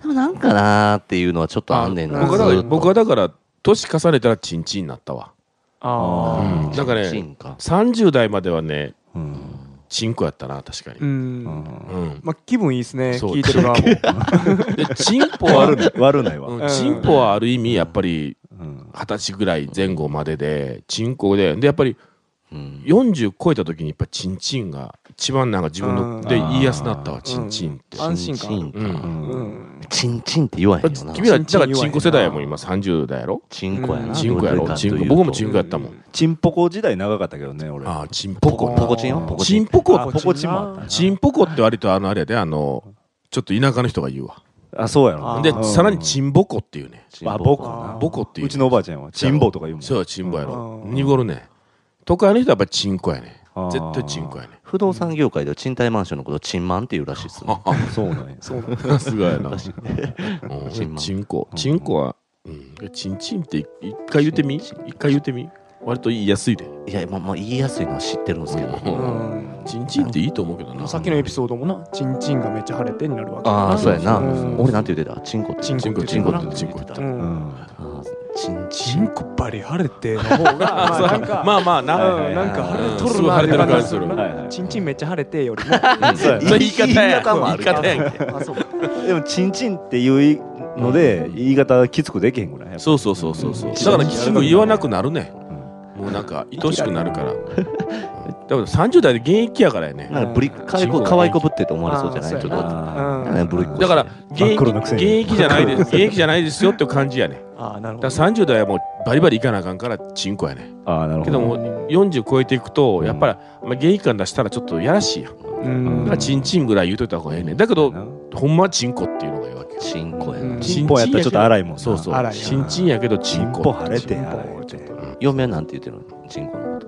[SPEAKER 4] でもなんかなーっていうのはちょっとあんねん
[SPEAKER 2] ンポ
[SPEAKER 4] な
[SPEAKER 2] 僕はだか
[SPEAKER 4] ず
[SPEAKER 2] ら
[SPEAKER 4] ーっと
[SPEAKER 2] 僕はだから年重ねたらちんちんになったわ
[SPEAKER 3] ああ
[SPEAKER 2] だから
[SPEAKER 4] チ
[SPEAKER 2] ね
[SPEAKER 4] ンか
[SPEAKER 2] 30代まではね
[SPEAKER 5] うん
[SPEAKER 2] チンコやったな確かに
[SPEAKER 3] う
[SPEAKER 5] うんん
[SPEAKER 2] うん
[SPEAKER 3] まあ気分いいですね
[SPEAKER 2] そう
[SPEAKER 3] 聞いてる側も
[SPEAKER 2] でチンポは
[SPEAKER 5] 悪 [LAUGHS] ない悪ないわ、
[SPEAKER 2] うんチンポはある意味やっぱり
[SPEAKER 5] うん
[SPEAKER 2] 二十歳ぐらい前後まででチンコででやっぱり
[SPEAKER 4] うん
[SPEAKER 2] 40超えた時にやっぱチンチンが一番なんか自分
[SPEAKER 3] うん
[SPEAKER 2] ので言いやすなったわチンチンって。
[SPEAKER 3] 安心
[SPEAKER 4] チ
[SPEAKER 3] 感
[SPEAKER 4] ン
[SPEAKER 2] う
[SPEAKER 4] か
[SPEAKER 2] ん
[SPEAKER 5] うん
[SPEAKER 3] うん
[SPEAKER 4] チンチンって言わへんよな
[SPEAKER 2] 君らだから
[SPEAKER 3] チンチン弱いな
[SPEAKER 2] チンコ世代やもん今30代やろ
[SPEAKER 4] チンコやな
[SPEAKER 2] チンコや
[SPEAKER 4] どれ
[SPEAKER 2] ろ
[SPEAKER 4] かと
[SPEAKER 2] チ
[SPEAKER 4] い
[SPEAKER 2] ン
[SPEAKER 4] う
[SPEAKER 2] コ
[SPEAKER 4] と
[SPEAKER 2] 僕もチンコやったもん。
[SPEAKER 5] チンポコ時代長かったけどね俺
[SPEAKER 2] ああチンポ
[SPEAKER 4] ポコ
[SPEAKER 2] コ。
[SPEAKER 4] ポコチンよポコチ
[SPEAKER 2] チン
[SPEAKER 4] ン
[SPEAKER 2] ポ
[SPEAKER 5] あ
[SPEAKER 2] コ。
[SPEAKER 5] ポコチンもあったな
[SPEAKER 2] チンポコって割とあのあれやであのちょっと田舎の人が言うわ。
[SPEAKER 5] あそうやろ
[SPEAKER 3] あ
[SPEAKER 2] で
[SPEAKER 5] うん
[SPEAKER 2] さらにチンボコっていうね。
[SPEAKER 4] チンポ
[SPEAKER 5] あ僕
[SPEAKER 3] あ
[SPEAKER 2] ボコっていう。
[SPEAKER 5] うちのおばあちゃんはチンボとか言うもん
[SPEAKER 2] そうやチンボやろ。
[SPEAKER 3] うん
[SPEAKER 2] 濁るね。都会の人はやっぱチンコやね
[SPEAKER 5] あ。ー
[SPEAKER 2] 絶対チンコ
[SPEAKER 4] [LAUGHS]
[SPEAKER 2] やね。
[SPEAKER 4] 不動産業界では賃貸マンションのことを賃マンっていうらしいっすね。
[SPEAKER 5] そうなんや
[SPEAKER 3] そう
[SPEAKER 2] さ
[SPEAKER 3] だ
[SPEAKER 2] すがやな。
[SPEAKER 4] らしい
[SPEAKER 2] うん
[SPEAKER 4] チンマン
[SPEAKER 2] チンコ。チンコは、うん、チンチンって一回言ってみ
[SPEAKER 4] チン
[SPEAKER 2] 一回言ってみ割と言いやすいで。
[SPEAKER 4] いや、まあ、まあ、言いやすいのは知ってるんですけど。
[SPEAKER 2] う
[SPEAKER 3] うん
[SPEAKER 2] チンチンっていいと思うけどな。
[SPEAKER 3] さっきのエピソードもなチンチンがめっちゃ腫れてになるわけ
[SPEAKER 4] ああ、そうやな。
[SPEAKER 3] ん
[SPEAKER 4] 俺なんて言ってたチンコって。
[SPEAKER 3] チンコ
[SPEAKER 4] チンコチンコって言ってた。
[SPEAKER 3] う
[SPEAKER 4] あ
[SPEAKER 5] [LAUGHS]
[SPEAKER 3] ん
[SPEAKER 4] あチンチ
[SPEAKER 3] チ
[SPEAKER 4] ン
[SPEAKER 3] ン。コバリ腫れての方がまあなんか
[SPEAKER 2] まあまあな。
[SPEAKER 5] はいは
[SPEAKER 3] う
[SPEAKER 5] い
[SPEAKER 3] ん
[SPEAKER 5] は
[SPEAKER 3] ないんか腫れと
[SPEAKER 2] すごい
[SPEAKER 3] る
[SPEAKER 2] 腫
[SPEAKER 3] なっ
[SPEAKER 2] れ
[SPEAKER 3] て
[SPEAKER 2] てる
[SPEAKER 3] 感
[SPEAKER 2] 感
[SPEAKER 3] じ
[SPEAKER 2] じ
[SPEAKER 3] す
[SPEAKER 2] す
[SPEAKER 3] る
[SPEAKER 2] る
[SPEAKER 5] はいはい
[SPEAKER 3] チンチンめっちゃ腫れてよりも
[SPEAKER 5] そうやな
[SPEAKER 2] それ言い方や。
[SPEAKER 4] 言い方もあるけど
[SPEAKER 2] 言い方やんけ
[SPEAKER 3] あそうか
[SPEAKER 5] でもチンチンっていうので言い方きつくできへんぐらいやっぱ
[SPEAKER 2] そうそうそうそうそう。
[SPEAKER 5] うん
[SPEAKER 2] だからすぐ言わなくなるね。
[SPEAKER 5] うん
[SPEAKER 2] もうなんか愛しくなるから。だから三十代で現役やからやね。
[SPEAKER 4] なんかぶり、かわい
[SPEAKER 2] チンコ
[SPEAKER 4] こ、
[SPEAKER 2] が
[SPEAKER 4] かわいこぶってって思われそうじゃない
[SPEAKER 3] あー
[SPEAKER 4] ちょ
[SPEAKER 3] そう
[SPEAKER 4] っ
[SPEAKER 3] や
[SPEAKER 4] と。
[SPEAKER 5] あ
[SPEAKER 3] う
[SPEAKER 5] ー
[SPEAKER 3] ん
[SPEAKER 4] ねぶりっ子
[SPEAKER 2] だから現
[SPEAKER 5] 真っ黒
[SPEAKER 2] 役
[SPEAKER 5] なくせ
[SPEAKER 2] 現
[SPEAKER 5] に
[SPEAKER 2] 役じゃないです現役じゃないですよっていう感じやね。
[SPEAKER 3] ああなる
[SPEAKER 2] だ
[SPEAKER 3] ほ
[SPEAKER 2] から
[SPEAKER 3] ど
[SPEAKER 2] 30代はもうバリバリいかなあかんからチンコやね
[SPEAKER 5] あーなる
[SPEAKER 2] け
[SPEAKER 5] ほ
[SPEAKER 2] ど
[SPEAKER 5] ど
[SPEAKER 2] も40超えていくとやっぱり、まあ、ゲイ感出したらちょっとやらしいやんだか
[SPEAKER 3] うん
[SPEAKER 2] らチンチンぐらい言うといた方がええねんだけど
[SPEAKER 5] な
[SPEAKER 2] ほんまはチンコっていうのがいいわけよ
[SPEAKER 4] チンコや
[SPEAKER 3] うん
[SPEAKER 4] な。
[SPEAKER 5] チンポやったらちょっと荒いもんな
[SPEAKER 2] そうそう
[SPEAKER 3] 荒いな
[SPEAKER 2] チンチンやけどチ
[SPEAKER 5] チ
[SPEAKER 2] ン
[SPEAKER 5] ン
[SPEAKER 2] コ
[SPEAKER 5] ポ腫れて
[SPEAKER 3] チンポ
[SPEAKER 5] 腫れて
[SPEAKER 4] 嫁はなんて言ってるのチンコのこと。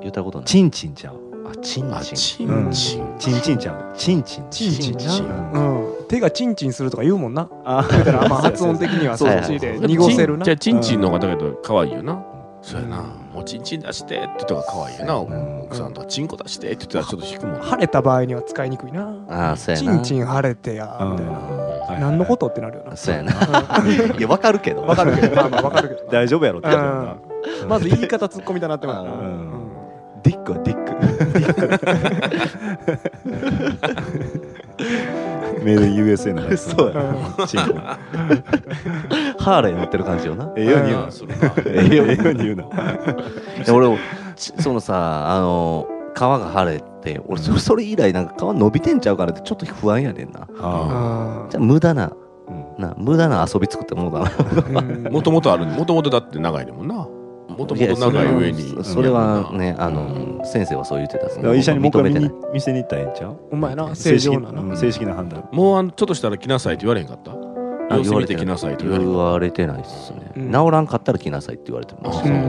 [SPEAKER 4] 言ったことない。
[SPEAKER 5] チンチンちゃう
[SPEAKER 4] あちんち
[SPEAKER 2] チンチン。
[SPEAKER 5] チンチンちゃんチンチン
[SPEAKER 2] チンチンチン。
[SPEAKER 3] うん、手がチンチンするとか言うもんな。
[SPEAKER 5] あ
[SPEAKER 3] だからまあ発音的には
[SPEAKER 4] そ
[SPEAKER 3] そうっ
[SPEAKER 4] そう
[SPEAKER 3] ちで
[SPEAKER 4] そう
[SPEAKER 3] 濁せるな
[SPEAKER 2] じゃ。あチンチンの方がだけど可愛いよな。そうやな。もうチンチン出してって言ったら可愛いよな。
[SPEAKER 5] ん
[SPEAKER 2] 奥さんとかチンコ出してって言ったらちょっと引くもんな。
[SPEAKER 3] 晴れた場合には使いにくいな。
[SPEAKER 4] ああそうや
[SPEAKER 3] チ
[SPEAKER 4] な
[SPEAKER 3] ンチン晴れてやみたいな。
[SPEAKER 5] な
[SPEAKER 3] 何のことってなるよな。
[SPEAKER 4] そうやないやわかるけど
[SPEAKER 3] わかるけど、まあまあわかるけ [LAUGHS] ど。
[SPEAKER 5] 大丈夫やろって感
[SPEAKER 3] まず言い方突っ込みだなって思うな。
[SPEAKER 4] う
[SPEAKER 3] うん
[SPEAKER 5] じやなディックはディックメイド USA のそうやなチンコ
[SPEAKER 4] [LAUGHS] ハーレー乗ってる感じよな
[SPEAKER 5] ええように言う
[SPEAKER 2] あ
[SPEAKER 5] な
[SPEAKER 2] ーそれな
[SPEAKER 5] ええよう [LAUGHS] に言うない
[SPEAKER 4] や俺もちそのさあの皮が腫れて俺そそれ以来なんか皮伸びてんちゃうからってちょっと不安やねんな
[SPEAKER 5] あ
[SPEAKER 3] あ
[SPEAKER 4] じゃあ無駄な
[SPEAKER 5] ーうん
[SPEAKER 4] な無駄な遊び作ったものだな
[SPEAKER 2] [LAUGHS]
[SPEAKER 3] ー
[SPEAKER 2] もともとあるもともとだって長いねもんな。もとも
[SPEAKER 4] いや
[SPEAKER 2] と
[SPEAKER 4] それ
[SPEAKER 2] 長い
[SPEAKER 4] は
[SPEAKER 2] 上に。
[SPEAKER 4] それはねあの先生はそう言ってたその
[SPEAKER 5] だから医者にもう一回見に
[SPEAKER 4] 認めて
[SPEAKER 5] 店に行ったらええんちゃう
[SPEAKER 3] お前な、正常な
[SPEAKER 5] う
[SPEAKER 3] な。
[SPEAKER 5] ん正式な判断
[SPEAKER 2] もうあのちょっとしたら来なさいって言われへんかった
[SPEAKER 4] な
[SPEAKER 2] 様
[SPEAKER 4] い
[SPEAKER 2] 子見て来なさいって言われへん
[SPEAKER 4] 言
[SPEAKER 2] かっ
[SPEAKER 4] われてないっすね、
[SPEAKER 3] うん
[SPEAKER 4] 治らんかったら来なさいって言われてました、
[SPEAKER 3] う
[SPEAKER 4] も
[SPEAKER 3] ん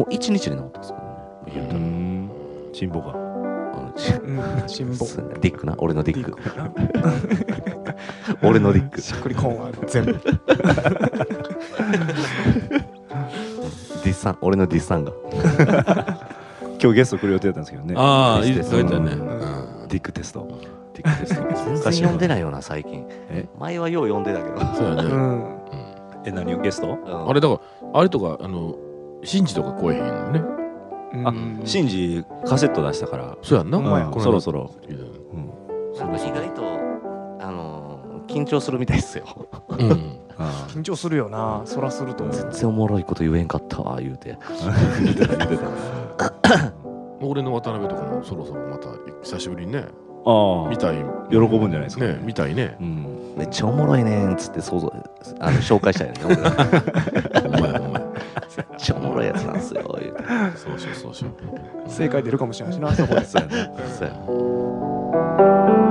[SPEAKER 4] う一日で治ったっすからね
[SPEAKER 5] うんチンポが
[SPEAKER 4] あのち
[SPEAKER 3] うん、辛抱。
[SPEAKER 4] ディックな俺のディ
[SPEAKER 3] ディ
[SPEAKER 4] ッ
[SPEAKER 3] ッ
[SPEAKER 4] ク
[SPEAKER 3] クかな。
[SPEAKER 4] 俺のディック
[SPEAKER 3] しっくりコーンは全 [LAUGHS] 部。
[SPEAKER 4] ディスさん俺のディスさんが
[SPEAKER 5] 今日ゲスト来る予定だったんですけどね
[SPEAKER 2] たああいいです
[SPEAKER 5] う
[SPEAKER 2] 書
[SPEAKER 5] ん
[SPEAKER 2] いてあるね
[SPEAKER 5] ディックテスト
[SPEAKER 2] ティックですね
[SPEAKER 4] 全然読んでないよな最近
[SPEAKER 5] え
[SPEAKER 4] 前はよう読んでたけど
[SPEAKER 2] そうや
[SPEAKER 3] う
[SPEAKER 2] ね
[SPEAKER 3] ん。
[SPEAKER 5] え何をゲスト
[SPEAKER 2] あれだからあれとかあのシンジとか来えへんのね
[SPEAKER 5] あ
[SPEAKER 3] うん
[SPEAKER 5] シンジカセット出したから
[SPEAKER 2] そうやんな
[SPEAKER 3] ほんまや
[SPEAKER 5] うん
[SPEAKER 2] この間
[SPEAKER 5] そろそろうん
[SPEAKER 4] なんか意外とあのー緊張するみたいっすよ
[SPEAKER 2] うん
[SPEAKER 5] あ [LAUGHS]
[SPEAKER 3] 緊張するよな。そらすると思う
[SPEAKER 4] 全。然おもろいこと言えんかったわ言うて
[SPEAKER 5] あ言ってた言ってた
[SPEAKER 2] 俺の渡辺とかもそろそろまた久しぶりにね
[SPEAKER 5] ああ
[SPEAKER 2] 見たいね
[SPEAKER 5] 喜ぶんじゃないですか
[SPEAKER 2] 見たいね
[SPEAKER 5] うん
[SPEAKER 4] めっちゃおもろいねんっつって想像あの紹介したよ [LAUGHS] ね俺がめっ
[SPEAKER 2] お前お前
[SPEAKER 4] ちゃおもろいやつなんですよ言うて
[SPEAKER 5] [LAUGHS]
[SPEAKER 2] そうそうそうそう
[SPEAKER 3] 正解出るかもしれないしな、そこで。
[SPEAKER 5] そうやね
[SPEAKER 4] そうや